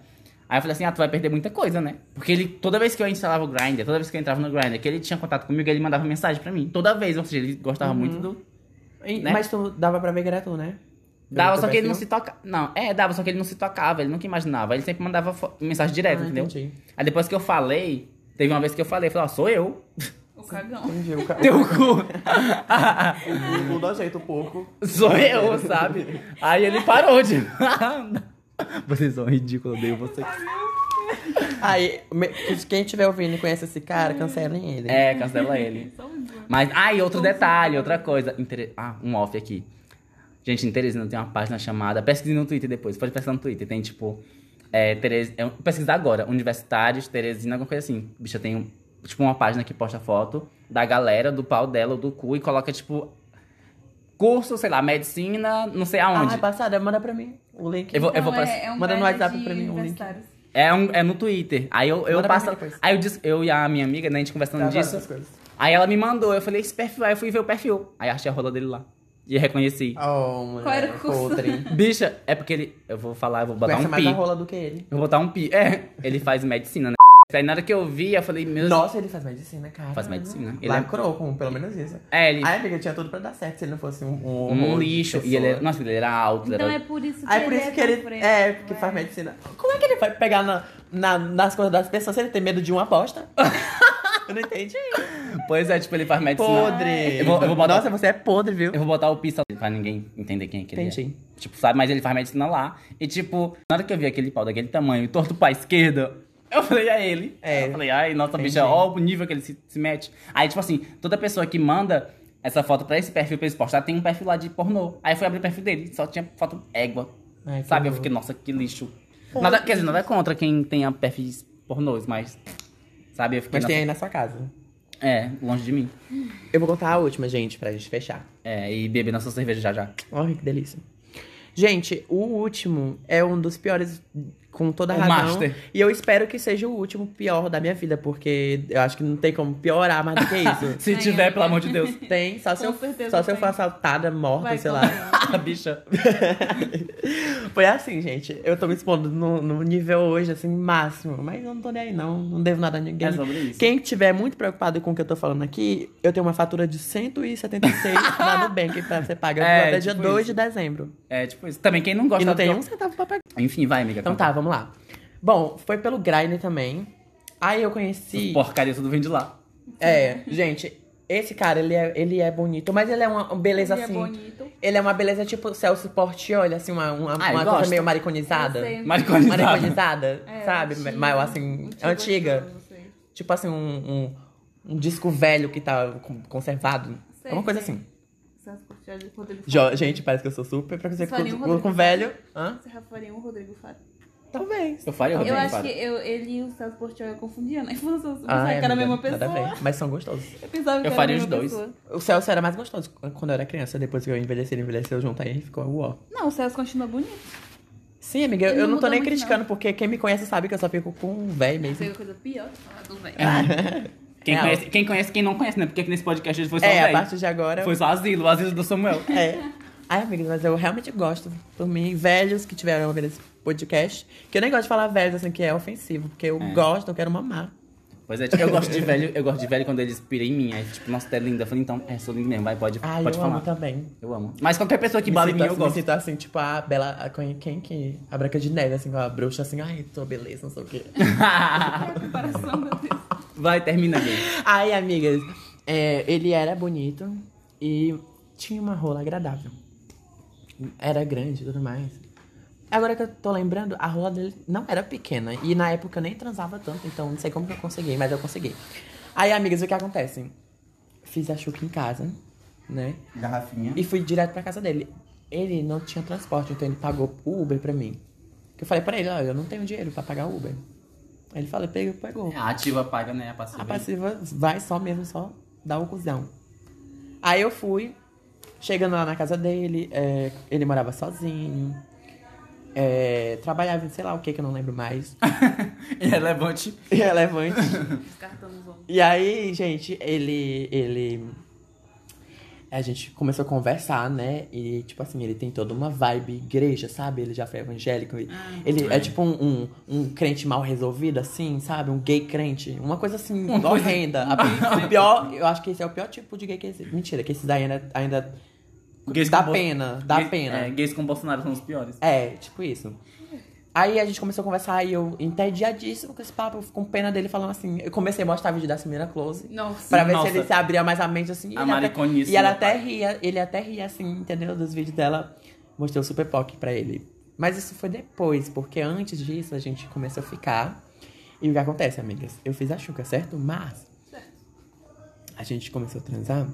A: Aí eu falei assim, ah, tu vai perder muita coisa, né? Porque ele, toda vez que eu instalava o Grindr, toda vez que eu entrava no Grindr, que ele tinha contato comigo, ele mandava mensagem pra mim. Toda vez, ou seja, ele gostava muito do,
B: E-
A: né?
B: Mas tu dava pra ver que era tu, né? Pelo
A: Dava,
B: teu
A: só que ele não se
B: perfil?
A: tocava. Não, é, dava, só que ele não se tocava, ele nunca imaginava. Ele sempre mandava fo- mensagem direta,
B: Ah,
A: entendeu?
B: entendi.
A: Aí depois que eu falei, teve uma vez que eu falei, eu falei, ó, sou eu.
C: O cagão.
B: Entendi. O, ca...
A: Teu cu!
B: o, o, dá jeito, o porco.
A: sou eu, sabe? Aí ele parou de. vocês são ridículos, eu odeio vocês.
B: Aí, me- quem estiver ouvindo e conhece esse cara, cancelem ele.
A: É, cancela ele.
C: Só um dia.
A: Mas, ah, e outro detalhe, outra coisa. Inter... Ah, um off aqui. Gente, em Teresina tem uma página chamada. Pesquise no Twitter depois, pode pesquisar no Twitter. Tem tipo. É, Teres... é, pesquisa agora, Universitários, Teresina, alguma coisa assim. Bicha, tem tipo uma página que posta foto da galera, do pau dela, ou do cu, e coloca tipo. Curso, sei lá, medicina, não sei aonde.
B: Ah, passada, manda pra mim o link. Tá,
A: Eu vou-
C: Não,
A: pass-
C: é, é um
B: manda no
C: cara
B: WhatsApp
C: de
B: pra mim um link.
C: universitários.
A: é, um- é no Twitter. Aí eu, eu
B: Manda pra mim
A: passo.
B: depois.
A: Aí eu, dis- eu e a minha amiga, né, a gente conversando
B: Tá, tá,
A: disso.
B: essas coisas.
A: Aí ela me mandou, eu falei, esse perfil. Aí eu fui ver o perfil. Aí achei a rola dele lá. E reconheci.
B: Oh, mulher,
C: Qual era o curso?
B: podre.
A: Bicha, é porque ele. Eu vou falar, eu vou botar
B: Conhece
A: um
B: mais
A: pi.
B: a rola do que ele.
A: Eu vou botar um pi. É, ele faz medicina, né? Aí na hora que eu vi, eu falei, meu
B: Nossa, ele faz medicina, cara.
A: Faz medicina. Ele
B: Ele Lacrou, com, pelo menos isso.
A: É, ele.
B: Aí, amiga, tinha tudo pra dar certo se ele não fosse um, um,
A: um
B: horror de
A: lixo. E
B: pessoa.
A: ele era. Nossa, ele era alto.
H: Então
A: era...
H: é por isso que
B: Aí Ah, por isso que ele.
H: tão
B: É,
H: fresco,
B: porque
C: né?
H: é.
B: faz medicina. Como é que ele vai pegar na, na- nas coisas das pessoas se ele tem medo de uma aposta? Eu não entendi.
A: Pois é, tipo, ele faz medicina.
B: Podre.
A: Eu vou, eu vou botar,
B: Nossa, você é podre, viu?
A: eu vou botar o pi só pra ninguém entender quem é que ele é.
B: Entendi.
A: Tipo, sabe? Mas ele faz medicina lá. E tipo, na hora que eu vi aquele pau daquele tamanho, torto pra esquerda, eu falei a ele.
B: É.
A: Eu falei, ai, nossa,
B: Entendi.
A: bicha, ó o nível que ele se, se mete. Aí, tipo assim, toda pessoa que manda essa foto pra esse perfil pra eles postar, tem um perfil lá de pornô. Aí eu fui abrir o perfil dele, só tinha foto égua.
B: Ai, que
A: sabe? Eu
B: horror.
A: fiquei, nossa, que lixo. Nada, quer dizer, nada contra quem tenha perfis pornôs, mas. Sabe? Eu fiquei.
B: Mas tem
A: nossa,
B: aí na sua casa.
A: É, longe de mim.
B: Eu vou contar a última, gente, pra gente fechar.
A: É, e beber nossa cerveja já já.
B: Olha que delícia. Gente, o último é um dos piores, com toda a
A: O
B: razão.
A: master.
B: E eu espero que seja o último pior da minha vida, porque eu acho que não tem como piorar mais do que isso.
A: Se tiver, pelo amor de Deus.
B: tem, só se,
C: Com
B: eu,
C: certeza
B: só se eu
C: tem.
B: for assaltada, morta,
C: Vai,
B: sei
C: conta
B: lá.
C: aí.
A: A bicha.
B: Foi assim, gente. Eu tô me expondo no, no nível hoje, assim, máximo. Mas eu não tô nem aí, não. Não devo nada a ninguém.
A: É sobre isso.
B: Quem tiver muito preocupado com o que eu tô falando aqui, eu tenho uma fatura de 176 lá no Bank pra ser paga
A: É,
B: até dia
A: tipo
B: 2 de dezembro.
A: É, tipo isso. Também quem não gosta
B: E não
A: do
B: tem
A: teu-
B: um centavo pra pagar.
A: Enfim, vai, amiga. tá.
B: Então
A: conta.
B: tá, vamos lá. Bom, foi pelo Grindr também. Aí eu conheci.
A: Porcaria, tudo vem de lá.
B: É, gente, esse cara, ele é, ele é bonito, mas ele é uma beleza
C: Ele é
B: assim.
C: bonito.
B: ele é uma beleza tipo Celso Portiolli, assim, uma, uma,
A: Ah, eu
B: uma coisa
A: gosto.
B: meio mariconizada.
C: Eu sei. né?
A: Mariconizada.
B: Mariconizada,
C: É,
B: sabe?
C: antiga,
B: Maior assim, antiga.
C: gostoso, sei.
B: Tipo assim, um, um, um disco velho que tá con- conservado.
C: Sei,
B: é uma coisa
C: sei.
B: assim.
C: Celso Portiolli, Rodrigo Faro.
B: Jo- gente, parece que eu sou super preconceito
C: Faria um
B: com,
C: Rodrigo
B: com velho. Hã?
C: Você já faria um Rodrigo Faro.
B: Talvez.
A: Eu faria o
C: Eu
A: Rodrigo
C: acho
A: Faro.
C: que eu, ele e o Celso Portiolli eu confundia, né? Eu pensava
B: Ah,
C: que era a mesma
B: nada- nada a
C: pessoa.
B: ver. Mas são gostosos.
C: Eu pensava que
A: Eu
C: era a
A: faria os
C: mesma
A: dois.
C: pessoa.
B: O Celso era mais gostoso quando eu era criança. Depois que eu envelheci, ele envelheceu junto aí, ficou uó.
C: Não, o Celso continua bonito.
B: Sim, amiga, eu
C: Ele
B: eu não tô
C: não mudou
B: nem
C: muito,
B: criticando, porque quem me conhece sabe que eu só fico com um velho mesmo.
C: Pegou coisa pior que
I: ah,
C: falar do velho.
B: Ah.
A: Quem,
B: É,
A: conhece, quem conhece, quem não conhece, né? Porque aqui nesse podcast hoje foi só
B: É, a
A: velho.
B: partir de agora.
A: Foi só um asilo, o asilo do Samuel.
B: É. Ai, amiga, mas eu realmente gosto. Por mim, velhos que tiveram ouvido esse podcast. Que eu nem gosto de falar velhos, assim, que é ofensivo. Porque eu
A: É.
B: gosto, eu quero mamar.
A: Pois é, tipo, eu gosto de velho, eu gosto de velho quando ele inspira em mim. Aí, tipo, nossa, tu é linda. Eu falei, então, é, sou linda mesmo, vai, pode,
B: Ai,
A: pode
B: eu
A: falar.
B: amo também.
A: Eu amo. tá? Mas qualquer pessoa que
B: me
A: bala em
B: sinto
A: mim,
B: assim,
A: eu
B: me
A: gosto.
B: sinto assim, tipo, a Bela... A, quem, quem que... A Branca de Neve, assim, com a bruxa, assim. Ai, tua beleza, não sei o quê.
C: É a comparação, meu Deus.
A: Vai, termina aí.
B: Ai, amigas. é, ele era bonito e tinha uma rola agradável. Era grande e tudo mais. Agora que eu tô lembrando, a rola dele não era pequena. E na época eu nem transava tanto, então não sei como que eu consegui, mas eu consegui. Aí, amigas, o que acontece? Fiz a chuca em casa, né?
A: Garrafinha.
B: E fui direto pra casa dele. Ele não tinha transporte, então ele pagou o Uber pra mim. Eu falei pra ele, olha, eu não tenho dinheiro pra pagar o Uber. Aí ele falou, pegou, pagou.
A: É, A ativa paga, né? A passiva.
B: A passiva vai só mesmo, só dar o cuzão. Aí eu fui, chegando lá na casa dele, é, ele morava sozinho, é, trabalhava em sei lá o que, que eu não lembro mais,
A: Irrelevante.
B: irrelevante.
I: Descartando os homens.
B: E aí, gente, ele. ele. A gente começou a conversar, né? E, tipo assim, ele tem toda uma vibe igreja, sabe? Ele já foi evangélico. e-
A: Ah,
B: ele é tipo um, um, um crente mal resolvido, assim, sabe? Um gay crente. Uma coisa assim, horrenda. A pi- o pior, eu acho que esse é o pior tipo de gay que existe. Mentira, que esses daí ainda. ainda
A: Gays
B: dá
A: com bo-
B: pena, dá
A: Gays-
B: pena.
A: É, gays com Bolsonaro são os piores.
B: É, tipo isso. Aí a gente começou a conversar e eu entediadíssimo com esse papo, eu fico com pena dele falando assim. Eu comecei a mostrar vídeo da Simena Close.
I: Nossa.
B: Pra ver
A: Nossa.
B: se ele se abria mais a mente, assim. e
A: A
B: ele até-
A: mariconíssima.
B: E ela até ria, ele até ria, assim, entendeu? Dos vídeos dela. Mostrei o Super Poc pra ele. Mas isso foi depois, porque antes disso a gente começou a ficar. E o que acontece, amigas? Eu fiz a chuca, certo? Mas. A gente começou a transar.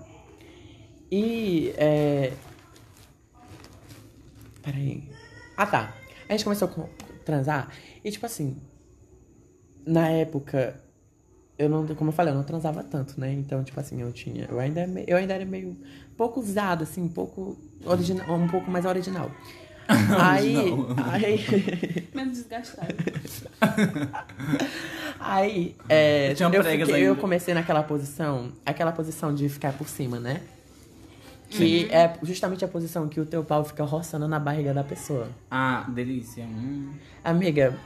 B: E. É... Peraí. Ah, tá. A gente começou a co- transar. E, tipo assim. Na época, eu não, como eu falei, eu não transava tanto, né? Então, tipo assim, eu tinha, eu ainda, me- eu ainda era meio pouco usado, assim, um pouco original, um pouco mais original. aí, aí,
C: Menos desgastado.
B: aí, é,
A: Eu
B: eu,
A: tinha pregas
B: fiquei- eu
A: ainda.
B: comecei naquela posição, aquela posição de ficar por cima, né? Que é justamente a posição que o teu pau fica roçando na barriga da pessoa.
A: Ah, delícia. Hum.
B: Amiga,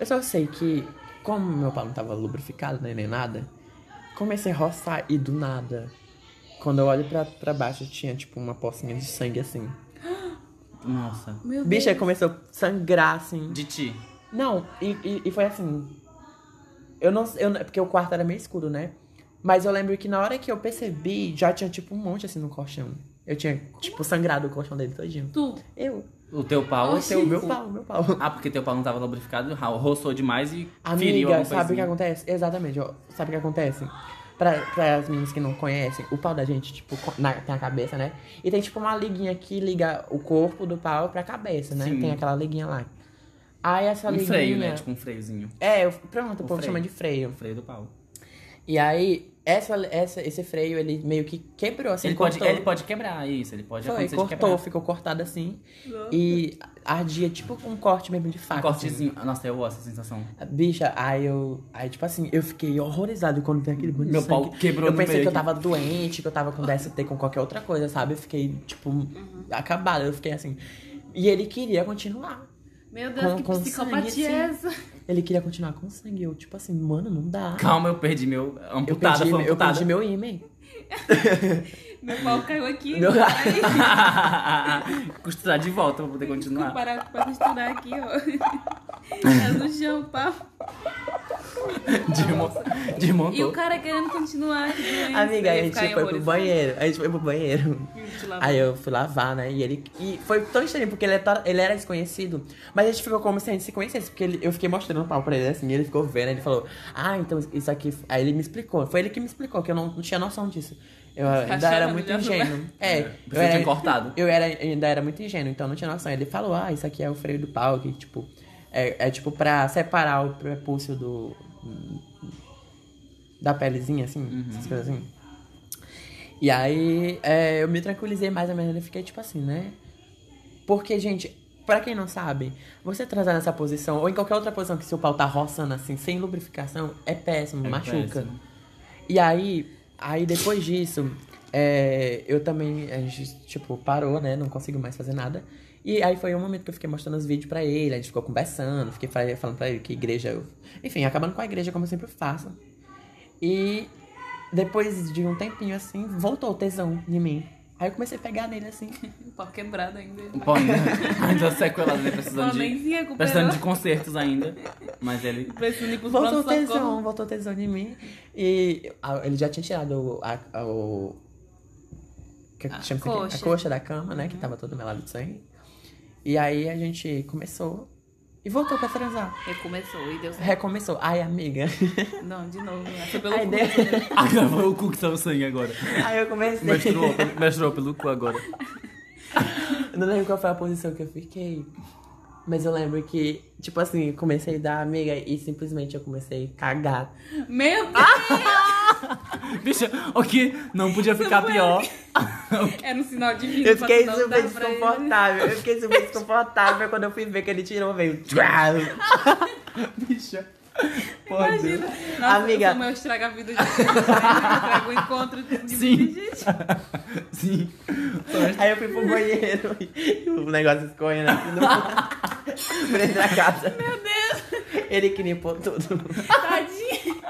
B: eu só sei que, como meu pau não tava lubrificado né, nem nada, comecei a roçar e do nada. Quando eu olho pra, pra baixo, tinha tipo uma pocinha de sangue assim.
A: Nossa.
I: Meu Deus.
B: Bicha, começou a sangrar assim.
A: De ti.
B: Não, e, e, e foi assim. Eu não eu, não- é Porque o quarto era meio escuro, né? Mas eu lembro que na hora que eu percebi, já tinha tipo um monte assim no colchão. Eu tinha, tipo, sangrado o colchão dele todinho.
I: Tu.
B: Eu,
A: O teu pau.
B: o seu, meu pau, meu pau.
A: Ah, porque teu pau não tava lubrificado, Raul roçou demais e feriu
B: Amiga,
A: alguma
B: sabe o que
A: coisinha.
B: acontece? Exatamente, ó. Sabe o que acontece? Pra, pra as meninas que não conhecem, o pau da gente, tipo, co- na, tem a cabeça, né? E tem tipo uma liguinha que liga o corpo do pau pra cabeça, né?
A: Sim.
B: Tem aquela liguinha lá. Aí essa
A: Um
B: liguinha.
A: freio, né? Tipo um freiozinho.
B: É, eu, pronto, o povo
A: freio.
B: chama de freio.
A: O freio do pau.
B: E aí, essa, essa, esse freio, ele meio que quebrou, assim,
A: Ele pode,
B: cortou.
A: ele pode quebrar isso, ele pode
B: Foi,
A: acontecer de
B: cortou,
A: quebrar.
B: ficou cortado assim. E ardia tipo com um corte mesmo de faca.
A: Um
B: assim.
A: cortezinho. Ah, Nossa, eu gosto dessa sensação.
B: Bicha, aí eu. Aí, tipo assim, eu fiquei horrorizado quando tem aquele banho de
A: Meu
B: sangue.
A: pau quebrou
B: Eu
A: no
B: pensei
A: meio
B: que eu
A: aqui.
B: tava doente, que eu tava com DST, com qualquer outra coisa, sabe? Eu fiquei, tipo,
C: Uhum.
B: acabada. Eu fiquei assim. E ele queria continuar.
I: Meu Deus,
B: Com-
I: que
B: com sangue,
I: psicopatia é essa?
B: Ele queria continuar com sangue. Eu, tipo assim, mano, não dá.
A: Calma, eu perdi meu.
B: Eu
A: Amputada,
B: perdi,
A: foi
B: eu
A: amputada.
B: perdi meu ímã.
C: Meu pau caiu aqui.
B: Meu-
C: Aí,
A: Costurar de volta pra poder continuar.
C: comparar pra costurar aqui, ó. Tá no chão, pau.
A: Desmo- Desmontou.
C: E o cara querendo continuar aqui doente,
B: Amiga,
C: né?
B: a gente
C: Ficar em
B: foi pro
C: horrores.
B: banheiro. A gente foi pro banheiro.
C: E te lavar.
B: Aí eu fui lavar, né? E ele. E foi tão estranho, porque ele, é to- ele era desconhecido. Mas a gente ficou como se a gente se conhecesse. Porque ele- eu fiquei mostrando o pau pra ele assim, e ele ficou vendo, ele falou, ah, então isso aqui. Aí ele me explicou. Foi ele que me explicou, que eu não, não tinha noção disso. Eu ainda
C: achava
B: era muito
C: melhor não-
B: ingênuo. É, eu
A: Você tinha
B: era,
A: cortado.
B: eu era- eu ainda era muito ingênuo, então não tinha noção. Ele falou, ah, isso aqui é o freio do pau, que tipo. É, é tipo pra separar o prepúcio do. Da pelezinha, assim, essas coisas assim. E aí é, eu me tranquilizei mais ou menos, eu fiquei tipo assim, né? Porque, gente, pra quem não sabe, você transar nessa posição, ou em qualquer outra posição que seu pau tá roçando assim, sem lubrificação, é péssimo, machuca.
A: péssimo.
B: E aí, aí depois disso, é, eu também, a gente, tipo, parou, né? Não conseguiu mais fazer nada. E aí foi um momento que eu fiquei mostrando os vídeos pra ele, a gente ficou conversando, fiquei fa- falando pra ele que igreja eu. Enfim, acabando com a igreja, como eu sempre faço. E depois de um tempinho assim, voltou o tesão em mim. Aí eu comecei a pegar nele assim.
C: O pau quebrado ainda.
A: Bom, ainda, ainda sequelado, né? Precisando
C: Pô, nem
A: de,
C: se recuperou.
A: precisando de concertos ainda. Mas ele.
C: Precisando ir pros
B: Voltou o
C: pronto-socorro.
B: tesão, voltou o tesão em mim. E a- ele já tinha tirado o- a, a- o. Que que chama isso aqui?
C: coxa.
B: A coxa da cama, né? Que tava todo melado de sangue. E aí a gente começou e voltou pra transar.
C: Recomeçou e deu certo.
B: Recomeçou. Ai, amiga.
C: Não, de novo. né? Foi pelo
B: É. Ai,
C: cu.
B: deu-
A: Ah, não, foi o cu que tava sangue agora.
B: Aí eu comecei.
A: Mestrou, mestrou pelo cu agora.
B: Eu não lembro qual foi a posição que eu fiquei. Mas eu lembro que, tipo assim, eu comecei a dar amiga e simplesmente eu comecei a cagar.
C: Meu Deus!
B: Ah!
A: Bicha, o que não podia ficar pior.
C: Era um sinal de vida.
B: Eu fiquei
C: pra tu não
B: super
C: dar pra ele. né?
B: desconfortável. Eu fiquei super desconfortável quando eu fui ver que ele tirou, veio.
A: Bicha.
C: Imagina.
B: Amiga.
C: Nossa, Amiga. Como eu estrago a vida de gente, né? Eu estrago o encontro de
A: Sim.
C: muita gente.
A: Sim.
B: Aí eu fui pro banheiro e o negócio escorrendo assim no pra dentro da casa. Meu Deus! Ele que limpou tudo.
C: Tadinho.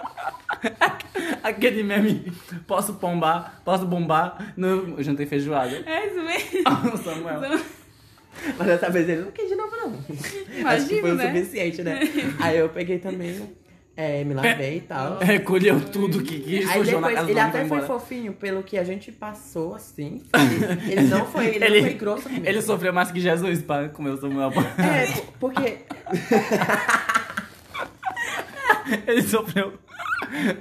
A: Aquele meme. Posso pombar, posso bombar. Não, eu jantei feijoada.
C: É isso mesmo.
A: Samuel.
B: Mas dessa vez ele não quis de novo, não. Acho que foi
C: Imagina,
B: o
C: né?
B: suficiente, né? Aí eu peguei também, é, me lavei e tal.
A: Recolheu tudo que quis,
B: Aí
A: sujou na
B: depois,
A: casa
B: ele
A: do homem e
B: até
A: foi
B: foi
A: embora.
B: fofinho pelo que a gente passou, assim. Ele não foi, ele,
A: Ele-
B: não foi grosso comigo.
A: Ele sofreu mais que Jesus pra comer o Samuel.
B: É, po- porque
A: Ele sofreu.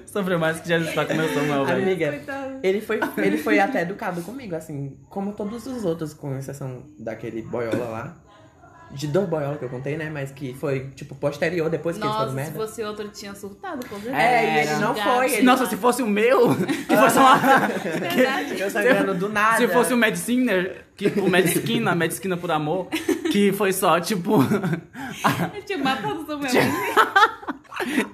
A: Sofreu mais que Jesus pra comer o Samuel, velho.
B: Amiga,
C: Coitado.
B: ele foi, ele foi até educado comigo, assim, como todos os outros, com exceção daquele boiola lá. De dois boiola que eu contei, né? Mas que foi, tipo, posterior, depois que eles foram
C: Nossa, se
B: merda.
C: fosse outro, tinha surtado, com certeza. um
B: É, e ele não
C: Gato.
B: foi, ele-
A: Nossa, se fosse o meu, que fosse uma...
C: Verdade.
B: Eu sangrando do nada.
A: Se fosse um o Mediciner, que o Medicina, Medicina por amor, que foi só, tipo,
C: Eu tinha matado o Samuel.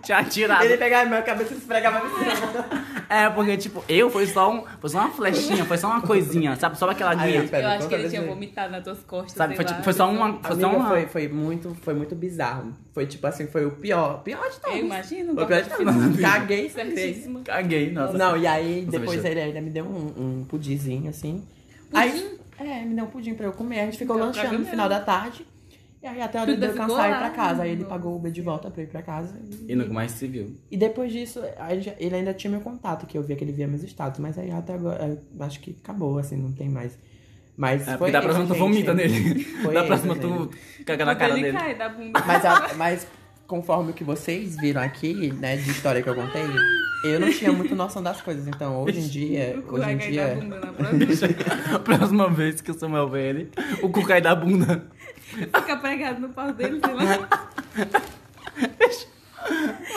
A: te atirado.
B: Ele pegava minha cabeça e esfregava no céu.
A: É, porque, tipo, eu foi só, um, foi só uma flechinha, foi só uma coisinha, sabe? Só aquela
B: Aí,
A: aguinha.
B: pera,
C: Eu acho
B: toda
C: que ele
B: vez
C: tinha
B: que-
C: vomitado nas tuas costas.
A: Sabe?
C: sei
A: Foi,
C: lá.
A: tipo, foi só uma. Foi só
B: Amiga,
A: uma.
B: foi, foi, muito, foi muito bizarro. Foi, tipo assim, foi o pior. Pior de todos.
C: Eu imagino. é
B: Foi o pior de todos. Caguei, certeza.
C: Certíssimo.
A: Caguei, nossa.
B: Não, e aí depois
A: mexeu.
B: ele ainda me deu um, um pudizinho, assim.
C: Pudim?
B: Aí, é, me deu um pudim pra eu comer. A gente ficou
C: Então, pra
B: lanchando no
C: comer.
B: final da tarde. E aí até a hora
C: Ainda
B: de eu
C: ficou
B: cansar e ir
C: lá, né?
B: pra casa. Aí ele
C: nossa.
B: pagou o Uber de volta pra eu ir pra casa.
A: E nunca mais se viu.
B: E depois disso, a gente- ele ainda tinha meu contato, que eu via que ele via meus status. Mas aí até agora, é, acho que acabou, assim, não tem mais. Mas
A: É,
B: foi
A: porque da próxima
B: isso,
A: tu
B: gente.
A: vomita nele.
B: Foi
A: Da
B: isso,
A: próxima
B: gente.
A: tu caga na
C: Quando
A: cara
C: ele
A: dele.
C: cai da bunda.
B: Mas, a- mas conforme o que vocês viram aqui, né, de história que eu contei... Eu não tinha muito noção das coisas, então hoje em dia,
C: O cu
B: hoje
C: vai
B: em
C: cair da
B: dia, é.
C: bunda na próxima.
A: Próxima vez que o Samuel vê ele, o cu cai da bunda.
C: Fica pregado no pau dele, sei lá.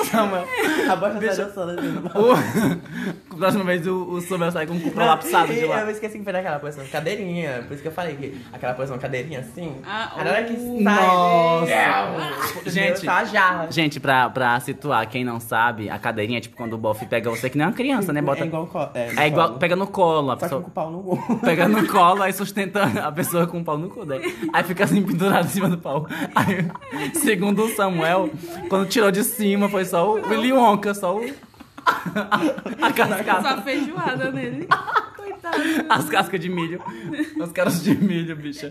A: Samuel.
B: a bosta tá dançando assim no
A: O... Próxima vez o, o Samuel sai com o cu prolapsado de
B: Eu
A: lá.
B: esqueci que foi naquela posição de cadeirinha. Por isso que eu falei que aquela posição de cadeirinha assim.
C: Ah,
B: a hora que
C: o-
B: sai.
A: Nossa.
B: É,
A: Gente.
B: Tá jarra.
A: Gente, pra, pra situar, quem não sabe, a cadeirinha é tipo quando o bofe pega você que nem uma criança, né? Bota,
B: É igual. co- É,
A: é igual,
B: colo.
A: pega no colo, a
B: Só que
A: pessoa
B: com o pau no gol.
A: pega no colo, aí sustenta a pessoa com o pau no cu, né? Aí fica assim pendurado em cima do pau. Aí, segundo o Samuel, quando tirou de cima foi só o Willy Wonka, só o. A cascata.
C: Só feijoada nele. Coitado.
A: As cascas de milho. As caras de milho, bicha.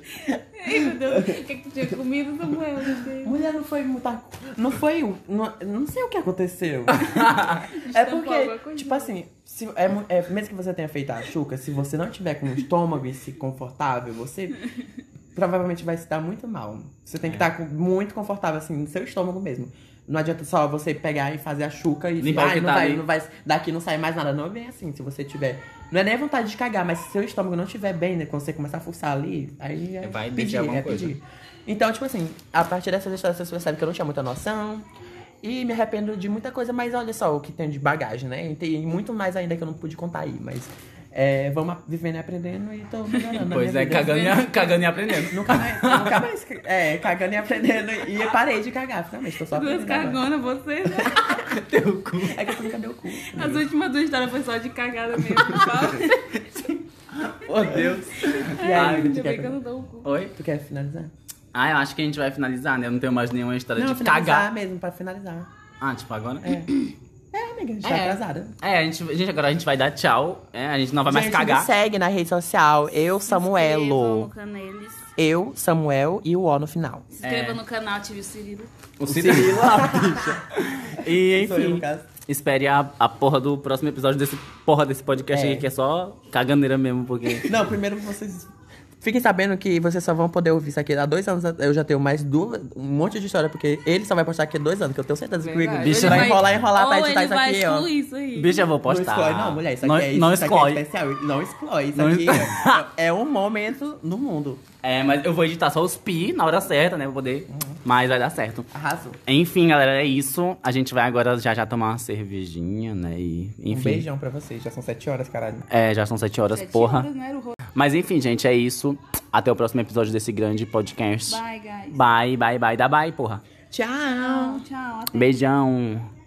J: Ai, meu Deus. O que é que tu tinha comido, Samuel? Meu Deus.
B: Mulher não foi muita. Não foi. o- Não, não sei o que aconteceu. é
C: tá
J: Estampou alguma
B: porque,
J: coisa. né?
B: tipo assim, se, é, mu- é, mesmo que você tenha feito a chuca, se você não tiver com o estômago e se confortável, você provavelmente vai se dar muito mal. Você tem que
A: É.
B: estar com- muito confortável, assim, no seu estômago mesmo. Não adianta só você pegar e fazer a chuca e
A: Limpar o
B: "Ai,
A: que
B: não
A: tá
B: vai,
A: ali."
B: não vai, daqui não sai mais nada. Não é bem assim, se você tiver. Não é nem vontade de cagar, mas se seu estômago não estiver bem, né? Quando você começar a forçar ali, aí é
A: Vai
B: pedir,
A: pedir alguma
B: é
A: coisa.
B: pedir. Então, tipo assim, a partir dessas histórias vocês percebem que eu não tinha muita noção. E me arrependo de muita coisa, mas olha só o que tem de bagagem, né? E tem muito mais ainda que eu não pude contar aí, mas é, vamos a- vivendo e aprendendo e tô melhorando. na
A: Pois
B: minha
A: é,
B: vida. né?
A: cagando e, cagando e aprendendo.
B: Nunca mais, nunca mais. É, cagando e aprendendo. E eu parei de cagar, finalmente, tô só
C: Duas
B: aprendendo. agora.
C: cagonas, você, né?
A: Teu cu.
B: É que eu tô no cabelo cu.
C: As últimas duas histórias foi só de cagada mesmo. Fala.
A: Oh, Deus.
B: E aí,
C: Ainda
B: tu,
C: bem que eu
B: quer,
C: não dou o cu.
A: Oi?
B: tu quer finalizar?
A: Ah, eu acho que a gente vai finalizar, né? Eu não tenho mais nenhuma história de
B: finalizar
A: cagar.
B: mesmo, pra finalizar.
A: Ah, tipo, agora?
B: É. É, amiga, a gente tá
A: É.
B: atrasada.
A: É, a gente, gente, agora a gente vai dar tchau. É, a gente não vai mais
B: Gente, é
A: cagar.
B: me segue na rede social, eu,
C: Inscrevam no
B: Samuelo.
C: Canelis.
B: Eu, Samuel e o O no final.
C: Se inscreva no canal, ative o Cirilo.
A: O Cirilo, a bicha. E
B: Sou eu, no
A: enfim,
B: caso.
A: espere a, a porra do próximo episódio desse porra desse podcast
B: É.
A: aqui, que é só caganeira mesmo, porque.
B: Não, primeiro vocês. Fiquem sabendo que vocês só vão poder ouvir isso aqui há dois anos. Eu já tenho mais duas, um monte de história, porque ele só vai postar aqui há dois anos, que eu tenho certeza que o
A: Bicho,
B: Igor vai enrolar, enrolar pra
C: Ou
B: editar
C: ele
B: isso
C: vai
B: aqui, ó.
C: excluir isso aí.
A: Bicha, eu vou
B: Não
A: postar.
B: exclui, não, mulher. Isso aqui,
A: não,
B: é, isso,
A: não
B: isso aqui
A: exclui.
B: é especial. Não exclui. Isso
A: Não
B: aqui
A: exclui.
B: é, é um momento no mundo.
A: É, mas eu vou editar só os pi na hora certa, né? Pra poder.
B: Uhum.
A: Mas vai dar certo.
B: Arrasou.
A: Enfim, galera, é isso. A gente vai agora já já tomar uma cervejinha, né? E,
B: Um
A: enfim.
B: beijão pra vocês. Já são sete horas, caralho.
A: É, já são sete horas,
C: Sete
A: porra.
C: horas, não era o rosto.
A: Mas enfim, gente, é isso. Até o próximo episódio desse grande podcast.
C: Bye, guys.
A: Bye, bye, bye. Dá bye, porra.
B: Tchau.
C: Tchau, tchau. Até
A: Beijão.